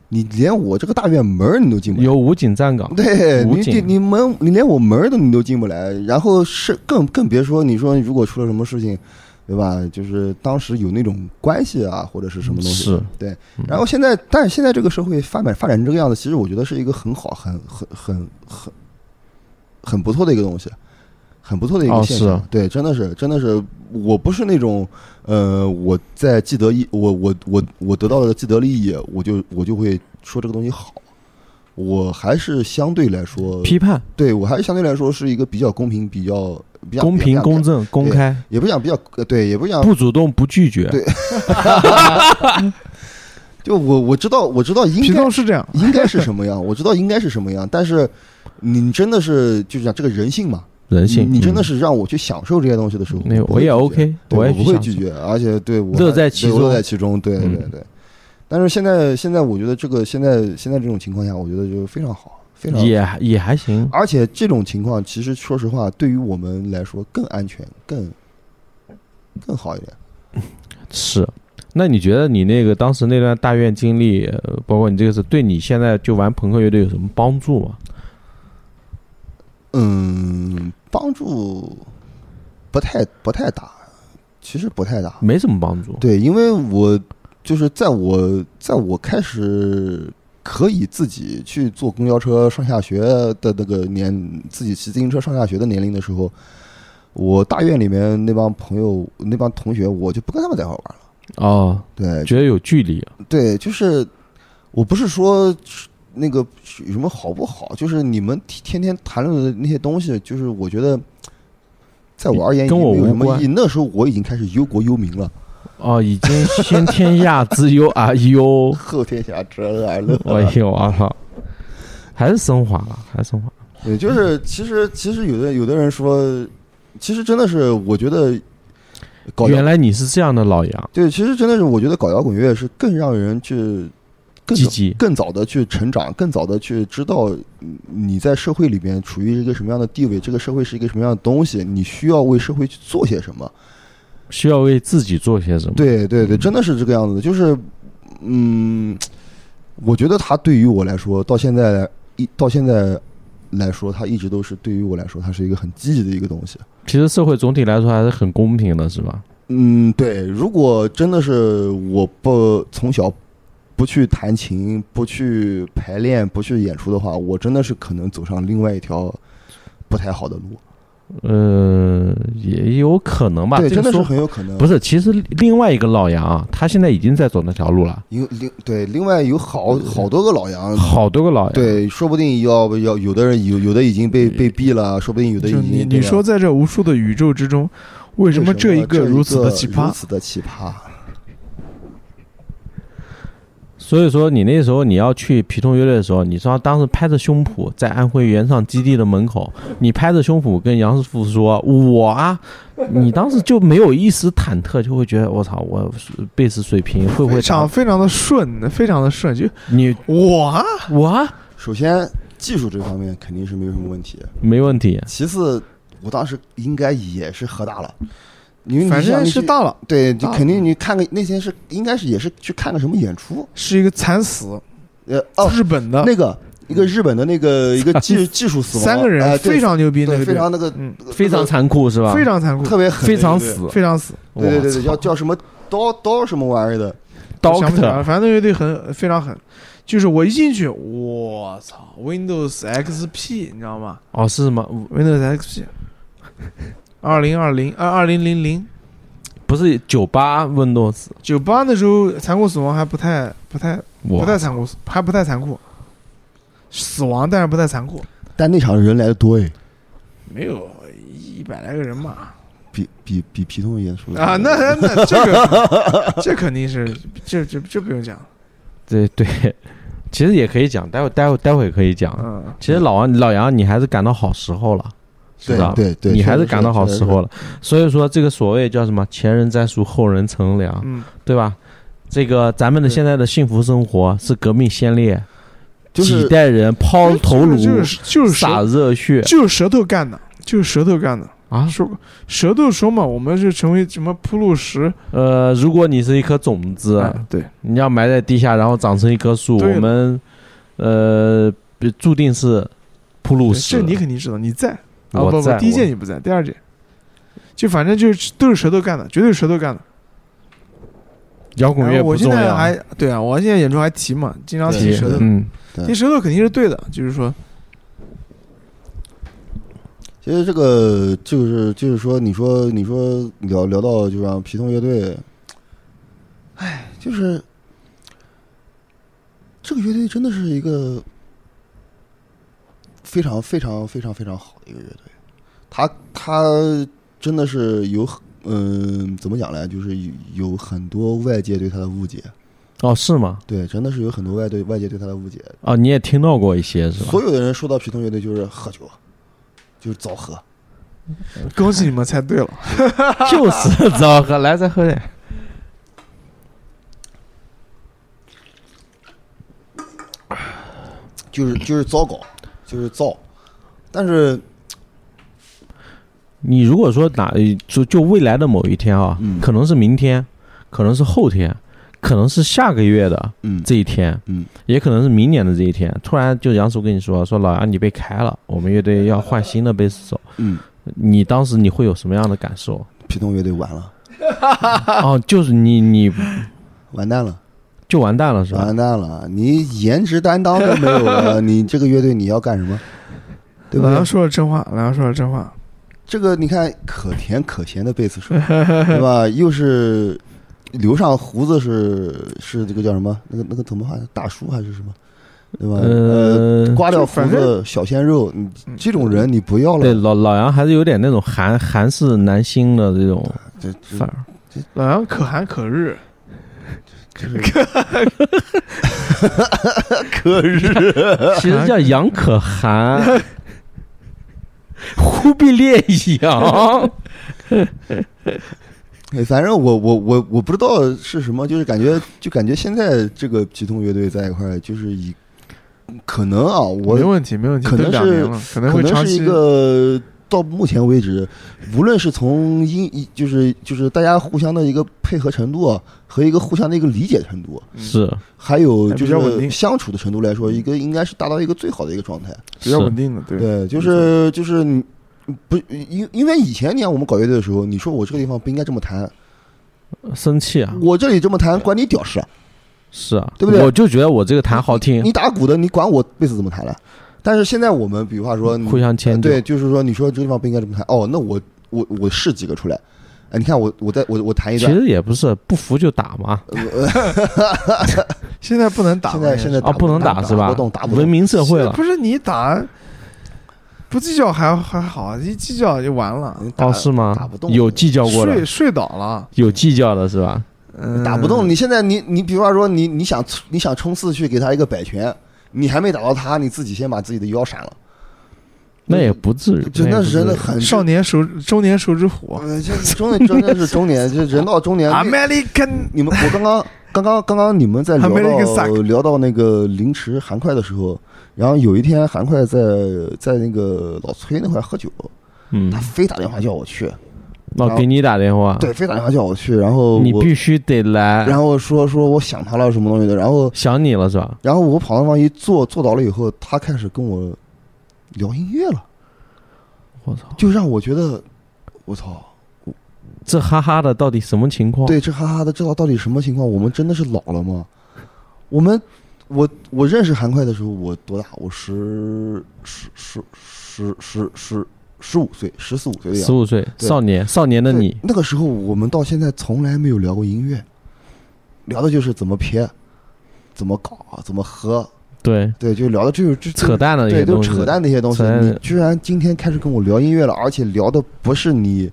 [SPEAKER 3] 你连我这个大院门儿你都进不来。
[SPEAKER 2] 有武警站岗，
[SPEAKER 3] 对
[SPEAKER 2] 武
[SPEAKER 3] 你
[SPEAKER 2] 警
[SPEAKER 3] 你你门你连我门儿都你都进不来，然后是更更别说你说如果出了什么事情，对吧？就是当时有那种关系啊，或者是什么东西。
[SPEAKER 2] 是
[SPEAKER 3] 对，然后现在，但是现在这个社会发展发展成这个样子，其实我觉得是一个很好、很很很很很不错的一个东西，很不错的一
[SPEAKER 2] 哦
[SPEAKER 3] 个现
[SPEAKER 2] 是
[SPEAKER 3] 象。
[SPEAKER 2] 啊
[SPEAKER 3] 对，真的是，真的是，我不是那种呃，我在既得利，我我我我得到了既得利益，我就我就会说这个东西好。我还是相对来说，
[SPEAKER 2] 批判、
[SPEAKER 3] 对我还是相对来说是一个比较公平、比较比较
[SPEAKER 2] 公
[SPEAKER 3] 比
[SPEAKER 2] 平、
[SPEAKER 3] 较
[SPEAKER 2] 公，正、公开，
[SPEAKER 3] 也不讲比较呃对，也不讲
[SPEAKER 2] 不主动、不拒绝。
[SPEAKER 3] 对就我我知道我知道应
[SPEAKER 1] 皮
[SPEAKER 3] 该
[SPEAKER 1] 总是这样，
[SPEAKER 3] 应该是什么样，我知道应该是什么样，但是你真的是就是讲这个人性嘛，
[SPEAKER 2] 人性，
[SPEAKER 3] 你你真的
[SPEAKER 2] 嗯
[SPEAKER 3] 是让我去享受这些东西的时候，
[SPEAKER 2] 那
[SPEAKER 3] 不
[SPEAKER 2] 我
[SPEAKER 3] 会
[SPEAKER 2] 也
[SPEAKER 3] 拒绝
[SPEAKER 2] OK，
[SPEAKER 3] 对
[SPEAKER 2] 我
[SPEAKER 3] 我
[SPEAKER 2] 也
[SPEAKER 3] 不
[SPEAKER 2] 去
[SPEAKER 3] 会
[SPEAKER 2] 享
[SPEAKER 3] 拒
[SPEAKER 2] 受
[SPEAKER 3] 绝，而且对我
[SPEAKER 2] 乐
[SPEAKER 3] 还
[SPEAKER 2] 在
[SPEAKER 3] 对
[SPEAKER 2] 其
[SPEAKER 3] 乐
[SPEAKER 2] 中
[SPEAKER 3] 在其中，对对
[SPEAKER 2] 嗯
[SPEAKER 3] 对。但是现在现在我觉得这个现在现在这种情况下，我觉得就非常好，非常
[SPEAKER 2] 也也还行。
[SPEAKER 3] 而且这种情况其实说实话，对于我们来说更安全，更更好一点。
[SPEAKER 2] 是，那你觉得你那个当时那段大院经历，呃包括你这个是对你现在就玩朋克乐队有什么帮助吗？
[SPEAKER 3] 嗯，帮助不太不太大，其实不太大。
[SPEAKER 2] 没什么帮助。
[SPEAKER 3] 啊对，因为我就是在我在我开始可以自己去坐公交车上下学的那个年，自己骑自行车上下学的年龄的时候，我大院里面那帮朋友、那帮同学，我就不跟他们在一块玩了。
[SPEAKER 2] 哦，
[SPEAKER 3] 对
[SPEAKER 2] 觉得有距离。
[SPEAKER 3] 对，就是我不是说那个有什么好不好，就是你们天天谈论的那些东西，就是我觉得。在我而言，
[SPEAKER 2] 跟我
[SPEAKER 3] 没有
[SPEAKER 2] 无
[SPEAKER 3] 什么
[SPEAKER 2] 关
[SPEAKER 3] 意义。那时候我已经开始忧国忧民了，。
[SPEAKER 2] 哦，已经先天下之忧而忧
[SPEAKER 3] 后天下之乐而乐。
[SPEAKER 2] 哎呦，我操！还是升华了，还是升华。
[SPEAKER 3] 对，就是其实其实有的有的人说，其实真的是我觉得搞摇
[SPEAKER 2] 原来你是这样的老杨，
[SPEAKER 3] 对，其实真的是我觉得搞摇滚乐是更让人去更
[SPEAKER 2] 积
[SPEAKER 3] 早
[SPEAKER 2] 极。
[SPEAKER 3] 更早的去成长，更早的去知道嗯你在社会里边处于一个什么样的地位，这个社会是一个什么样的东西，你需要为社会去做些什么。
[SPEAKER 2] 嗯需要为自己做些什么？，
[SPEAKER 3] 对对对，真的是这个样子的，就是嗯，我觉得他对于我来说，到现在一到现在来说，他一直都是对于我来说，它是一个很积极的一个东西。
[SPEAKER 2] 其实社会总体来说还是很公平的，是吧？
[SPEAKER 3] 嗯，对，如果真的是我不从小不去弹琴、不去排练、不去演出的话，我真的是可能走上另外一条不太好的路。
[SPEAKER 2] 呃，也有可能吧。
[SPEAKER 3] 对，
[SPEAKER 2] 这
[SPEAKER 3] 真
[SPEAKER 2] 个
[SPEAKER 3] 的是
[SPEAKER 2] 说
[SPEAKER 3] 很有可能。
[SPEAKER 2] 不是，其实另外一个老杨啊，他现在已经在走那条路了，
[SPEAKER 3] 有另对，另外有好好多个老杨，
[SPEAKER 2] 好多个老杨。，
[SPEAKER 3] 嗯对，说不定要要有的人有有的已经被被毙了，说不定有的已
[SPEAKER 1] 就
[SPEAKER 3] 经
[SPEAKER 1] 你你
[SPEAKER 3] 对吧
[SPEAKER 1] 说在这无数的宇宙之中，为
[SPEAKER 3] 为
[SPEAKER 1] 什么这
[SPEAKER 3] 一
[SPEAKER 1] 一个如此的奇葩
[SPEAKER 3] 如？此的奇葩？
[SPEAKER 2] 所以说你那时候你要去皮痛乐队的时候，你说当时拍着胸脯在安徽原上基地的门口，你拍着胸脯跟杨师傅说：“我啊， 你当时就没有一丝忐忑，就会觉得我操，我贝斯水平会不会
[SPEAKER 1] 非常
[SPEAKER 2] 打？
[SPEAKER 1] 非常的顺，非常的顺，就
[SPEAKER 2] 你
[SPEAKER 1] 我啊，
[SPEAKER 2] 我啊，
[SPEAKER 3] 首先，技术这方面肯定是没有什么问题。
[SPEAKER 2] 没问题。
[SPEAKER 3] 其次，我当时应该也是喝大了，因为你
[SPEAKER 1] 反
[SPEAKER 3] 想
[SPEAKER 1] 正
[SPEAKER 3] 你
[SPEAKER 1] 是
[SPEAKER 3] 去
[SPEAKER 1] 大啊了，
[SPEAKER 3] 对，就
[SPEAKER 1] 大
[SPEAKER 3] 肯定你看个那天是应该是也是去看个什么演出，
[SPEAKER 1] 是一个惨死，
[SPEAKER 3] 呃哦，
[SPEAKER 1] 日本的
[SPEAKER 3] 那个一个日本的那个一个 技技术死亡，
[SPEAKER 1] 三个
[SPEAKER 3] 哎
[SPEAKER 1] 人
[SPEAKER 3] 对
[SPEAKER 1] 非常牛逼，那
[SPEAKER 3] 对
[SPEAKER 1] 个
[SPEAKER 3] 非
[SPEAKER 1] 队
[SPEAKER 3] 常那个
[SPEAKER 1] 嗯
[SPEAKER 2] 非常残酷是吧？
[SPEAKER 1] 非常残酷，
[SPEAKER 3] 特别狠
[SPEAKER 2] 非常
[SPEAKER 3] 对对
[SPEAKER 2] 死，
[SPEAKER 1] 非常死。
[SPEAKER 3] 对对对
[SPEAKER 2] 我操
[SPEAKER 3] 对，叫叫什么刀刀什么玩意儿的，
[SPEAKER 1] 我想不起来了，
[SPEAKER 2] Doctor
[SPEAKER 1] 反正那乐队很非常狠，就是我一进去，我操，Windows XP 你知道吗
[SPEAKER 2] 哦是吗？
[SPEAKER 1] ？Windows XP，二零二零啊二二零零零
[SPEAKER 2] 不是酒吧 Windows，
[SPEAKER 1] 九八那时候残酷死亡还不太不太
[SPEAKER 2] 我
[SPEAKER 1] 不太残酷，还不太残酷，死亡但是不太残酷，
[SPEAKER 3] 但那场人来的多哎，
[SPEAKER 1] 没有一百来个人吧。
[SPEAKER 3] 比比比皮痛严肃
[SPEAKER 1] 啊，那那那这个这肯定是这这这不用讲，
[SPEAKER 2] 对对，其实也可以讲，待会待会待会可以讲。
[SPEAKER 1] 嗯，
[SPEAKER 2] 其实老王老杨，你还是赶到好时候了，知
[SPEAKER 1] 啊
[SPEAKER 2] 道吧
[SPEAKER 3] 对对对
[SPEAKER 2] 你还
[SPEAKER 3] 确
[SPEAKER 2] 是
[SPEAKER 3] 实
[SPEAKER 2] 赶
[SPEAKER 3] 是
[SPEAKER 2] 到好
[SPEAKER 3] 确实
[SPEAKER 2] 时候了。所以说，这个所谓叫什么“前人栽树，后人乘凉”，
[SPEAKER 1] 嗯，
[SPEAKER 2] 对吧？这个咱们的
[SPEAKER 1] 对
[SPEAKER 2] 现在的幸福生活是革命先烈
[SPEAKER 3] 就是
[SPEAKER 2] 几代人抛头颅、
[SPEAKER 1] 哎就是就是
[SPEAKER 2] 洒
[SPEAKER 1] 舌
[SPEAKER 2] 热血
[SPEAKER 1] 就是舌头干的，就是舌头干的。
[SPEAKER 2] 啊！
[SPEAKER 1] 说舌头说嘛，我们是成为什么铺路石？
[SPEAKER 2] 呃，如果你是一颗种子，
[SPEAKER 1] 哎对，
[SPEAKER 2] 你要埋在地下，然后长成一棵树，
[SPEAKER 1] 对的
[SPEAKER 2] 我们呃比注定是铺路
[SPEAKER 1] 对
[SPEAKER 2] 石。
[SPEAKER 1] 这你肯定知道，你在啊
[SPEAKER 2] 我
[SPEAKER 1] 不
[SPEAKER 2] 在
[SPEAKER 1] 不，第一届
[SPEAKER 2] 我
[SPEAKER 1] 你不在，第二届，就反正就是都是舌头干的，绝对是舌头干的。
[SPEAKER 2] 摇滚
[SPEAKER 1] 然
[SPEAKER 2] 乐
[SPEAKER 1] 后哎我
[SPEAKER 2] 不
[SPEAKER 1] 现
[SPEAKER 2] 重
[SPEAKER 1] 在
[SPEAKER 2] 要，
[SPEAKER 1] 还对啊，我现在演出还提嘛，经常提
[SPEAKER 3] 对
[SPEAKER 1] 舌头，
[SPEAKER 2] 嗯，
[SPEAKER 3] 对
[SPEAKER 1] 提舌头肯定是对的，就是说，
[SPEAKER 3] 其实这个就是就是说，你说你说聊聊到就像皮痛乐队，哎，就是这个乐队真的是一个非常非常非常非常好的一个乐队，他他真的是有很嗯、怎么讲呢？就是有有很多外界对他的误解，
[SPEAKER 2] 哦，是吗？
[SPEAKER 3] 对，真的是有很多外对外界对他的误解。
[SPEAKER 2] 哦，你也听到过一些是吧
[SPEAKER 3] 所？有的人说到皮痛乐队就是喝酒，就是早喝，
[SPEAKER 1] 恭喜你们猜对了。
[SPEAKER 2] 就是糟喝，来再喝点。
[SPEAKER 3] 就是就是糟糕，就是造。但是，
[SPEAKER 2] 你如果说哪就就未来的某一天啊，
[SPEAKER 3] 嗯
[SPEAKER 2] 可能是明天，可能是后天，可能是下个月的
[SPEAKER 3] 嗯，
[SPEAKER 2] 这一天，
[SPEAKER 3] 嗯，
[SPEAKER 2] 也可能是明年的这一天，突然就杨叔跟你说说老杨你被开了，我们乐队要换新的贝斯手，
[SPEAKER 3] 嗯，
[SPEAKER 2] 你当时你会有什么样的感受？
[SPEAKER 3] 皮痛乐队完了，啊
[SPEAKER 2] 哦，就是你你
[SPEAKER 3] 完蛋了，
[SPEAKER 2] 就完蛋了是吧？
[SPEAKER 3] 完蛋了！你颜值担当都没有了，你这个乐队你要干什么？ 对不
[SPEAKER 1] 老
[SPEAKER 3] 对
[SPEAKER 1] 杨？说了真话，老杨说了真话，
[SPEAKER 3] 这个你看，可甜可咸的贝斯手，对吧？又是留上胡子是是这个叫什么？那个那个怎么喊？大叔还是什么？对吧？呃，
[SPEAKER 2] 呃，
[SPEAKER 3] 刮掉
[SPEAKER 1] 就
[SPEAKER 3] 胡
[SPEAKER 1] 反
[SPEAKER 3] 子小鲜肉，你
[SPEAKER 1] 嗯
[SPEAKER 3] 这种人你不要
[SPEAKER 2] 对
[SPEAKER 3] 了。
[SPEAKER 2] 老老杨还是有点那种韩韩式男星的这种
[SPEAKER 3] 这这
[SPEAKER 2] 范儿，
[SPEAKER 1] 老杨可韩可日，
[SPEAKER 3] 可是
[SPEAKER 2] 其实叫杨可涵， 忽必烈
[SPEAKER 3] 嗯
[SPEAKER 2] 杨。
[SPEAKER 3] 哎，反正我我我我不知道是什么，就是感觉就感觉现在这个皮痛乐队在一块儿，就是以可能啊，我
[SPEAKER 1] 没问题，没问题，
[SPEAKER 3] 可能
[SPEAKER 1] 都两
[SPEAKER 3] 是
[SPEAKER 1] 年了，可能
[SPEAKER 3] 可
[SPEAKER 1] 会长
[SPEAKER 3] 能是
[SPEAKER 1] 期
[SPEAKER 3] 一个到目前为止，无论是从音就是就是大家互相的一个配合程度啊和一个互相的一个理解程度，
[SPEAKER 2] 是
[SPEAKER 3] 还有
[SPEAKER 1] 还
[SPEAKER 3] 就
[SPEAKER 1] 比较稳
[SPEAKER 3] 是
[SPEAKER 1] 定
[SPEAKER 3] 相处的程度来说，一个应该是达到一个最好的一个状态。
[SPEAKER 1] 比较
[SPEAKER 2] 是
[SPEAKER 1] 稳定的，对，
[SPEAKER 3] 对，就是就是你不因因为以前你看我们搞乐队的时候，你说我这个地方不应该这么弹，
[SPEAKER 2] 生气啊，
[SPEAKER 3] 我这里这么弹，关你屌事啊！
[SPEAKER 2] 是啊，
[SPEAKER 3] 对不对
[SPEAKER 2] 我就觉得我这个弹好听
[SPEAKER 3] 你，打鼓的，你管我贝斯怎么弹了？但是现在我们，比方说，你
[SPEAKER 2] 互相
[SPEAKER 3] 呃
[SPEAKER 2] 迁就。
[SPEAKER 3] 对，就是说，你说这个地方不应该这么弹，哦，那我我我试几个出来，哎，你看我我在我我弹一
[SPEAKER 2] 其
[SPEAKER 3] 段，
[SPEAKER 2] 实也不是不服就打嘛，
[SPEAKER 1] 现在不能打了，
[SPEAKER 3] 现在现在
[SPEAKER 2] 啊，
[SPEAKER 3] 呃打
[SPEAKER 2] 不能打是吧
[SPEAKER 3] 不动打？不
[SPEAKER 2] 文
[SPEAKER 3] 动，
[SPEAKER 2] 明社会
[SPEAKER 1] 现在
[SPEAKER 2] 了
[SPEAKER 1] 不，是你打不计较还还好，一计较就完了，
[SPEAKER 2] 哦，是吗
[SPEAKER 3] 打不？动
[SPEAKER 2] 有计较过
[SPEAKER 1] 睡
[SPEAKER 2] 的，
[SPEAKER 1] 睡倒了，
[SPEAKER 2] 有计较的是吧？
[SPEAKER 1] 嗯，
[SPEAKER 3] 打不动。你现在你你比方说你你想你想冲刺去给他一个摆拳，你还没打到他，你自己先把自己的腰闪了，
[SPEAKER 2] 那也不至于，
[SPEAKER 3] 真
[SPEAKER 2] 那也
[SPEAKER 3] 的
[SPEAKER 2] 不
[SPEAKER 3] 是
[SPEAKER 2] 至于
[SPEAKER 3] 真的很
[SPEAKER 1] 少。年手中年手指虎
[SPEAKER 3] 呃，这真的真的是中年，就人 到中年，
[SPEAKER 1] ，American
[SPEAKER 3] 你们，我刚刚刚刚刚刚你们在聊
[SPEAKER 1] American
[SPEAKER 3] 到
[SPEAKER 1] suck
[SPEAKER 3] 聊到那个凌迟韩快的时候，然后有一天韩快在在那个老崔那块喝酒，
[SPEAKER 2] 嗯
[SPEAKER 3] 他，非打电话叫我去，
[SPEAKER 2] 那我给你打电话，
[SPEAKER 3] 对，非打电话叫我去，然后
[SPEAKER 2] 你
[SPEAKER 3] 我
[SPEAKER 2] 必须得来，
[SPEAKER 3] 然后说说我想他了什么东西的，然后
[SPEAKER 2] 想你了是吧？
[SPEAKER 3] 然后我跑到那方一坐坐倒了以后，他开始跟我聊音乐了，
[SPEAKER 2] 我操，
[SPEAKER 3] 就让我觉得我操，
[SPEAKER 2] 这哈哈的到底什么情况？
[SPEAKER 3] 对，这哈哈的，这到底什么情况？我们真的是老了吗？我们，我我认识韩快的时候，我多大？我十十十十十十十五岁，十四五岁的样
[SPEAKER 2] 十
[SPEAKER 3] 子。
[SPEAKER 2] 五岁
[SPEAKER 3] 对
[SPEAKER 2] 少年，少年的
[SPEAKER 3] 对
[SPEAKER 2] 你，
[SPEAKER 3] 那个时候，我们到现在从来没有聊过音乐，聊的就是怎么撇，怎么搞，啊怎么喝，
[SPEAKER 2] 对，
[SPEAKER 3] 对，就聊的就是这
[SPEAKER 2] 扯淡的一
[SPEAKER 3] 对，
[SPEAKER 2] 些
[SPEAKER 3] 都
[SPEAKER 2] 东西，
[SPEAKER 3] 扯淡那些东西。
[SPEAKER 2] 扯淡
[SPEAKER 3] 你居然今天开始跟我聊音乐了，而且聊的不是你，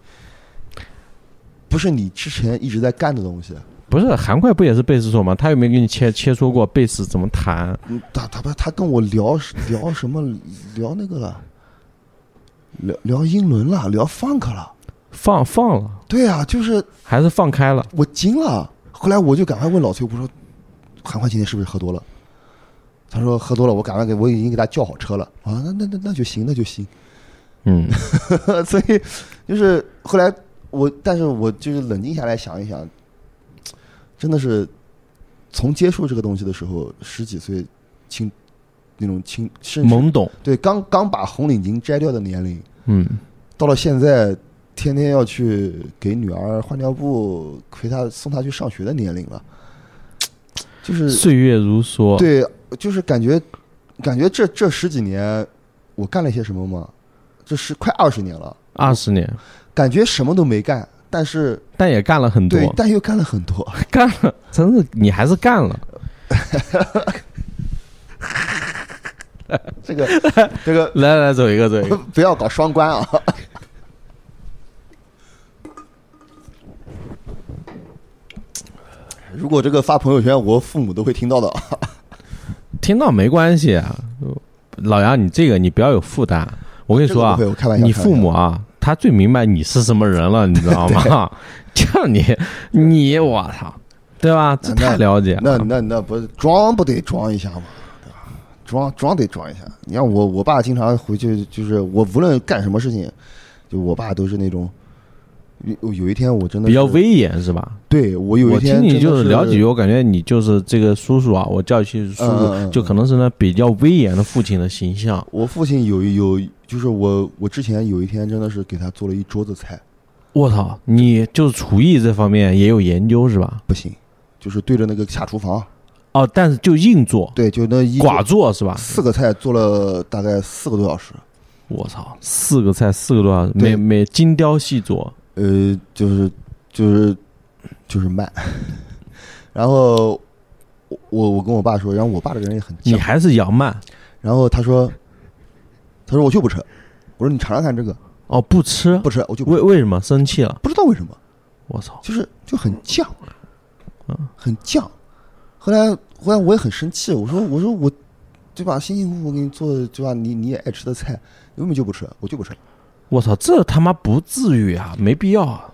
[SPEAKER 3] 不是你之前一直在干的东西。
[SPEAKER 2] 不是韩快不也是贝斯手吗？他有没有给你切切磋过贝斯怎么弹？
[SPEAKER 3] 嗯，他他不他跟我聊是聊什么聊那个了，聊聊英伦了，聊 funk 了，
[SPEAKER 2] 放放了，
[SPEAKER 3] 对啊，就是
[SPEAKER 2] 还是放开了。
[SPEAKER 3] 我惊了。后来我就赶快问老崔，我说韩欢今天是不是喝多了？他说喝多了，我赶快给我已经给他叫好车了啊，那那那那就行，那就行。
[SPEAKER 2] 嗯，
[SPEAKER 3] 所以就是后来我，但是我就是冷静下来想一想，真的是从接触这个东西的时候，十几岁青那种青甚 至
[SPEAKER 2] 懵懂。
[SPEAKER 3] 对刚刚把红领巾摘掉的年龄，
[SPEAKER 2] 嗯，
[SPEAKER 3] 到了现在天天要去给女儿换尿布、陪她送她去上学的年龄了，就是
[SPEAKER 2] 嗯岁月如梭。，
[SPEAKER 3] 对，就是感觉感觉这这十几年我干了些什么吗？这是快二十年了。
[SPEAKER 2] 二十年，
[SPEAKER 3] 感觉什么都没干，但是
[SPEAKER 2] 但也干了很多
[SPEAKER 3] 对，，但又干了很多。
[SPEAKER 2] 干了，真是你还是干了。
[SPEAKER 3] 这个这个
[SPEAKER 2] 来来，走一个，走一个。
[SPEAKER 3] 不要搞双 关啊！如果这个发朋友圈，我父母都会听到 的啊。
[SPEAKER 2] 听到没关系啊，老杨，你这个你不要有负担。我跟你说啊
[SPEAKER 3] 这个不会我开玩，笑
[SPEAKER 2] 你父母啊，他最明白你是什么人了，你知道吗？ 叫你你我操，对吧？这太了解
[SPEAKER 3] 啊那
[SPEAKER 2] 了。
[SPEAKER 3] 那那不是装不得装一下吗？对吧装装得装一下。你看我我爸经常回去，就是我无论干什么事情，就我爸都是那种。有有一天我真的
[SPEAKER 2] 比较
[SPEAKER 3] 是，
[SPEAKER 2] 威严是吧？
[SPEAKER 3] 对我有一
[SPEAKER 2] 我
[SPEAKER 3] 天
[SPEAKER 2] 听你
[SPEAKER 3] 真
[SPEAKER 2] 就
[SPEAKER 3] 的是
[SPEAKER 2] 聊几句，我感觉你就是这个叔叔啊，我叫你去叔
[SPEAKER 3] 嗯嗯
[SPEAKER 2] 叔，
[SPEAKER 3] 嗯
[SPEAKER 2] 就可能是那比较威严的父亲的形象。
[SPEAKER 3] 我父亲有一有，就是我我之前有一天真的是给他做了一桌子菜，
[SPEAKER 2] 我操，你就是厨艺这方面也有研究是吧？
[SPEAKER 3] 不行，就是对着那个下厨房，
[SPEAKER 2] 哦，但是就硬做，
[SPEAKER 3] 对，就那一
[SPEAKER 2] 寡做是吧？
[SPEAKER 3] 四个菜做了大概四个多小时，
[SPEAKER 2] 我操，四个菜四个多小时，每
[SPEAKER 3] 对
[SPEAKER 2] 每精雕细琢。
[SPEAKER 3] 呃，就是就是就是慢， 然后我我我跟我爸说，然后我爸这个人也很
[SPEAKER 2] 你
[SPEAKER 3] 犟，
[SPEAKER 2] 还是杨曼
[SPEAKER 3] 然后他说他说我就不吃，我说你尝尝看这个
[SPEAKER 2] 哦，不吃，
[SPEAKER 3] 不吃我就不
[SPEAKER 2] 为
[SPEAKER 3] 吃
[SPEAKER 2] 为什么生气了？
[SPEAKER 3] 不知道为什么。
[SPEAKER 2] 我操，
[SPEAKER 3] 就是就很犟
[SPEAKER 2] 嗯，
[SPEAKER 3] 很犟。后来后来我也很生气，我说我说我，对吧？辛辛苦苦给你做的，对吧？你你也爱吃的菜，你为什么就不吃？我就不吃。
[SPEAKER 2] 我操，这他妈不至于啊，没必要啊，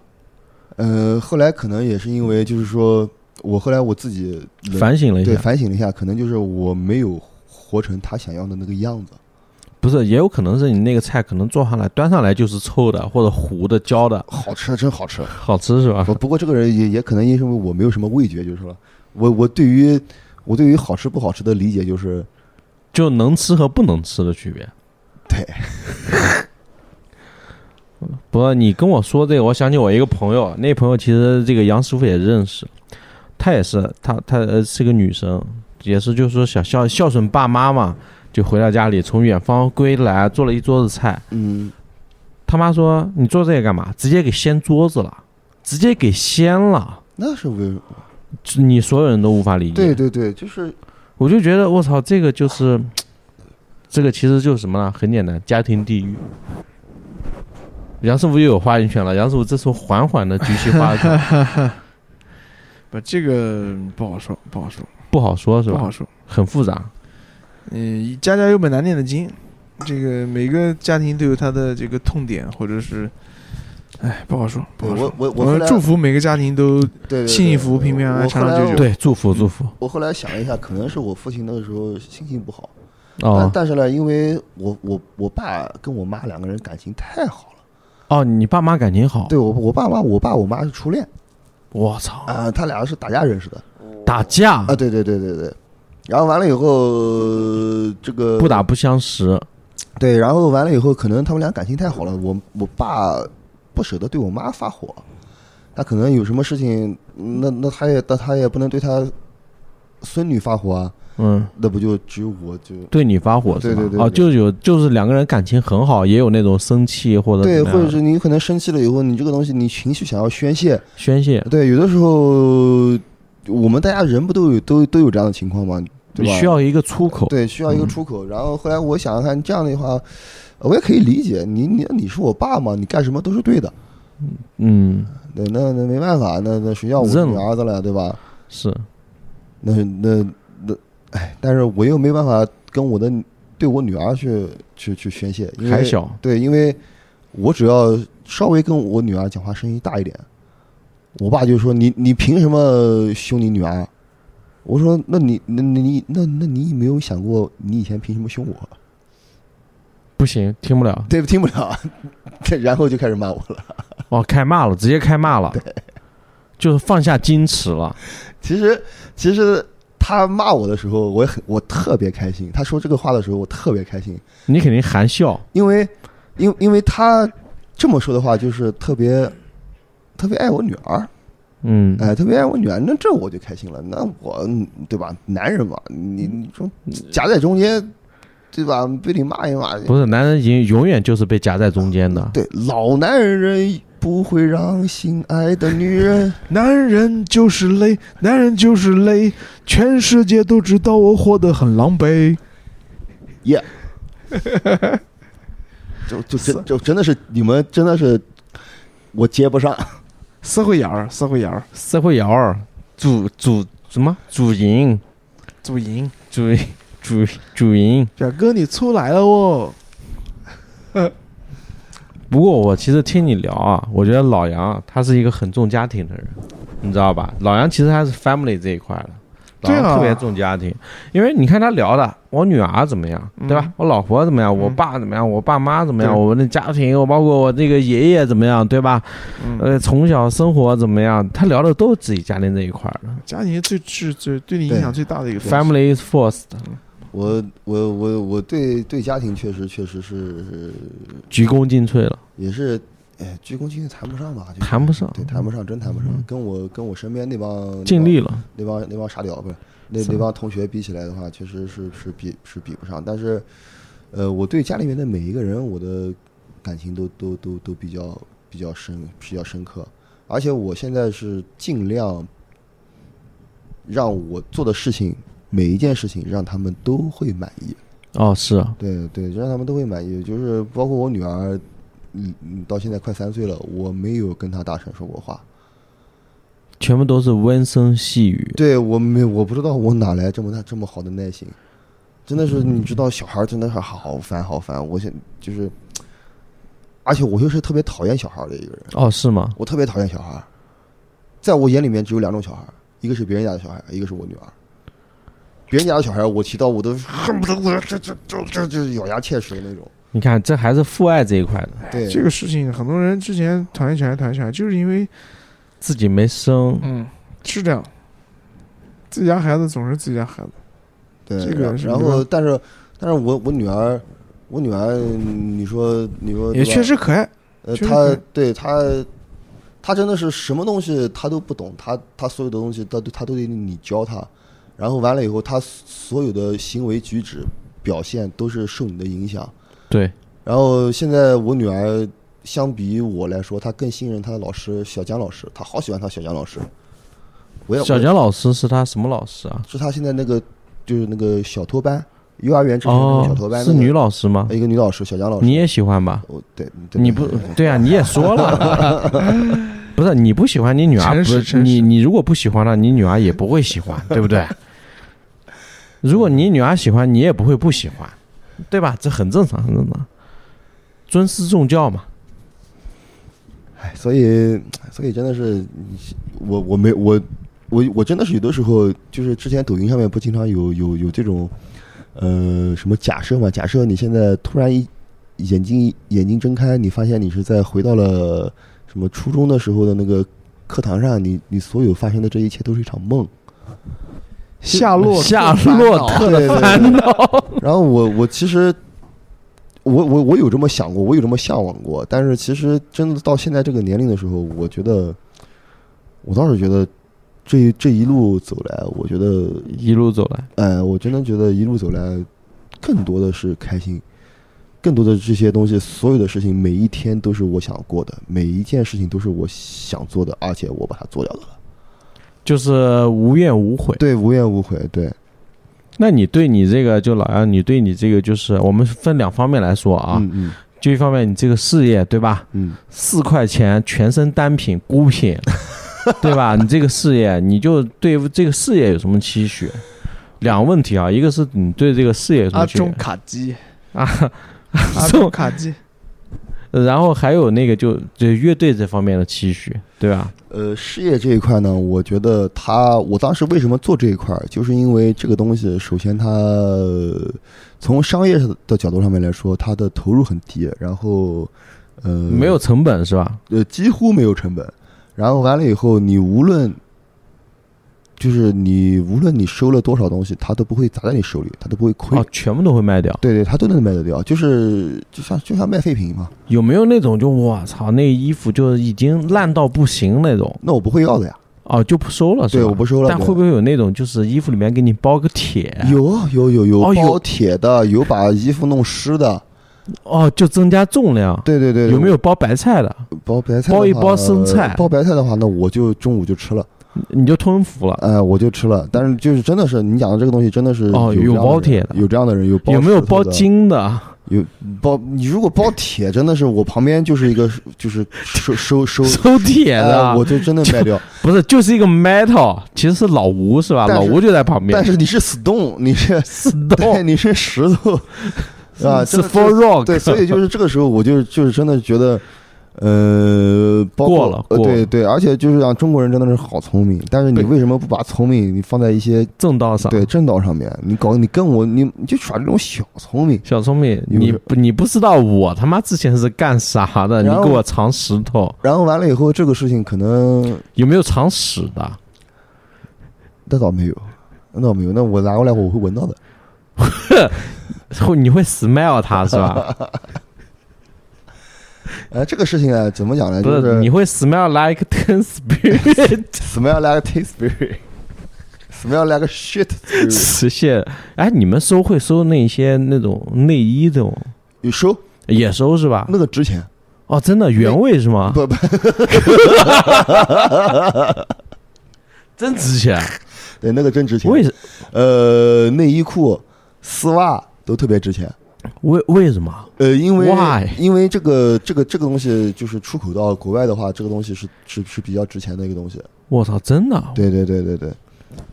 [SPEAKER 3] 呃，后来可能也是因为就是说我后来我自己冷
[SPEAKER 2] 反省了一
[SPEAKER 3] 对
[SPEAKER 2] 下，
[SPEAKER 3] 反省了一下，可能就是我没有活成他想要的那个样子。
[SPEAKER 2] 不是，也有可能是你那个菜可能做上来端上来就是臭的或者糊的焦的，
[SPEAKER 3] 好吃，真好吃。
[SPEAKER 2] 好吃是吧
[SPEAKER 3] 不？不过这个人也也可能因为我没有什么味觉，就是说我我对于我对于好吃不好吃的理解就是
[SPEAKER 2] 就能吃和不能吃的区别。
[SPEAKER 3] 对。
[SPEAKER 2] 不是你跟我说这个，我想起我一个朋友，那朋友其实这个杨师傅也认识，她也是，她她呃是个女生，也是就是说想孝孝顺爸妈嘛，就回到家里从远方归来，做了一桌子菜。
[SPEAKER 3] 嗯
[SPEAKER 2] 他妈说你做这个干嘛？直接给掀桌子了，直接给掀了，
[SPEAKER 3] 那是为
[SPEAKER 2] 你所有人都无法理解。
[SPEAKER 3] 对对对，就是
[SPEAKER 2] 我就觉得我操，这个就是，这个其实就是什么呢？很简单，家庭地狱。杨师傅又有话语权了，杨师傅这时候缓缓的举起话 筒，
[SPEAKER 1] 不，这个不好说，不好说，
[SPEAKER 2] 不好说是
[SPEAKER 1] 不
[SPEAKER 2] 吧
[SPEAKER 1] 好？说。
[SPEAKER 2] 很复杂。
[SPEAKER 1] 嗯，家家有本难念的经，这个每个家庭都有他的这个痛点，或者是，哎，不好说，不好说
[SPEAKER 3] 我。我我
[SPEAKER 1] 我
[SPEAKER 3] 后
[SPEAKER 1] 们
[SPEAKER 3] 来
[SPEAKER 1] 祝福每个家庭都
[SPEAKER 3] 对对对
[SPEAKER 1] 幸福平平安安
[SPEAKER 3] 我后来
[SPEAKER 1] 长长久久
[SPEAKER 2] 对，祝福祝福
[SPEAKER 3] 我后来想了一下，可能是我父亲那个时候心情不好，但
[SPEAKER 2] 哦
[SPEAKER 3] 但是呢，因为我我我爸跟我妈两个人感情太好了，
[SPEAKER 2] 哦，你爸妈感情好，
[SPEAKER 1] 哦
[SPEAKER 3] 对我我爸妈我爸我妈是初恋
[SPEAKER 2] 我操，
[SPEAKER 3] 啊、他俩是打架认识的
[SPEAKER 2] 打架
[SPEAKER 3] 啊，对对对对对，然后完了以后呃这个
[SPEAKER 2] 不打不相识，
[SPEAKER 3] 对，然后完了以后，可能他们俩感情太好了，我我爸不舍得对我妈发火，他可能有什么事情，那那他也那他也不能对他孙女发火啊，
[SPEAKER 2] 嗯，
[SPEAKER 3] 那不就只有我就
[SPEAKER 2] 对你发火是吧？
[SPEAKER 3] 对对对
[SPEAKER 2] 哦，
[SPEAKER 3] 对
[SPEAKER 2] 就是有就是两个人感情很好，也有那种生气或者
[SPEAKER 3] 对，
[SPEAKER 2] 怎么
[SPEAKER 3] 或
[SPEAKER 2] 样的
[SPEAKER 3] 者是你可能生气了以后，你这个东西你情绪想要宣泄，
[SPEAKER 2] 宣泄，
[SPEAKER 3] 对，有的时候我们大家人不都有都都有这样的情况吗？对
[SPEAKER 2] 你
[SPEAKER 3] 吧？
[SPEAKER 2] 需要一个出口，嗯
[SPEAKER 3] 对，需要一个出口。然后后来我想想看，这样的话，呃我也可以理解你你你是我爸嘛，你干什么都是对的。
[SPEAKER 2] 嗯，
[SPEAKER 3] 对，那那没办法，那那谁叫我是
[SPEAKER 2] 认
[SPEAKER 3] 你
[SPEAKER 2] 了
[SPEAKER 3] 儿子了，对吧？
[SPEAKER 2] 是
[SPEAKER 3] 那那那，哎，但是我又没办法跟我的对我女儿去去去宣泄，因为
[SPEAKER 2] 还小，
[SPEAKER 3] 对，因为我只要稍微跟我女儿讲话声音大一点，我爸就说你你凭什么凶你女儿？啊我说那你那那你那那你没有想过你以前凭什么凶我？
[SPEAKER 2] 不行，听不了，
[SPEAKER 3] 对，听不了， 然后就开始骂我了。
[SPEAKER 2] 哦，开骂了，直接开骂了，就是放下矜持了，
[SPEAKER 3] 其实其实他骂我的时候，我也很我特别开心。他说这个话的时候，我特别开心，
[SPEAKER 2] 你肯定含笑，
[SPEAKER 3] 因为因因为他这么说的话，就是特别特别爱我女儿。
[SPEAKER 2] 嗯，
[SPEAKER 3] 哎，特别爱我女儿，那这我就开心了。那我嗯对吧，男人嘛，你你说夹在中间，对吧？被你骂一骂，
[SPEAKER 2] 不是，男人永永远就是被夹在中间的，
[SPEAKER 3] 对，老男人不会让心爱的女 人。
[SPEAKER 1] 男人就是累，男人就是累，全世界都知道我活得很狼狈。
[SPEAKER 3] 就就真就真的是你们真的是我接不上，
[SPEAKER 1] 社会眼儿，社会眼儿，
[SPEAKER 2] 社会摇儿，主主什么主营，
[SPEAKER 1] 主营。
[SPEAKER 2] 主主主营。
[SPEAKER 1] 表哥，你出来了哦。
[SPEAKER 2] 不过我其实听你聊啊，我觉得老杨啊他是一个很重家庭的人，你知道吧？老杨其实他是 family 这一块的，老
[SPEAKER 1] 对啊
[SPEAKER 2] 杨特别重家庭，因为你看他聊的，我女儿怎么样，对吧？我老婆怎么样，我爸怎么样，我爸妈怎么样，
[SPEAKER 1] 嗯对
[SPEAKER 2] 我们的家庭，我包括我这个爷爷怎么样，对吧？
[SPEAKER 1] 嗯，
[SPEAKER 2] 呃，从小生活怎么样，他聊的都是自己家庭这一块的。
[SPEAKER 1] 家庭最最最对你影响最大的一个东西
[SPEAKER 2] Family is first，
[SPEAKER 3] 我我我我对对家庭确实确实是
[SPEAKER 2] 鞠躬尽瘁了。
[SPEAKER 3] 也是。哎，鞠躬尽瘁谈不上嗯吧，就是
[SPEAKER 2] 谈不上
[SPEAKER 3] 对，谈不上，真谈不上。跟我跟我身边那帮
[SPEAKER 2] 尽力了，
[SPEAKER 3] 那帮那帮傻屌不是那
[SPEAKER 2] 是
[SPEAKER 3] 那帮同学比起来的话，确实是是比是比不上。但是，呃，我对家里面的每一个人，我的感情都都都都比较比较深比较深刻。而且我现在是尽量让我做的事情，每一件事情让他们都会满意。
[SPEAKER 2] 哦，是啊，
[SPEAKER 3] 对对，让他们都会满意。就是包括我女儿，嗯嗯，到现在快三岁了，我没有跟她大声说过话。
[SPEAKER 2] 全部都是温声细语。
[SPEAKER 3] 对我没，我不知道我哪来这么大这么好的耐心，真的是你知道，小孩儿真的是好烦好烦。我现就是，而且我又是特别讨厌小孩儿的一个人，
[SPEAKER 2] 哦，是吗？
[SPEAKER 3] 我特别讨厌小孩儿，在我眼里面只有两种小孩儿，一个是别人家的小孩儿，一个是我女儿。别人家的小孩儿，我提到我都恨不得我这这这这这咬牙切齿的那种。
[SPEAKER 2] 你看，这还是父爱这一块的，
[SPEAKER 3] 对，
[SPEAKER 1] 哎这个事情，很多人之前讨厌小孩，讨厌小孩，就是因为
[SPEAKER 2] 自己没生，
[SPEAKER 1] 嗯，是这样，自己家孩子总是自己家孩子。
[SPEAKER 3] 对，
[SPEAKER 1] 这个
[SPEAKER 3] 然
[SPEAKER 1] 是
[SPEAKER 3] 然
[SPEAKER 1] 没
[SPEAKER 3] 后
[SPEAKER 1] 办
[SPEAKER 3] 但是但是我我女儿，我女儿，你说你说
[SPEAKER 1] 也
[SPEAKER 3] 对吧
[SPEAKER 1] 确实可爱，
[SPEAKER 3] 呃，
[SPEAKER 1] 确实
[SPEAKER 3] 他
[SPEAKER 1] 可
[SPEAKER 3] 对他，他真的是什么东西他都不懂，他他所有的东西他都他都得你教他，然后完了以后，他所有的行为举止表现都是受你的影响。
[SPEAKER 2] 对，
[SPEAKER 3] 然后现在我女儿相比于我来说，她更信任她的老师小江老师，她好喜欢她小江老师。我也
[SPEAKER 2] 小江老师是他什么老师啊？
[SPEAKER 3] 是她现在那个就是那个小托班，幼儿园之前那
[SPEAKER 2] 哦
[SPEAKER 3] 个小托班、，
[SPEAKER 2] 是女老师吗
[SPEAKER 3] 那个？一个女老师小江老师。
[SPEAKER 2] 你也喜欢吧？
[SPEAKER 3] 我对对
[SPEAKER 2] 你不对啊？你也说了， 不是你不喜欢你女儿，
[SPEAKER 1] 诚
[SPEAKER 2] 不
[SPEAKER 1] 实
[SPEAKER 2] 是
[SPEAKER 1] 诚实
[SPEAKER 2] 你你如果不喜欢她，你女儿也不会喜欢，对不对？如果你女儿喜欢，你也不会不喜欢，对吧？这很正常，很正常。尊师重教嘛，
[SPEAKER 3] 哎，所以，所以真的是我，我没我，我我真的是有的时候，就是之前抖音上面不经常有有有这种，呃，什么假设嘛？假设你现在突然一眼睛一眼睛睁开，你发现你是在回到了什么初中的时候的那个课堂上，你你所有发生的这一切都是一场梦。
[SPEAKER 1] 夏洛
[SPEAKER 2] 夏
[SPEAKER 1] 特烦恼
[SPEAKER 2] 洛特
[SPEAKER 3] 对对对然后我我其实，我我我有这么想过，我有这么向往过，但是其实真的到现在这个年龄的时候，我觉得，我倒是觉得这这一路走来，我觉得，
[SPEAKER 2] 一路走来，
[SPEAKER 3] 哎，我真的觉得一路走来，更多的是开心。更多的这些东西，所有的事情，每一天都是我想过的，每一件事情都是我想做的，而且我把它做掉了。
[SPEAKER 2] 就是无怨无悔。
[SPEAKER 3] 对，无怨无悔。对，
[SPEAKER 2] 那你对你这个就老杨，你对你这个就是我们分两方面来说啊，
[SPEAKER 3] 嗯嗯
[SPEAKER 2] 就一方面你这个事业对吧，
[SPEAKER 3] 嗯，
[SPEAKER 2] 四块钱全身单品孤 品，对吧？你这个事业，你就对这个事业有什么期许？两个问题啊，一个是你对这个事业有什
[SPEAKER 1] 阿
[SPEAKER 2] 么解
[SPEAKER 1] 中卡机，
[SPEAKER 2] 啊，
[SPEAKER 1] 阿中卡机，
[SPEAKER 2] 然后还有那个就就乐队这方面的期许，对吧？
[SPEAKER 3] 呃，事业这一块呢，我觉得它，我当时为什么做这一块儿，就是因为这个东西，首先它呃从商业的角度上面来说，它的投入很低，然后呃
[SPEAKER 2] 没有成本是吧？
[SPEAKER 3] 呃几乎没有成本，然后完了以后，你无论就是你无论你收了多少东西，它都不会砸在你手里，它都不会亏。
[SPEAKER 2] 哦，全部都会卖掉。
[SPEAKER 3] 对对，它都能卖得掉，就是就像就像卖废品嘛，
[SPEAKER 2] 有没有那种就我操，那衣服就已经烂到不行那种？
[SPEAKER 3] 那我不会要的呀。
[SPEAKER 2] 哦，就不收了是吧？
[SPEAKER 3] 对，我不收了。
[SPEAKER 2] 但
[SPEAKER 3] 对
[SPEAKER 2] 会不会有那种就是衣服里面给你包个铁？
[SPEAKER 3] 有啊有有有
[SPEAKER 2] 哎哦有
[SPEAKER 3] 包铁的，有把衣服弄湿的，
[SPEAKER 2] 哦，就增加重量。
[SPEAKER 3] 对对对，
[SPEAKER 2] 有没有包白菜的？
[SPEAKER 3] 包白菜的话？
[SPEAKER 2] 包一包生菜
[SPEAKER 3] 包白菜的话，那我就中午就吃了，
[SPEAKER 2] 你就吞服了。
[SPEAKER 3] 哎，我就吃了。但是就是真的是你讲的这个东西，真的是
[SPEAKER 2] 哦
[SPEAKER 3] 有这样
[SPEAKER 2] 有包
[SPEAKER 3] 人
[SPEAKER 2] 铁的
[SPEAKER 3] 有这样的人，呃有包
[SPEAKER 2] 有没有
[SPEAKER 3] 石头
[SPEAKER 2] 包
[SPEAKER 3] 的？
[SPEAKER 2] 金的？
[SPEAKER 3] 有包你如果包铁，真的是我旁边就是一个就是收收收。
[SPEAKER 2] 收铁的啊
[SPEAKER 3] 哎？我就真的卖 掉，
[SPEAKER 2] 不是，就是一个 metal，其实是老吴是吧？
[SPEAKER 3] 但
[SPEAKER 2] 老
[SPEAKER 3] 是
[SPEAKER 2] 吴就在旁边
[SPEAKER 3] 但。是你是 stone，你是
[SPEAKER 2] 是
[SPEAKER 3] 对，
[SPEAKER 2] 的，
[SPEAKER 3] 你是石 头啊，
[SPEAKER 2] 是
[SPEAKER 3] 真的
[SPEAKER 2] for rock。
[SPEAKER 3] 对，所以就是这个时候，我就就是真的觉得，呃，包括
[SPEAKER 2] 过了
[SPEAKER 3] 呃
[SPEAKER 2] 过了
[SPEAKER 3] 对对，而且就是讲中国人真的是好聪明，但是你
[SPEAKER 2] 对
[SPEAKER 3] 为什么不把聪明你放在一些
[SPEAKER 2] 正道上。
[SPEAKER 3] 对正道上面？你搞你跟我你你就耍这种小聪明，
[SPEAKER 2] 小聪明，
[SPEAKER 3] 有
[SPEAKER 2] 你
[SPEAKER 3] 时
[SPEAKER 2] 不你不知道我他妈之前是干啥的？你
[SPEAKER 3] 然后
[SPEAKER 2] 给我藏石头，
[SPEAKER 3] 然后完了以后，这个事情可能
[SPEAKER 2] 有没有藏屎的？
[SPEAKER 3] 那倒没有，那倒没有，那我拿过来我会闻到的。
[SPEAKER 2] 会你会 smell 它是吧？
[SPEAKER 3] 哎，这个事情啊，怎么讲呢？
[SPEAKER 2] 不，
[SPEAKER 3] 就是
[SPEAKER 2] 你会 smell like ten spirit。
[SPEAKER 3] smell like tea spirit，smell like shit spirit，
[SPEAKER 2] 实现，哎，你们收会收那些那种内衣这种
[SPEAKER 3] 你收
[SPEAKER 2] 也收是吧？
[SPEAKER 3] 那个值钱。
[SPEAKER 2] 哦，真的原味是吗？
[SPEAKER 3] 不不，
[SPEAKER 2] 真值 钱，
[SPEAKER 3] 对，那个真值钱。
[SPEAKER 2] 为
[SPEAKER 3] 呃，内衣裤、丝袜都特别值钱。
[SPEAKER 2] 为为什么？
[SPEAKER 3] 呃，因为
[SPEAKER 2] Why？
[SPEAKER 3] 因为这个这个这个东西就是出口到国外的话，这个东西是是是比较值钱的一个东西。
[SPEAKER 2] 我操，真的，
[SPEAKER 3] 对对对对对，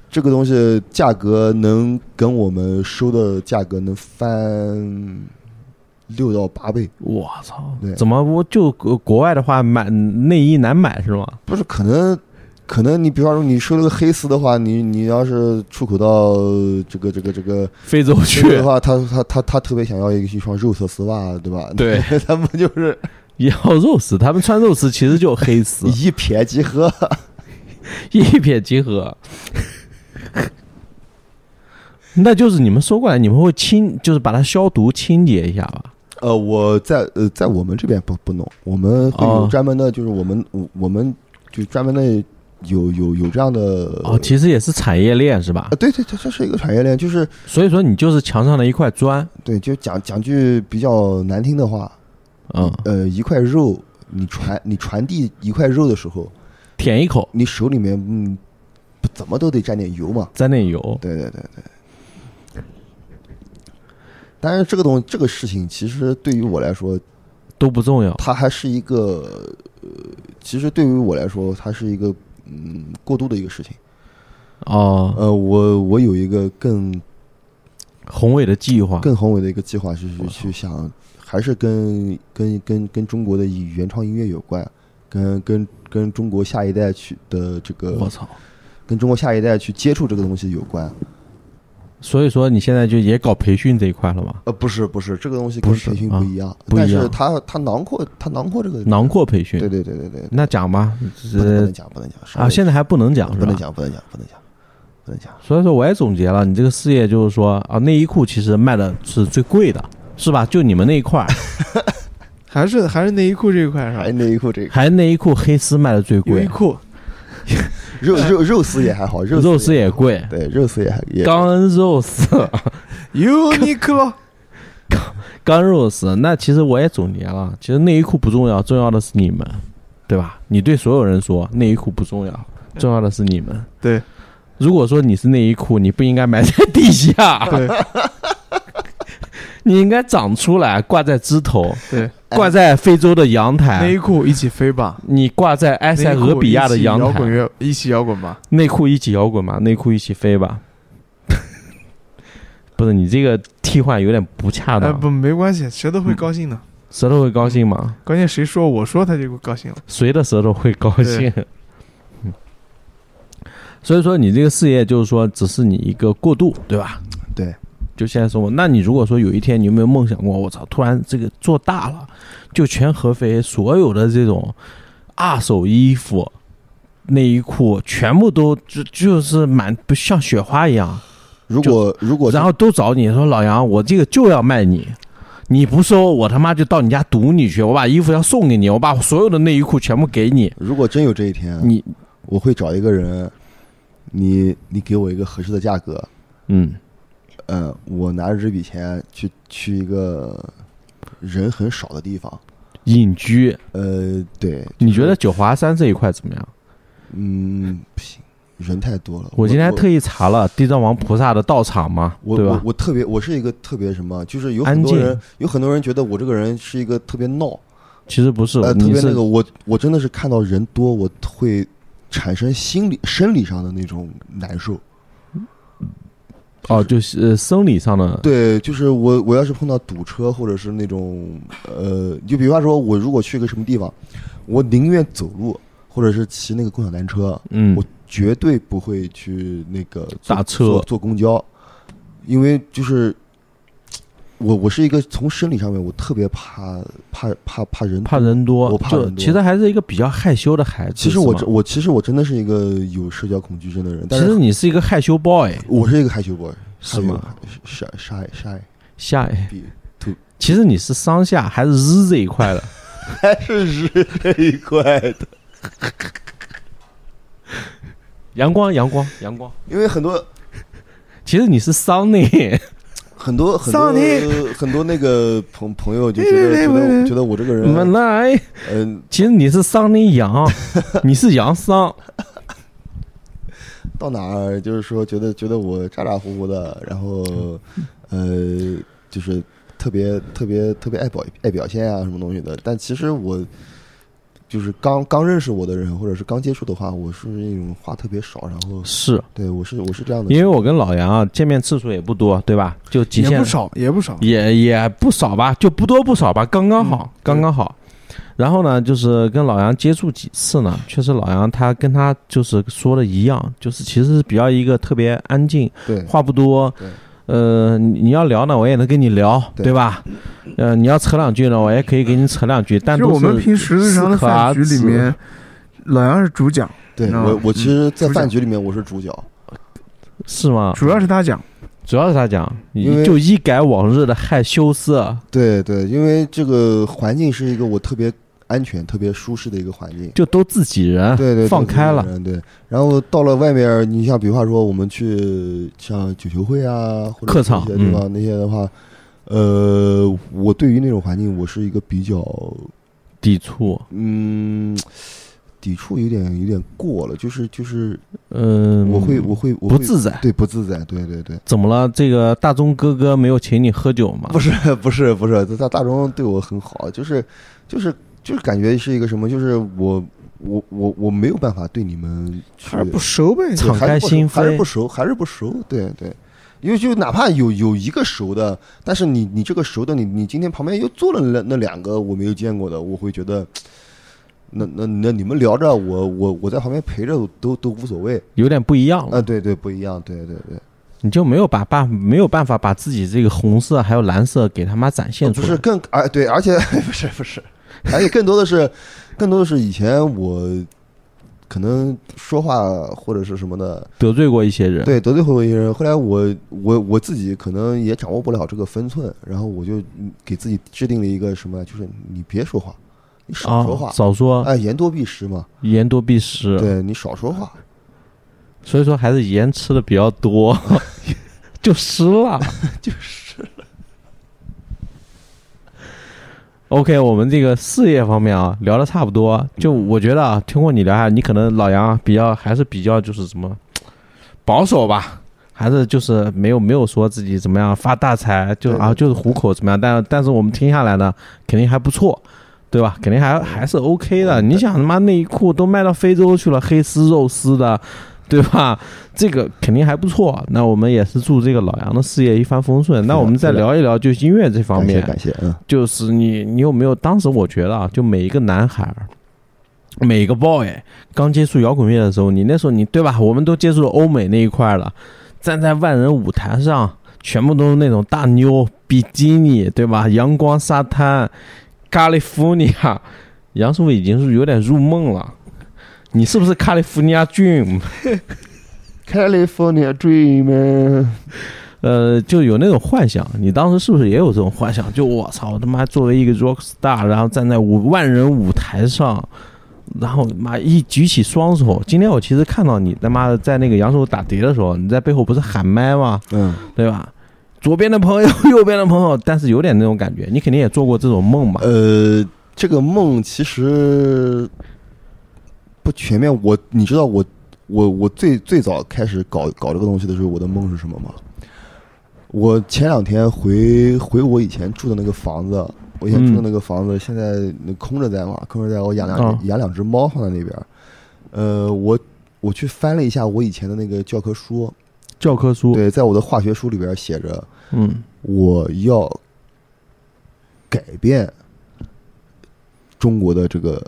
[SPEAKER 3] 这个东西价格能跟我们收的价格能翻六到八倍，
[SPEAKER 2] 我操
[SPEAKER 3] 对，
[SPEAKER 2] 怎么我就国国外的话买内衣难买是吗？
[SPEAKER 3] 不是可能。可能你比方说你收了个黑丝的话，你你要是出口到这个这个这个
[SPEAKER 2] 非洲
[SPEAKER 3] 这
[SPEAKER 2] 去
[SPEAKER 3] 个的话，他他他他特别想要一一双肉色丝袜，对吧？
[SPEAKER 2] 对，
[SPEAKER 3] 他们就是
[SPEAKER 2] 要肉丝，他们穿肉丝其实就黑 丝，
[SPEAKER 3] 一瞥即合。
[SPEAKER 2] 一瞥即合。 那就是你们收过来，你们会清，就是把它消毒清洁一下吧。
[SPEAKER 3] 呃，我在呃在我们这边不不弄，我们会有
[SPEAKER 2] 哦
[SPEAKER 3] 专门的，就是我们我我们就专门的有有有这样的
[SPEAKER 2] 哦，其实也是产业链是吧
[SPEAKER 3] 啊，？对对对，这是一个产业链，就是
[SPEAKER 2] 所以说你就是墙上的一块砖，
[SPEAKER 3] 对，就讲讲句比较难听的话，
[SPEAKER 2] 嗯，
[SPEAKER 3] 呃，一块肉你传你传递一块肉的时候，
[SPEAKER 2] 舔一口，
[SPEAKER 3] 你手里面嗯不怎么都得沾点油嘛，
[SPEAKER 2] 沾点油，
[SPEAKER 3] 对对对对。但是这个东这个事情，其实对于我来说，
[SPEAKER 2] 都不重要。
[SPEAKER 3] 它还是一个，呃，其实对于我来说，它是一个嗯过度的一个事情。
[SPEAKER 2] 哦，
[SPEAKER 3] 呃，我我有一个更
[SPEAKER 2] 宏伟的计划，
[SPEAKER 3] 更宏伟的一个计划，是
[SPEAKER 2] 我操
[SPEAKER 3] 去去想，还是跟跟跟跟中国的原创音乐有关，跟跟跟中国下一代去的这
[SPEAKER 2] 我
[SPEAKER 3] 个，
[SPEAKER 2] 操！
[SPEAKER 3] 跟中国下一代去接触这个东西有关。
[SPEAKER 2] 所以说你现在就也搞培训这一块了嘛，
[SPEAKER 3] 呃，不是不是，这个东西跟
[SPEAKER 2] 不是
[SPEAKER 3] 培训
[SPEAKER 2] 啊
[SPEAKER 3] 不一样，
[SPEAKER 2] 不一
[SPEAKER 3] 但是
[SPEAKER 2] 样
[SPEAKER 3] 它它囊括它囊括这嗯个，
[SPEAKER 2] 囊括培
[SPEAKER 3] 对
[SPEAKER 2] 训。
[SPEAKER 3] 对对对对，
[SPEAKER 2] 那讲吧，
[SPEAKER 3] 不能不
[SPEAKER 2] 呃
[SPEAKER 3] 能讲不能讲
[SPEAKER 2] 啊，现在还不能讲是
[SPEAKER 3] 不能
[SPEAKER 2] 吧？
[SPEAKER 3] 讲不能讲不能讲不能讲。
[SPEAKER 2] 所以说我也总结了，你这个事业就是说啊，内衣裤其实卖的是最贵的，是吧？就你们那一 块儿，
[SPEAKER 1] 还是还是内衣裤这一块是吧？
[SPEAKER 3] 还内衣裤这个
[SPEAKER 2] 还内衣裤黑丝卖的最
[SPEAKER 1] 优衣
[SPEAKER 2] 贵，
[SPEAKER 1] 库
[SPEAKER 3] 肉肉肉丝也还好，肉
[SPEAKER 2] 肉
[SPEAKER 3] 丝
[SPEAKER 2] 丝也贵，
[SPEAKER 3] 对肉丝也还也
[SPEAKER 2] 钢恩肉丝。
[SPEAKER 1] ，Uniqlo
[SPEAKER 2] 刚入死，那其实我也总结了，其实内衣裤不重要，重要的是你们，对吧？你对所有人说内衣裤不重要，重要的是你们。
[SPEAKER 1] 对
[SPEAKER 2] 如果说你是内衣裤，你不应该埋在地下，
[SPEAKER 1] 对
[SPEAKER 2] 你应该长出来，挂在枝头，
[SPEAKER 1] 对，
[SPEAKER 2] 挂在非洲的阳
[SPEAKER 1] 内
[SPEAKER 2] 台，
[SPEAKER 1] 衣裤一起飞吧，
[SPEAKER 2] 你挂在埃塞俄比亚的阳
[SPEAKER 1] 内衣裤一起摇滚
[SPEAKER 2] 台，
[SPEAKER 1] 乐一起摇滚吧，
[SPEAKER 2] 内裤一起摇滚嘛，内裤一起飞吧。 不是你这个替换有点不恰
[SPEAKER 1] 哎
[SPEAKER 2] 当，
[SPEAKER 1] 不没关系，谁都会高兴的。
[SPEAKER 2] 舌头会高兴吗？
[SPEAKER 1] 关键谁说我说他就高兴了。
[SPEAKER 2] 谁的舌头会高兴？嗯 所以说你这个事业就是说只是你一个过渡，对吧？
[SPEAKER 3] 对，
[SPEAKER 2] 就现在生活。那你如果说有一天你有没有梦想过，我操，突然这个做大了，就全合肥所有的这种二手衣服、内衣裤全部都就就是满不像雪花一样，
[SPEAKER 3] 如果如果
[SPEAKER 2] 然后都找你说老杨，我这个就要卖你，你不收我他妈就到你家堵你去，我把衣服要送给你，我把所有的内衣裤全部给你，
[SPEAKER 3] 如果真有这一天，
[SPEAKER 2] 你
[SPEAKER 3] 我会找一个人，你你给我一个合适的价格，
[SPEAKER 2] 嗯。
[SPEAKER 3] 嗯，我拿着这笔钱去去一个人很少的地方，
[SPEAKER 2] 隐居，
[SPEAKER 3] 呃，对，
[SPEAKER 2] 你觉得九华山这一块怎么样？
[SPEAKER 3] 嗯，不行，人太多了。
[SPEAKER 2] 我今天
[SPEAKER 3] 我
[SPEAKER 2] 特意查了地藏王菩萨的道场嘛，
[SPEAKER 3] 我
[SPEAKER 2] 对
[SPEAKER 3] 我
[SPEAKER 2] 吧？
[SPEAKER 3] 我特别，我是一个特别什么，就是有
[SPEAKER 2] 安
[SPEAKER 3] 很多
[SPEAKER 2] 静
[SPEAKER 3] 人，有很多人觉得我这个人是一个特别闹，
[SPEAKER 2] 其实不是，
[SPEAKER 3] 呃，特
[SPEAKER 2] 你
[SPEAKER 3] 别那
[SPEAKER 2] 是
[SPEAKER 3] 个，我我真的是看到人多，我会产生心理、生理上的那种难受。
[SPEAKER 2] 哦，就是呃生理上的，
[SPEAKER 3] 对，就是我我要是碰到堵车或者是那种呃，就比方说，我如果去个什么地方，我宁愿走路或者是骑那个共享单车，
[SPEAKER 2] 嗯
[SPEAKER 3] 我，绝对不会去那个坐
[SPEAKER 2] 打车
[SPEAKER 3] 坐坐公交，因为就是我我是一个从生理上面我特别怕怕怕怕人
[SPEAKER 2] 怕。人多
[SPEAKER 3] 我，怕
[SPEAKER 2] 就
[SPEAKER 3] 人多
[SPEAKER 2] 其实还是一个比较害羞的孩子。
[SPEAKER 3] 其实我
[SPEAKER 2] 是
[SPEAKER 3] 真
[SPEAKER 2] 吗
[SPEAKER 3] 我其实我真的是一个有社交恐惧症的人，
[SPEAKER 2] 其
[SPEAKER 3] 但
[SPEAKER 2] 实
[SPEAKER 3] 是
[SPEAKER 2] 你是一个害羞 boy，
[SPEAKER 3] 我是一个害羞 boy，
[SPEAKER 2] 是吗？
[SPEAKER 3] 害羞？shy shy
[SPEAKER 2] 下，
[SPEAKER 3] shy，
[SPEAKER 2] 哎其实你是上下还是日这一块的，
[SPEAKER 3] 还是日这一块的。
[SPEAKER 2] 阳光阳光阳光，
[SPEAKER 3] 因为很多
[SPEAKER 2] 其实你是桑内，
[SPEAKER 3] 很多很
[SPEAKER 1] 桑
[SPEAKER 3] 多
[SPEAKER 1] 尼
[SPEAKER 3] 很多那个朋朋友就觉得觉得觉得我这个
[SPEAKER 2] 你们
[SPEAKER 3] 人，
[SPEAKER 2] 来，
[SPEAKER 3] 嗯，
[SPEAKER 2] 哎其实你是桑内 阳，你是阳桑，
[SPEAKER 3] 到哪儿就是说觉得觉得我咋咋呼呼的，然后呃，就是特别特别特别爱表爱表现啊什么东西的。但其实我就是刚刚认识我的人，或者是刚接触的话，我是那种话特别少，然后
[SPEAKER 2] 是
[SPEAKER 3] 对我是我是这样的，
[SPEAKER 2] 因为我跟老杨啊见面次数也不多，对吧？就极
[SPEAKER 1] 也
[SPEAKER 2] 限
[SPEAKER 1] 不少，也不少。
[SPEAKER 2] 也也不少吧，就不多不少吧，刚刚好，
[SPEAKER 1] 嗯
[SPEAKER 2] 刚刚好。然后呢，就是跟老杨接触几次呢，确实老杨他跟他就是说的一样，就是其实是比较一个特别安静，
[SPEAKER 3] 对
[SPEAKER 2] 话不多
[SPEAKER 3] 对。
[SPEAKER 2] 呃，你你要聊呢，我也能跟你聊，
[SPEAKER 3] 对
[SPEAKER 2] 对吧？呃，你要扯两句呢，我也可以给你扯两句，但
[SPEAKER 1] 就
[SPEAKER 2] 都
[SPEAKER 1] 我们
[SPEAKER 2] 是
[SPEAKER 1] 平时日常的饭局里面，老杨是主讲，
[SPEAKER 2] 啊
[SPEAKER 3] 对
[SPEAKER 1] 嗯
[SPEAKER 3] 我我其实，在
[SPEAKER 1] 主角
[SPEAKER 3] 饭局里面我是主角，
[SPEAKER 2] 是吗？
[SPEAKER 1] 主要是他讲。
[SPEAKER 2] 主要是他讲，
[SPEAKER 3] 因为
[SPEAKER 2] 就一改往日的害羞涩，
[SPEAKER 3] 对对，因为这个环境是一个我特别安全、特别舒适的一个环境。
[SPEAKER 2] 就都自己人，
[SPEAKER 3] 对对，
[SPEAKER 2] 啊放
[SPEAKER 3] 都是
[SPEAKER 2] 开
[SPEAKER 3] 一个
[SPEAKER 2] 了
[SPEAKER 3] 人。对，然后到了外面儿，你像比方说我们去像九球会啊，或者
[SPEAKER 2] 客
[SPEAKER 3] 是一
[SPEAKER 2] 场嗯
[SPEAKER 3] 些地方、那些的话，呃，我对于那种环境，我是一个比较
[SPEAKER 2] 抵触，
[SPEAKER 3] 嗯。抵触有点有点过了，就是就是，
[SPEAKER 2] 嗯，
[SPEAKER 3] 我会我会我会
[SPEAKER 2] 不自在。
[SPEAKER 3] 对不自在，对对对，
[SPEAKER 2] 怎么了？这个大钟哥哥没有请你喝酒吗？
[SPEAKER 3] 不是 不是不是，大大钟对我很好，就是就是就是感觉是一个什么，就是我我我我没有办法对你们去
[SPEAKER 1] 还是不熟呗，
[SPEAKER 3] 对
[SPEAKER 2] 敞
[SPEAKER 3] 还是
[SPEAKER 2] 开
[SPEAKER 3] 不熟
[SPEAKER 2] 心
[SPEAKER 3] 还是
[SPEAKER 2] 扉
[SPEAKER 3] 不熟，还是不熟，对对。因为就哪怕有有一个熟的，但是你你这个熟的，你你今天旁边又坐了那那两个我没有见过的，我会觉得，那那那你们聊着，我我我在旁边陪着都都无所谓
[SPEAKER 2] 有点不一样了，
[SPEAKER 3] 啊，对对，不一样，对对对，
[SPEAKER 2] 你就没有把办没有办法把自己这个红色还有蓝色给他妈展现出
[SPEAKER 3] 哦不
[SPEAKER 2] 来。
[SPEAKER 3] 是更而对，而且 不是不是，而且更多的是，更多的是以前我可能说话或者是什么的，
[SPEAKER 2] 得罪过一些人，
[SPEAKER 3] 对，得罪过一些人。后来我我我自己可能也掌握不了这个分寸，然后我就嗯给自己制定了一个什么，就是你别说话，你少说话，呃
[SPEAKER 2] 啊，少说，
[SPEAKER 3] 哎，言多必失嘛。
[SPEAKER 2] 言多必失，
[SPEAKER 3] 对你少说话，
[SPEAKER 2] 所以说还是盐吃的比较 多，就湿了。
[SPEAKER 3] 就是
[SPEAKER 2] OK，我们这个事业方面啊，聊的差不多。
[SPEAKER 3] 嗯
[SPEAKER 2] 就我觉得啊，通过你聊下，你可能老杨啊比较还是比较就是什么保守吧，还是就是没有没有说自己怎么样发大财，就
[SPEAKER 3] 对
[SPEAKER 2] 啊
[SPEAKER 3] 对
[SPEAKER 2] 就是糊口怎么样。但但是我们听下来呢，肯定还不错，对吧？肯定还还是 OK 的。
[SPEAKER 3] 嗯对
[SPEAKER 2] 你想他妈内衣裤都卖到非洲去了，黑丝肉丝的，对吧？这个肯定还不错。啊那我们也是祝这个老杨的事业一帆风顺。那我们再聊一聊，就音乐这方
[SPEAKER 3] 感谢
[SPEAKER 2] 面，
[SPEAKER 3] 感谢，嗯，
[SPEAKER 2] 就是你，你有没有？当时我觉得啊，就每一个男孩儿，每一个 boy 刚接触摇滚乐的时候，你那时候你对吧？我们都接触了欧美那一块儿了，站在万人舞台上，全部都是那种大妞、比基尼，对吧？阳光沙滩，加利福尼亚，杨师傅已经是有点入梦了。你是不是加利福尼亚 dream？
[SPEAKER 5] California Dreamer，
[SPEAKER 2] 呃，就有那种幻想。你当时是不是也有这种幻想？就我操，我他妈作为一个 rock star，然后站在五万人舞台上，然后妈一举起双手。今天我其实看到你他妈的在那个杨手打碟的时候，你在背后不是喊麦吗？
[SPEAKER 3] 嗯，
[SPEAKER 2] 对吧？左边的朋友， 右边的朋友，但是有点那种感觉。你肯定也做过这种梦吧？
[SPEAKER 3] 呃，这个梦其实不全面。我你知道我我我最最早开始搞搞这个东西的时候，我的梦是什么吗？我前两天回回我以前住的那个房子，我以前住的那个房子现在那空着在嘛，空着在我养两、
[SPEAKER 2] 啊
[SPEAKER 3] 养两只猫放在那边儿。呃，我我去翻了一下我以前的那个教科书，
[SPEAKER 2] 教科书，
[SPEAKER 3] 对，在我的化学书里边写着，
[SPEAKER 2] 嗯，
[SPEAKER 3] 我要改变中国的这个啊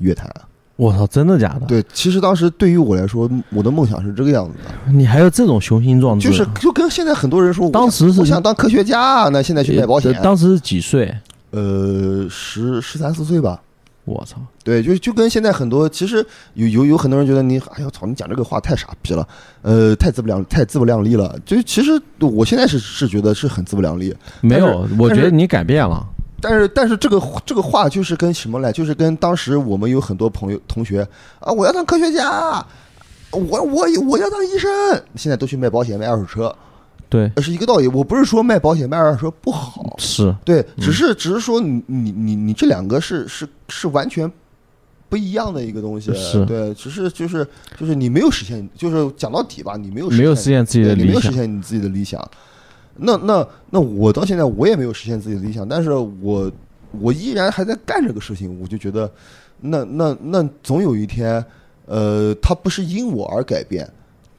[SPEAKER 3] 乐坛。
[SPEAKER 2] 我操，真的假的？，
[SPEAKER 3] 对，其实当时对于我来说，我的梦想是这个样子的，
[SPEAKER 2] 你还有这种雄心壮志？
[SPEAKER 3] 就是就跟现在很多人说，我
[SPEAKER 2] 当时
[SPEAKER 3] 想
[SPEAKER 2] 是
[SPEAKER 3] 我想当科学家，那现在去卖保险
[SPEAKER 2] 呃，当时是几岁？
[SPEAKER 3] 呃，十十三四岁吧。
[SPEAKER 2] 我操！
[SPEAKER 3] 对，就就跟现在很多，其实有有有很多人觉得你，哎呦操，你讲这个话太傻逼了，呃，太自不量太自不量力了。就其实我现在是是觉得是很自不量力，
[SPEAKER 2] 没有，我觉
[SPEAKER 3] 但
[SPEAKER 2] 得
[SPEAKER 3] 是
[SPEAKER 2] 你改变了。
[SPEAKER 3] 但是但是这个这个话就是跟什么来，就是跟当时我们有很多朋友同学啊，我要当科学家，我我我要当医生，现在都去卖保险卖二手车，
[SPEAKER 2] 对，
[SPEAKER 3] 呃是一个道理。我不是说卖保险卖二手车不好，
[SPEAKER 2] 是
[SPEAKER 3] 对，只是只是说你你你你这两个是是是完全。不一样的一个东西，
[SPEAKER 2] 是
[SPEAKER 3] 对，只是就是就是你没有实现，就是讲到底吧，你没有
[SPEAKER 2] 没有
[SPEAKER 3] 实
[SPEAKER 2] 实现自己的
[SPEAKER 3] 对你没
[SPEAKER 2] 理
[SPEAKER 3] 有
[SPEAKER 2] 想
[SPEAKER 3] 实。现你自己的理想。那那那我到现在我也没有实现自己的理想，但是我我依然还在干这个事情，我就觉得，那那那总有一天，呃，它不是因我而改变，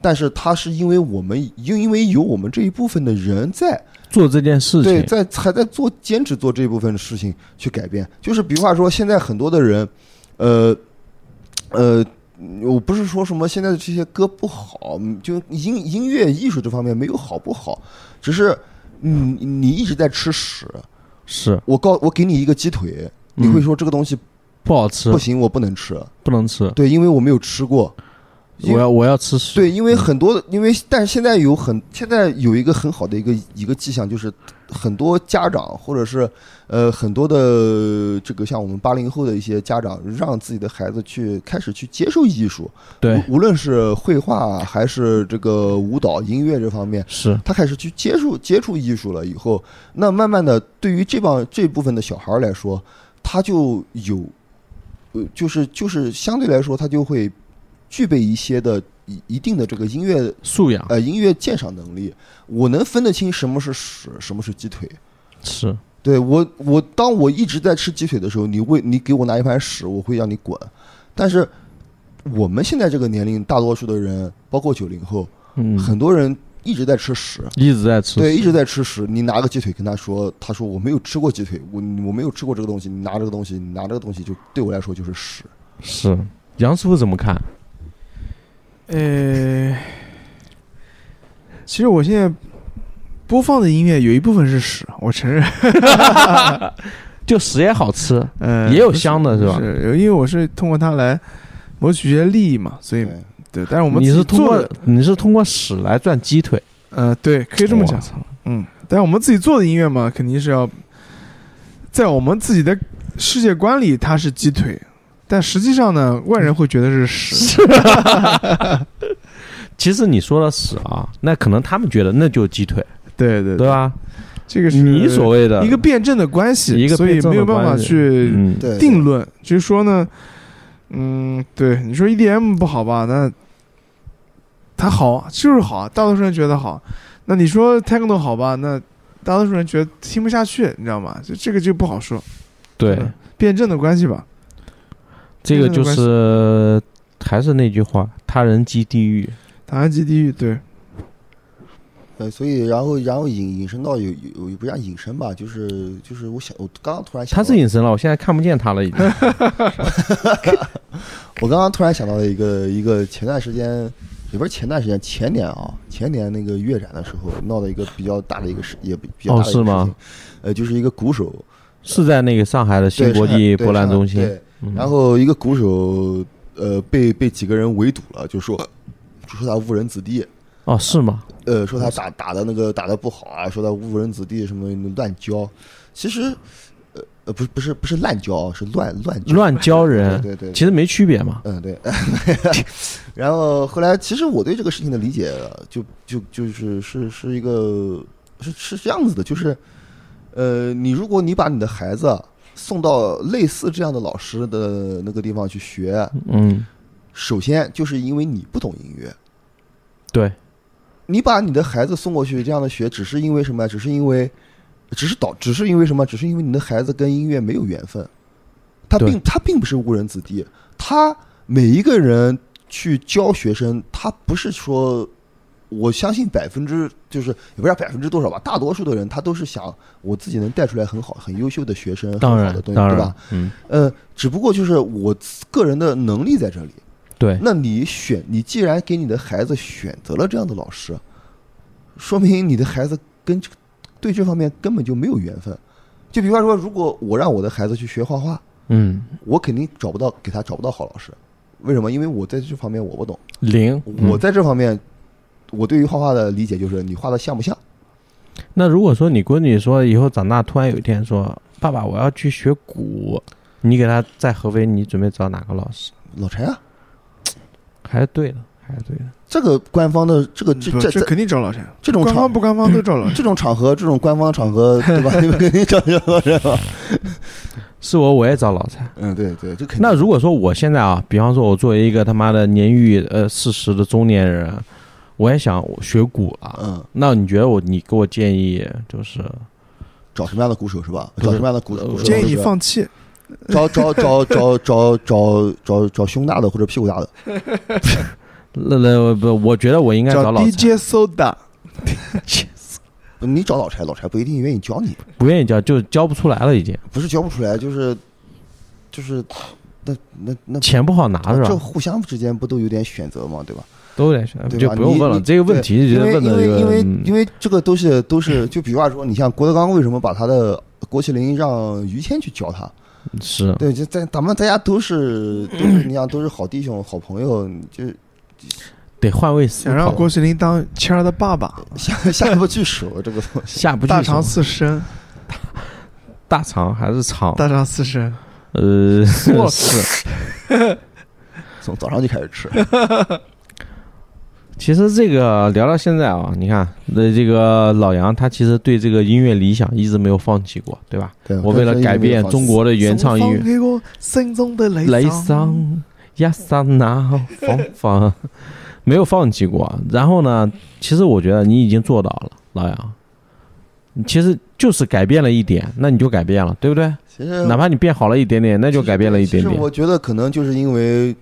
[SPEAKER 3] 但是它是因为我们因因为有我们这一部分的人在，
[SPEAKER 2] 做这件事情，
[SPEAKER 3] 对，在还在做坚持做这部分的事情去改变，就是比方说现在很多的人，呃，呃，我不是说什么现在的这些歌不好，嗯就音音乐艺术这方面没有好不好，只是你你一直在吃屎。
[SPEAKER 2] 是
[SPEAKER 3] 我告我给你一个鸡腿，你
[SPEAKER 2] 嗯
[SPEAKER 3] 会说这个东西
[SPEAKER 2] 不好吃
[SPEAKER 3] 不，行，我不能吃，
[SPEAKER 2] 不能吃。
[SPEAKER 3] 对，因为我没有吃过。因
[SPEAKER 2] 我要我要吃屎。
[SPEAKER 3] 对，因为很多，因为但是现在有很现在有一个很好的一个一个迹象，就是很多家长或者是呃很多的这个像我们八零后的一些家长，让自己的孩子去开始去接受艺术，
[SPEAKER 2] 对，
[SPEAKER 3] 无无论是绘画还是这个舞蹈、音乐这方面，
[SPEAKER 2] 是
[SPEAKER 3] 他开始去接触接触艺术了以后，那慢慢的对于这帮这部分的小孩儿来说，他就有，呃，就是就是相对来说，他就会具备一些的一一定的这个音乐
[SPEAKER 2] 素养，
[SPEAKER 3] 呃音乐鉴赏能力。我能分得清什么是屎，什么是鸡腿。
[SPEAKER 2] 是
[SPEAKER 3] 对我我当我一直在吃鸡腿的时候，你为你给我拿一盘屎，我会让你滚。但是我们现在这个年龄，大多数的人，包括九零后，
[SPEAKER 2] 嗯，
[SPEAKER 3] 很多人一直在吃屎。
[SPEAKER 2] 一直在吃。
[SPEAKER 3] 对，一直在吃屎。你拿个鸡腿跟他说，他说我没有吃过鸡腿，我我没有吃过这个东西。你拿这个东西，你拿这个东西就对我来说就是屎。
[SPEAKER 2] 是杨师傅怎么看？
[SPEAKER 1] 呃，其实我现在播放的音乐有一部分是屎，我承认。
[SPEAKER 2] 就屎也好吃，
[SPEAKER 1] 呃，
[SPEAKER 2] 也有
[SPEAKER 1] 不是
[SPEAKER 2] 香的是吧
[SPEAKER 1] 是，因为我是通过它来谋取一些利益嘛，所以
[SPEAKER 3] 对
[SPEAKER 1] 对。但是我们
[SPEAKER 2] 你
[SPEAKER 1] 自
[SPEAKER 2] 是
[SPEAKER 1] 己
[SPEAKER 2] 通
[SPEAKER 1] 做
[SPEAKER 2] 过
[SPEAKER 1] 的，
[SPEAKER 2] 你是通过屎来赚鸡腿，
[SPEAKER 1] 呃，对，可以这么
[SPEAKER 2] 我
[SPEAKER 1] 讲，
[SPEAKER 2] 操。
[SPEAKER 1] 嗯。但是我们自己做的音乐嘛，肯定是要在我们自己的世界观里它是鸡腿，但实际上呢，外人会觉得是屎。
[SPEAKER 2] 其实你说的屎啊，那可能他们觉得那就是鸡腿，
[SPEAKER 1] 对对
[SPEAKER 2] 对，吧？
[SPEAKER 1] 这个是
[SPEAKER 2] 你所谓的
[SPEAKER 1] 一个辩证的关系，
[SPEAKER 2] 一个
[SPEAKER 1] 所以
[SPEAKER 2] 辩证的
[SPEAKER 1] 没有办法
[SPEAKER 2] 关系
[SPEAKER 1] 去
[SPEAKER 2] 嗯，
[SPEAKER 3] 对，
[SPEAKER 1] 定论，就是说呢，嗯，对，你说 EDM 不好吧？那它好啊就是好，大多数人觉得好。那你说 Techno 好吧？那大多数人觉得听不下去，你知道吗？就这个就不好说，
[SPEAKER 2] 对，
[SPEAKER 1] 嗯辩证的关系吧。
[SPEAKER 2] 这个
[SPEAKER 1] 辩
[SPEAKER 2] 就
[SPEAKER 1] 证的关系
[SPEAKER 2] 是还是那句话，他人即地狱。
[SPEAKER 1] 塔安基地狱，对，
[SPEAKER 3] 呃，所以然后然后引引申到有有有不叫引申吧，就是就是我想我刚刚突然想
[SPEAKER 2] 他
[SPEAKER 3] 到
[SPEAKER 2] 是隐身了，我现在看不见他了，已 经。
[SPEAKER 3] 我刚刚突然想到了一个一个前段时间，也不是前段时间，前年啊，前年那个乐展的时候闹的一个比较大的一个事，也比比较
[SPEAKER 2] 哦
[SPEAKER 3] 大的一个
[SPEAKER 2] 是吗
[SPEAKER 3] 事情？呃，就是一个鼓手
[SPEAKER 2] 是在那个上海的
[SPEAKER 3] 对
[SPEAKER 2] 新国
[SPEAKER 3] 上海
[SPEAKER 2] 际
[SPEAKER 3] 对
[SPEAKER 2] 博览
[SPEAKER 3] 上海
[SPEAKER 2] 中心。嗯
[SPEAKER 3] 对，然后一个鼓手呃被被几个人围堵了，就说就说他误人子弟，
[SPEAKER 2] 哦，是吗？
[SPEAKER 3] 呃，说他打打的那个打的不好啊，说他误人子弟什么乱教，其实呃呃不是不是不是滥教，是乱乱教
[SPEAKER 2] 乱教人，
[SPEAKER 3] 对对对对
[SPEAKER 2] 其实没区别嘛。
[SPEAKER 3] 嗯，对。 然后后来，其实我对这个事情的理解就，就就是是是一个是是这样子的，就是呃，你如果你把你的孩子送到类似这样的老师的那个地方去学，
[SPEAKER 2] 嗯，
[SPEAKER 3] 首先就是因为你不懂音乐，
[SPEAKER 2] 对，
[SPEAKER 3] 你把你的孩子送过去这样的学，只是因为什么？只是因为，只是导，只是因为什么？只是因为你的孩子跟音乐没有缘分，他
[SPEAKER 2] 对
[SPEAKER 3] 并他并不是误人子弟，他每一个人去教学生，他不是说。我相信百分之就是也不知道百分之多少吧，大多数的人他都是想我自己能带出来很好、很优秀的学生，
[SPEAKER 2] 当
[SPEAKER 3] 嗯很好
[SPEAKER 2] 然
[SPEAKER 3] 的东西，
[SPEAKER 2] 当
[SPEAKER 3] 对
[SPEAKER 2] 然
[SPEAKER 3] 吧？，
[SPEAKER 2] 嗯，
[SPEAKER 3] 呃，只不过就是我个人的能力在这里，
[SPEAKER 2] 对，
[SPEAKER 3] 那你选，你既然给你的孩子选择了这样的老师，说明你的孩子跟这个对这方面根本就没有缘分。就比方说，如果我让我的孩子去学画画，
[SPEAKER 2] 嗯，
[SPEAKER 3] 我肯定找不到给他找不到好老师。为什么？因为我在这方面我不懂，
[SPEAKER 2] 零。
[SPEAKER 3] 我
[SPEAKER 2] 嗯
[SPEAKER 3] 在这方面，我对于画画的理解就是你画的像不像？
[SPEAKER 2] 那如果说你闺女说以后长大突然有一天说，爸爸我要去学鼓，你给她在合肥，你准备找哪个老师？
[SPEAKER 3] 老陈啊，
[SPEAKER 2] 还是对的，还是对的。
[SPEAKER 3] 这个官方的这个
[SPEAKER 1] 嗯
[SPEAKER 3] 这
[SPEAKER 1] 不
[SPEAKER 3] 这
[SPEAKER 1] 这
[SPEAKER 3] 这
[SPEAKER 1] 肯定找老陈，
[SPEAKER 3] 这种
[SPEAKER 1] 官
[SPEAKER 3] 场
[SPEAKER 1] 方不官方都找老陈。
[SPEAKER 3] 这种场合，这种官方场合，对吧？你 们肯定找老陈啊。
[SPEAKER 2] 是我，我也找老蔡。
[SPEAKER 3] 嗯，对对，这肯定。
[SPEAKER 2] 那如果说我现在啊，比方说我作为一个他妈的年逾呃四十的中年人，我也想学鼓啊了，
[SPEAKER 3] 嗯，
[SPEAKER 2] 那你觉得我你给我建议就是
[SPEAKER 3] 找什么样的鼓手是吧？
[SPEAKER 2] 不是
[SPEAKER 3] 找什么样的鼓
[SPEAKER 2] 呃
[SPEAKER 3] 鼓 手？
[SPEAKER 1] 建议你
[SPEAKER 3] 是吧
[SPEAKER 1] 放弃，
[SPEAKER 3] 找找找找找找找找胸大的或者屁股大的。
[SPEAKER 2] 那那不，我觉得我应该找
[SPEAKER 1] 找
[SPEAKER 2] 老蔡，
[SPEAKER 1] DJ Soda。
[SPEAKER 3] 你找老柴，老柴不一定愿意教你，
[SPEAKER 2] 不愿意教就教不出来了，已经
[SPEAKER 3] 不是教不出来，就是就是那那那
[SPEAKER 2] 钱不好拿是
[SPEAKER 3] 这
[SPEAKER 2] 吧？
[SPEAKER 3] 互相之间不都有点选择嘛，对吧？
[SPEAKER 2] 都得选，
[SPEAKER 3] 对
[SPEAKER 2] 就
[SPEAKER 3] 吧
[SPEAKER 2] 不用
[SPEAKER 3] 你
[SPEAKER 2] 问了。
[SPEAKER 3] 你
[SPEAKER 2] 这个问题
[SPEAKER 3] 因
[SPEAKER 2] 就
[SPEAKER 3] 为
[SPEAKER 2] 问
[SPEAKER 3] 因
[SPEAKER 2] 的
[SPEAKER 3] 为
[SPEAKER 2] 这个，
[SPEAKER 3] 因为
[SPEAKER 2] 嗯
[SPEAKER 3] 因为这个东西都是，就比方说，你像郭德纲为什么把他的郭麒麟让于谦去教他？
[SPEAKER 2] 是
[SPEAKER 3] 对，就在咱们大家都是都是，你想都是好弟兄、好朋友，就
[SPEAKER 2] 得换位思
[SPEAKER 1] 想让
[SPEAKER 2] 考
[SPEAKER 1] 郭，麒麟当谦儿的爸爸，
[SPEAKER 3] 下下不去手这个东西。
[SPEAKER 2] 下不去
[SPEAKER 1] 大
[SPEAKER 2] 手
[SPEAKER 1] 肠四升，
[SPEAKER 2] 大肠还是肠，
[SPEAKER 1] 大肠四升，
[SPEAKER 2] 呃，
[SPEAKER 1] 我
[SPEAKER 2] 是。
[SPEAKER 3] 从早上就开始吃，
[SPEAKER 2] 其实这个聊到现在啊，你看，那这个老杨他其实对这个音乐理想一直没有放弃过，对吧？
[SPEAKER 3] 对
[SPEAKER 2] 我为了改变中国的原创音乐，
[SPEAKER 1] 给我心中的雷
[SPEAKER 2] 雷桑亚桑拿芳芳，没有放弃过。然后呢，其实我觉得你已经做到了，老杨，你其实就是改变了一点，那你就改变了，对不对？
[SPEAKER 3] 其实
[SPEAKER 2] 哪怕你变好了一点点，那就改变了一点
[SPEAKER 3] 嗯其实
[SPEAKER 2] 点。
[SPEAKER 3] 我觉得可能就是因为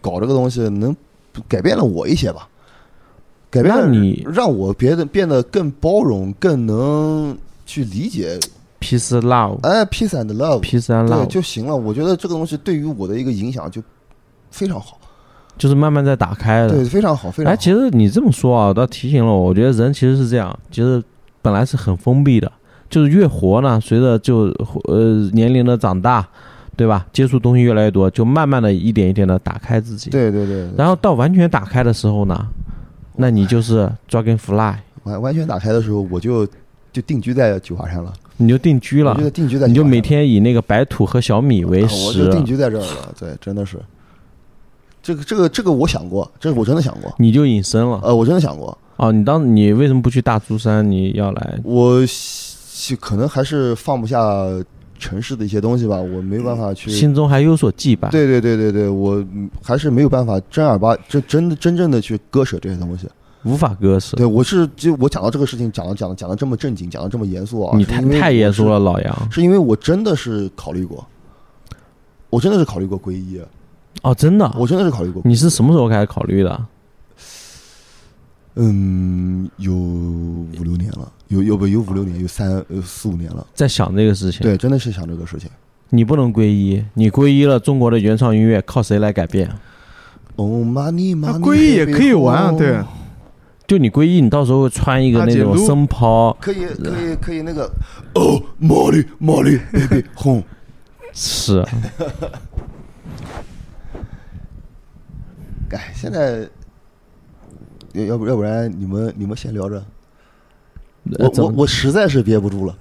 [SPEAKER 3] 搞这个东西能改变了我一些吧，改变了
[SPEAKER 2] 那你
[SPEAKER 3] 让我别的变得更包容，更能去理解，
[SPEAKER 2] Peace love，peace
[SPEAKER 3] 哎，peace and love，
[SPEAKER 2] and
[SPEAKER 3] 对
[SPEAKER 2] love，
[SPEAKER 3] 就行了。我觉得这个东西对于我的一个影响就非常好，
[SPEAKER 2] 就是慢慢在打开的
[SPEAKER 3] 对，。啊非常好，非常
[SPEAKER 2] 哎，
[SPEAKER 3] 好。
[SPEAKER 2] 其实你这么说啊，倒提醒了我。我觉得人其实是这样，其实本来是很封闭的，就是越活呢，随着就呃年龄的长大，对吧？接触东西越来越多，就慢慢的一点一点的打开自己。。
[SPEAKER 3] 对对对，
[SPEAKER 2] 然后到完全打开的时候呢，那你就是 dragonfly，
[SPEAKER 3] 完完全打开的时候，我就就定居在九华山了，
[SPEAKER 2] 你就定居
[SPEAKER 3] 我
[SPEAKER 2] 了
[SPEAKER 3] 觉，得定居在
[SPEAKER 2] 你就
[SPEAKER 3] 九华山
[SPEAKER 2] 每
[SPEAKER 3] 了
[SPEAKER 2] 天以那个白土和小米为
[SPEAKER 3] 啊我就
[SPEAKER 2] 食，
[SPEAKER 3] 定居在这儿了。对，真的是，这个这个这个我想过，这个我真的想过，
[SPEAKER 2] 你就隐身了。
[SPEAKER 3] 呃，我真的想过，
[SPEAKER 2] 哦，你当你为什么不去大珠山？你要来
[SPEAKER 3] 我喜可能还是放不下城市的一些东西吧，我没办法去。
[SPEAKER 2] 心中还有所羁绊。
[SPEAKER 3] 对对对对对，我嗯还是没有办法正儿八真真的真正的去割舍这些东西。
[SPEAKER 2] 无法割舍。
[SPEAKER 3] 对我是就我讲到这个事情，讲了讲了讲的这么正经，讲的这么严肃啊，
[SPEAKER 2] 你
[SPEAKER 3] 是
[SPEAKER 2] 太
[SPEAKER 3] 因为
[SPEAKER 2] 太
[SPEAKER 3] 我
[SPEAKER 2] 严肃
[SPEAKER 3] 是
[SPEAKER 2] 了，，老杨。
[SPEAKER 3] 是因为我真的是考虑过，我真的是考虑过皈依，啊
[SPEAKER 2] 哦，真的？
[SPEAKER 3] 我真的是考虑过。
[SPEAKER 2] 你是什么时候开始考虑的？
[SPEAKER 3] 嗯，有五六年了，有有不有五六年，有三呃四五年了。
[SPEAKER 2] 在想这个事情？
[SPEAKER 3] 对，真的是想这个事情。
[SPEAKER 2] 你不能皈依，你皈依了中国的原创音乐，靠谁来改变？
[SPEAKER 3] 哦，玛尼玛
[SPEAKER 1] 那
[SPEAKER 3] 尼，
[SPEAKER 1] 皈依也可以玩啊，对啊，
[SPEAKER 2] 就你皈依，你到时候穿一个那种
[SPEAKER 1] 阿姐撸
[SPEAKER 2] 僧袍，
[SPEAKER 3] 可以可以可以那个哦，玛丽玛丽 baby home，
[SPEAKER 2] 是啊
[SPEAKER 3] 哎，现在要要不要不然你们你们先聊着，
[SPEAKER 2] 呃
[SPEAKER 3] 我
[SPEAKER 2] 怎
[SPEAKER 3] 我
[SPEAKER 2] 么
[SPEAKER 3] 我实在是憋不住了，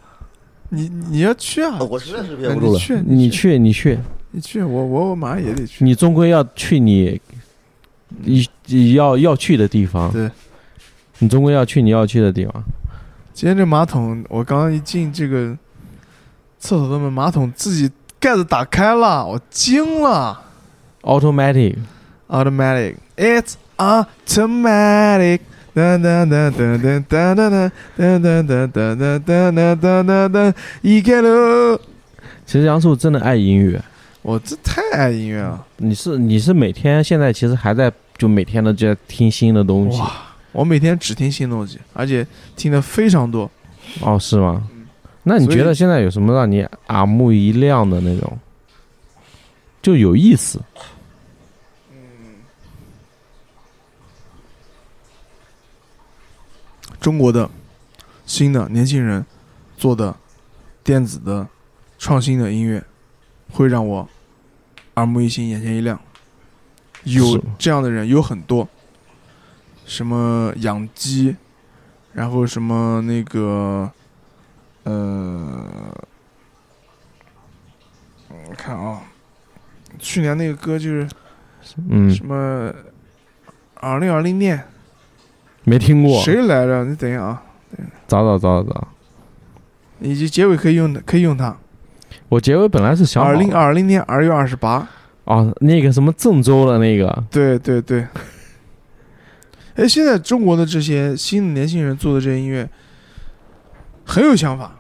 [SPEAKER 1] 你你要去啊
[SPEAKER 3] 啊，我实在是憋
[SPEAKER 1] 哎
[SPEAKER 3] 不住
[SPEAKER 1] 你
[SPEAKER 3] 了。
[SPEAKER 1] 去
[SPEAKER 2] 你
[SPEAKER 1] 去
[SPEAKER 2] 去你去，
[SPEAKER 1] 你去，我我我马上也得去。
[SPEAKER 2] 你终归要去你你你要要去的地方，
[SPEAKER 1] 对，
[SPEAKER 2] 你终归要去你要去的地方。
[SPEAKER 1] 今天这马桶，我刚刚一进这个厕所的门，马桶自己盖子打开了，我惊了。
[SPEAKER 2] Automatic，
[SPEAKER 1] Automatic, it's automatic。噔噔噔噔噔噔噔噔噔噔噔噔噔噔噔噔噔，一开喽！
[SPEAKER 2] 其实杨树真的爱音乐，
[SPEAKER 1] 我这太爱音乐了，
[SPEAKER 2] 你是你是每天现在其实还在就每天的在听新的东西
[SPEAKER 1] 哇我每天只听新东西，而且听的非常多。
[SPEAKER 2] 哦，是吗？那你
[SPEAKER 1] 所以
[SPEAKER 2] 觉得现在有什么让你耳目一亮的那种，就有意思？
[SPEAKER 1] 中国的新的年轻人做的电子的创新的音乐，会让我耳目一新、眼前一亮。有
[SPEAKER 2] 是
[SPEAKER 1] 这样的人有很多，什么养鸡，然后什么那个，呃，我看啊，去年那个歌就是
[SPEAKER 2] 嗯，
[SPEAKER 1] 什么二零二零年，
[SPEAKER 2] 没听过，
[SPEAKER 1] 谁来着？你等一下啊，
[SPEAKER 2] 找找找找找。
[SPEAKER 1] 以及结尾可以用的，可以用它。
[SPEAKER 2] 我结尾本来是想好
[SPEAKER 1] 二
[SPEAKER 2] 了
[SPEAKER 1] 零二零年二月二十八，
[SPEAKER 2] 哦，那个什么郑州的那个，
[SPEAKER 1] 对对对。 哎，现在中国的这些新的年轻人做的这些音乐，很有想法。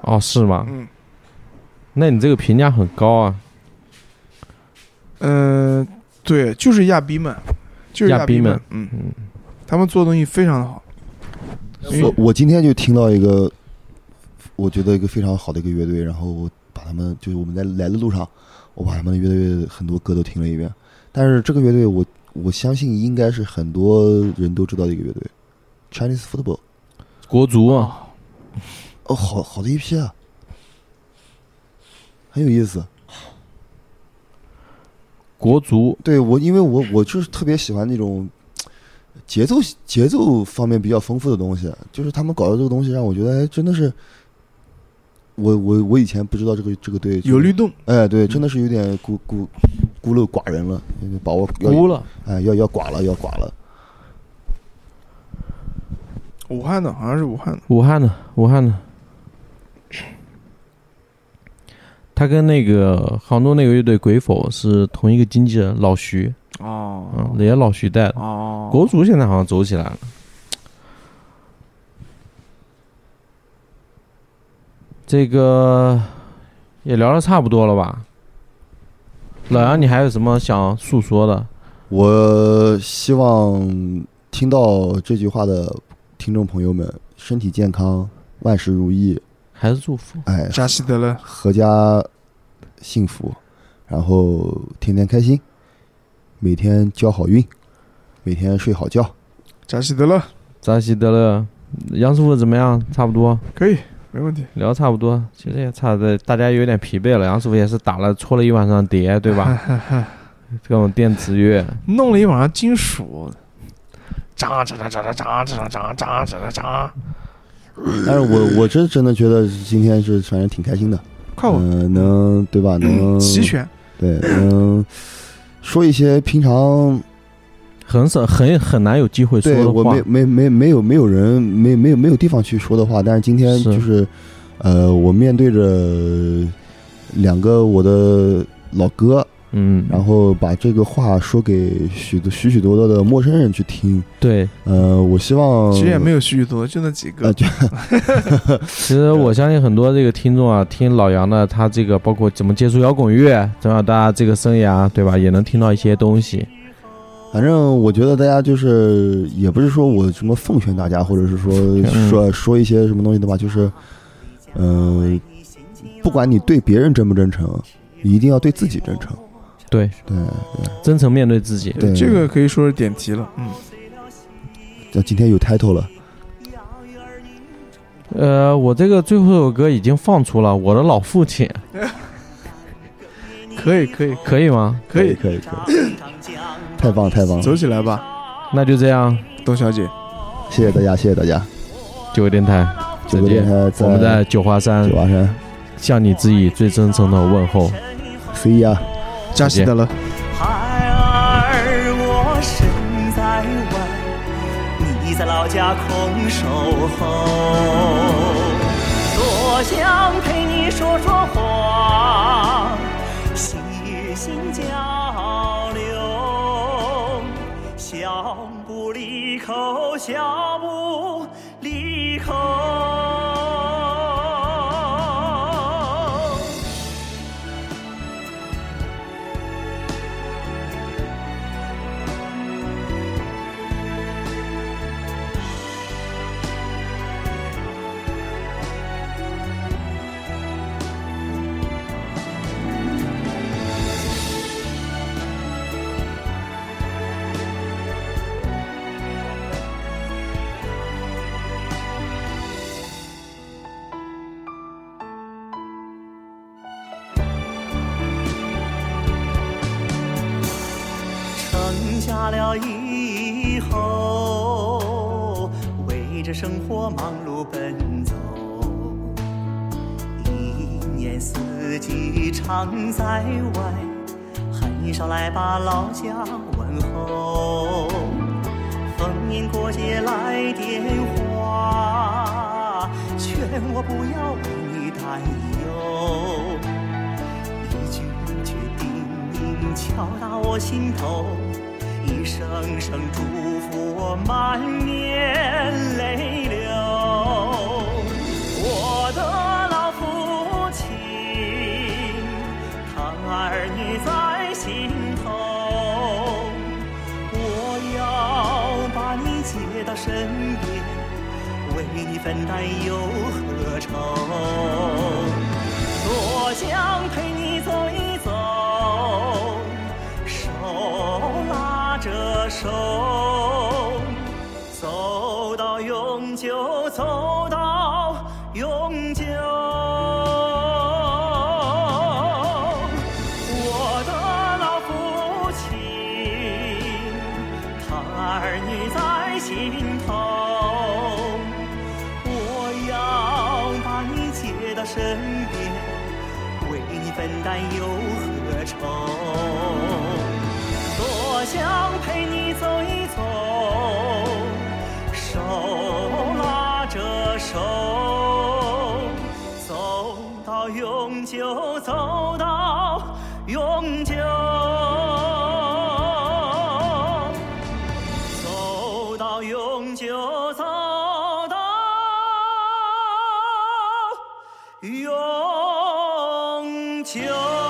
[SPEAKER 2] 哦，是吗？
[SPEAKER 1] 嗯
[SPEAKER 2] 那你这个评价很高啊，
[SPEAKER 1] 嗯、呃对，就是亚逼们，就是
[SPEAKER 2] 亚逼
[SPEAKER 1] 逼
[SPEAKER 2] 们
[SPEAKER 1] 们，嗯
[SPEAKER 2] 嗯，
[SPEAKER 1] 他们做的东西非常的好。
[SPEAKER 3] 我我今天就听到一个，我觉得一个非常好的一个乐队，然后我把他们就是我们在来的路上，我把他们的乐队很多歌都听了一遍。但是这个乐队我我相信应该是很多人都知道的一个乐队，Chinese Football。
[SPEAKER 2] 国足啊，
[SPEAKER 3] 哦，好好的一批啊，很有意思。
[SPEAKER 2] 国足
[SPEAKER 3] 对我，因为我我就是特别喜欢那种节奏节奏方面比较丰富的东西，就是他们搞的这个东西让我觉得，哎，真的是，我我我以前不知道这个这个队
[SPEAKER 1] 有律，动，
[SPEAKER 3] 哎，对，真的是有点孤孤孤陋寡人了，把我要
[SPEAKER 2] 哭了，
[SPEAKER 3] 哎要要寡了，要寡了。
[SPEAKER 1] 武汉的好像是武汉的，
[SPEAKER 2] 武汉的，武汉的，他跟那个杭州那个乐队鬼否是同一个经纪人老徐，
[SPEAKER 1] 哦
[SPEAKER 2] 嗯，也老徐带的。
[SPEAKER 1] 哦
[SPEAKER 2] 国足现在好像走起来了。这个也聊的差不多了吧？老杨，你还有什么想诉说的？
[SPEAKER 3] 我希望听到这句话的听众朋友们，身体健康，万事如意，
[SPEAKER 2] 还是祝福？
[SPEAKER 3] 哎，
[SPEAKER 1] 扎西德勒，
[SPEAKER 3] 阖家幸福，然后天天开心，每天交好运，每天 睡好觉。
[SPEAKER 1] 扎西德勒
[SPEAKER 2] 扎西德勒，杨师傅怎么样？差不多
[SPEAKER 1] 可以，没问题。
[SPEAKER 2] 聊差不多，其实也差的，大家有点疲惫了。杨师傅也是打了搓了一晚上碟，对 吧？ 各种电子乐，
[SPEAKER 1] 弄了一晚上金属，扎扎扎扎扎扎扎扎扎扎扎，
[SPEAKER 3] 但是我我真真的觉得今天是反正挺开心的，
[SPEAKER 1] 快活，
[SPEAKER 3] 嗯、能对吧？能
[SPEAKER 1] 齐全，
[SPEAKER 3] 对，能说一些平常
[SPEAKER 2] 很少很很难有机会说
[SPEAKER 3] 对
[SPEAKER 2] 的
[SPEAKER 3] 我
[SPEAKER 2] 话
[SPEAKER 3] 没。没没没有没有人没没有没有地方去说的话，但是今天
[SPEAKER 2] 是
[SPEAKER 3] 就是，呃，我面对着两个我的老哥，
[SPEAKER 2] 嗯，
[SPEAKER 3] 然后把这个话说给许多许许多多的陌生人去听。
[SPEAKER 2] 对，
[SPEAKER 3] 呃，我希望
[SPEAKER 1] 其实也没有许许多多，就那几个。
[SPEAKER 3] 呃就
[SPEAKER 2] 其实我相信很多这个听众啊，听老杨的他这个包括怎么接触摇滚乐，怎么样大家啊这个生涯，对吧？也能听到一些东西。
[SPEAKER 3] 反正我觉得大家就是也不是说我什么奉劝大家，或者是说
[SPEAKER 2] 嗯
[SPEAKER 3] 说说一些什么东西的吧，就是，呃，不管你对别人真不真诚，你一定要对自己真诚。
[SPEAKER 2] 对，
[SPEAKER 3] 对，
[SPEAKER 2] 真诚面对自己。
[SPEAKER 3] 对
[SPEAKER 1] 这个可以说是点题了。嗯，
[SPEAKER 3] 那今天有 title 了，
[SPEAKER 2] 呃，我这个最后一首歌已经放出了，《我的老父亲》，
[SPEAKER 1] 可以，可以，
[SPEAKER 2] 可以吗？
[SPEAKER 1] 可以，
[SPEAKER 3] 可以，可以，太棒太棒了，
[SPEAKER 1] 走起来吧，
[SPEAKER 2] 那就这样，
[SPEAKER 1] 董小姐。
[SPEAKER 3] 谢谢大家，谢谢大家，
[SPEAKER 2] 九个电台，
[SPEAKER 3] 九个
[SPEAKER 2] 再见
[SPEAKER 3] 电台
[SPEAKER 2] 我们
[SPEAKER 3] 在
[SPEAKER 2] 在九华山
[SPEAKER 3] 九华山
[SPEAKER 2] 向你致以最真诚的问候。
[SPEAKER 3] ，C E 呀。
[SPEAKER 1] 加西德勒。
[SPEAKER 5] 孩儿，我身在外，你在老家空守候。多想陪你说说话，昔日新交流。笑不离口，笑不离口。生下了以后，为着生活忙碌奔走，一年四季常在外，很少来把老家问候。逢年过节来电话，劝我不要为你担忧。一句句叮咛敲打我心头，一声声祝福我满面泪流。我的老父亲，疼儿女在心头，我要把你接到身边，为你分担忧和愁。多想陪你走一走，手拉着手，走到永久，走到永久。我的老父亲，疼儿女在心头。我要把你接到身边，为你分担忧和愁。多想陪你走一走，手拉着手，走到永久，走到永久。走到永久，走到永久。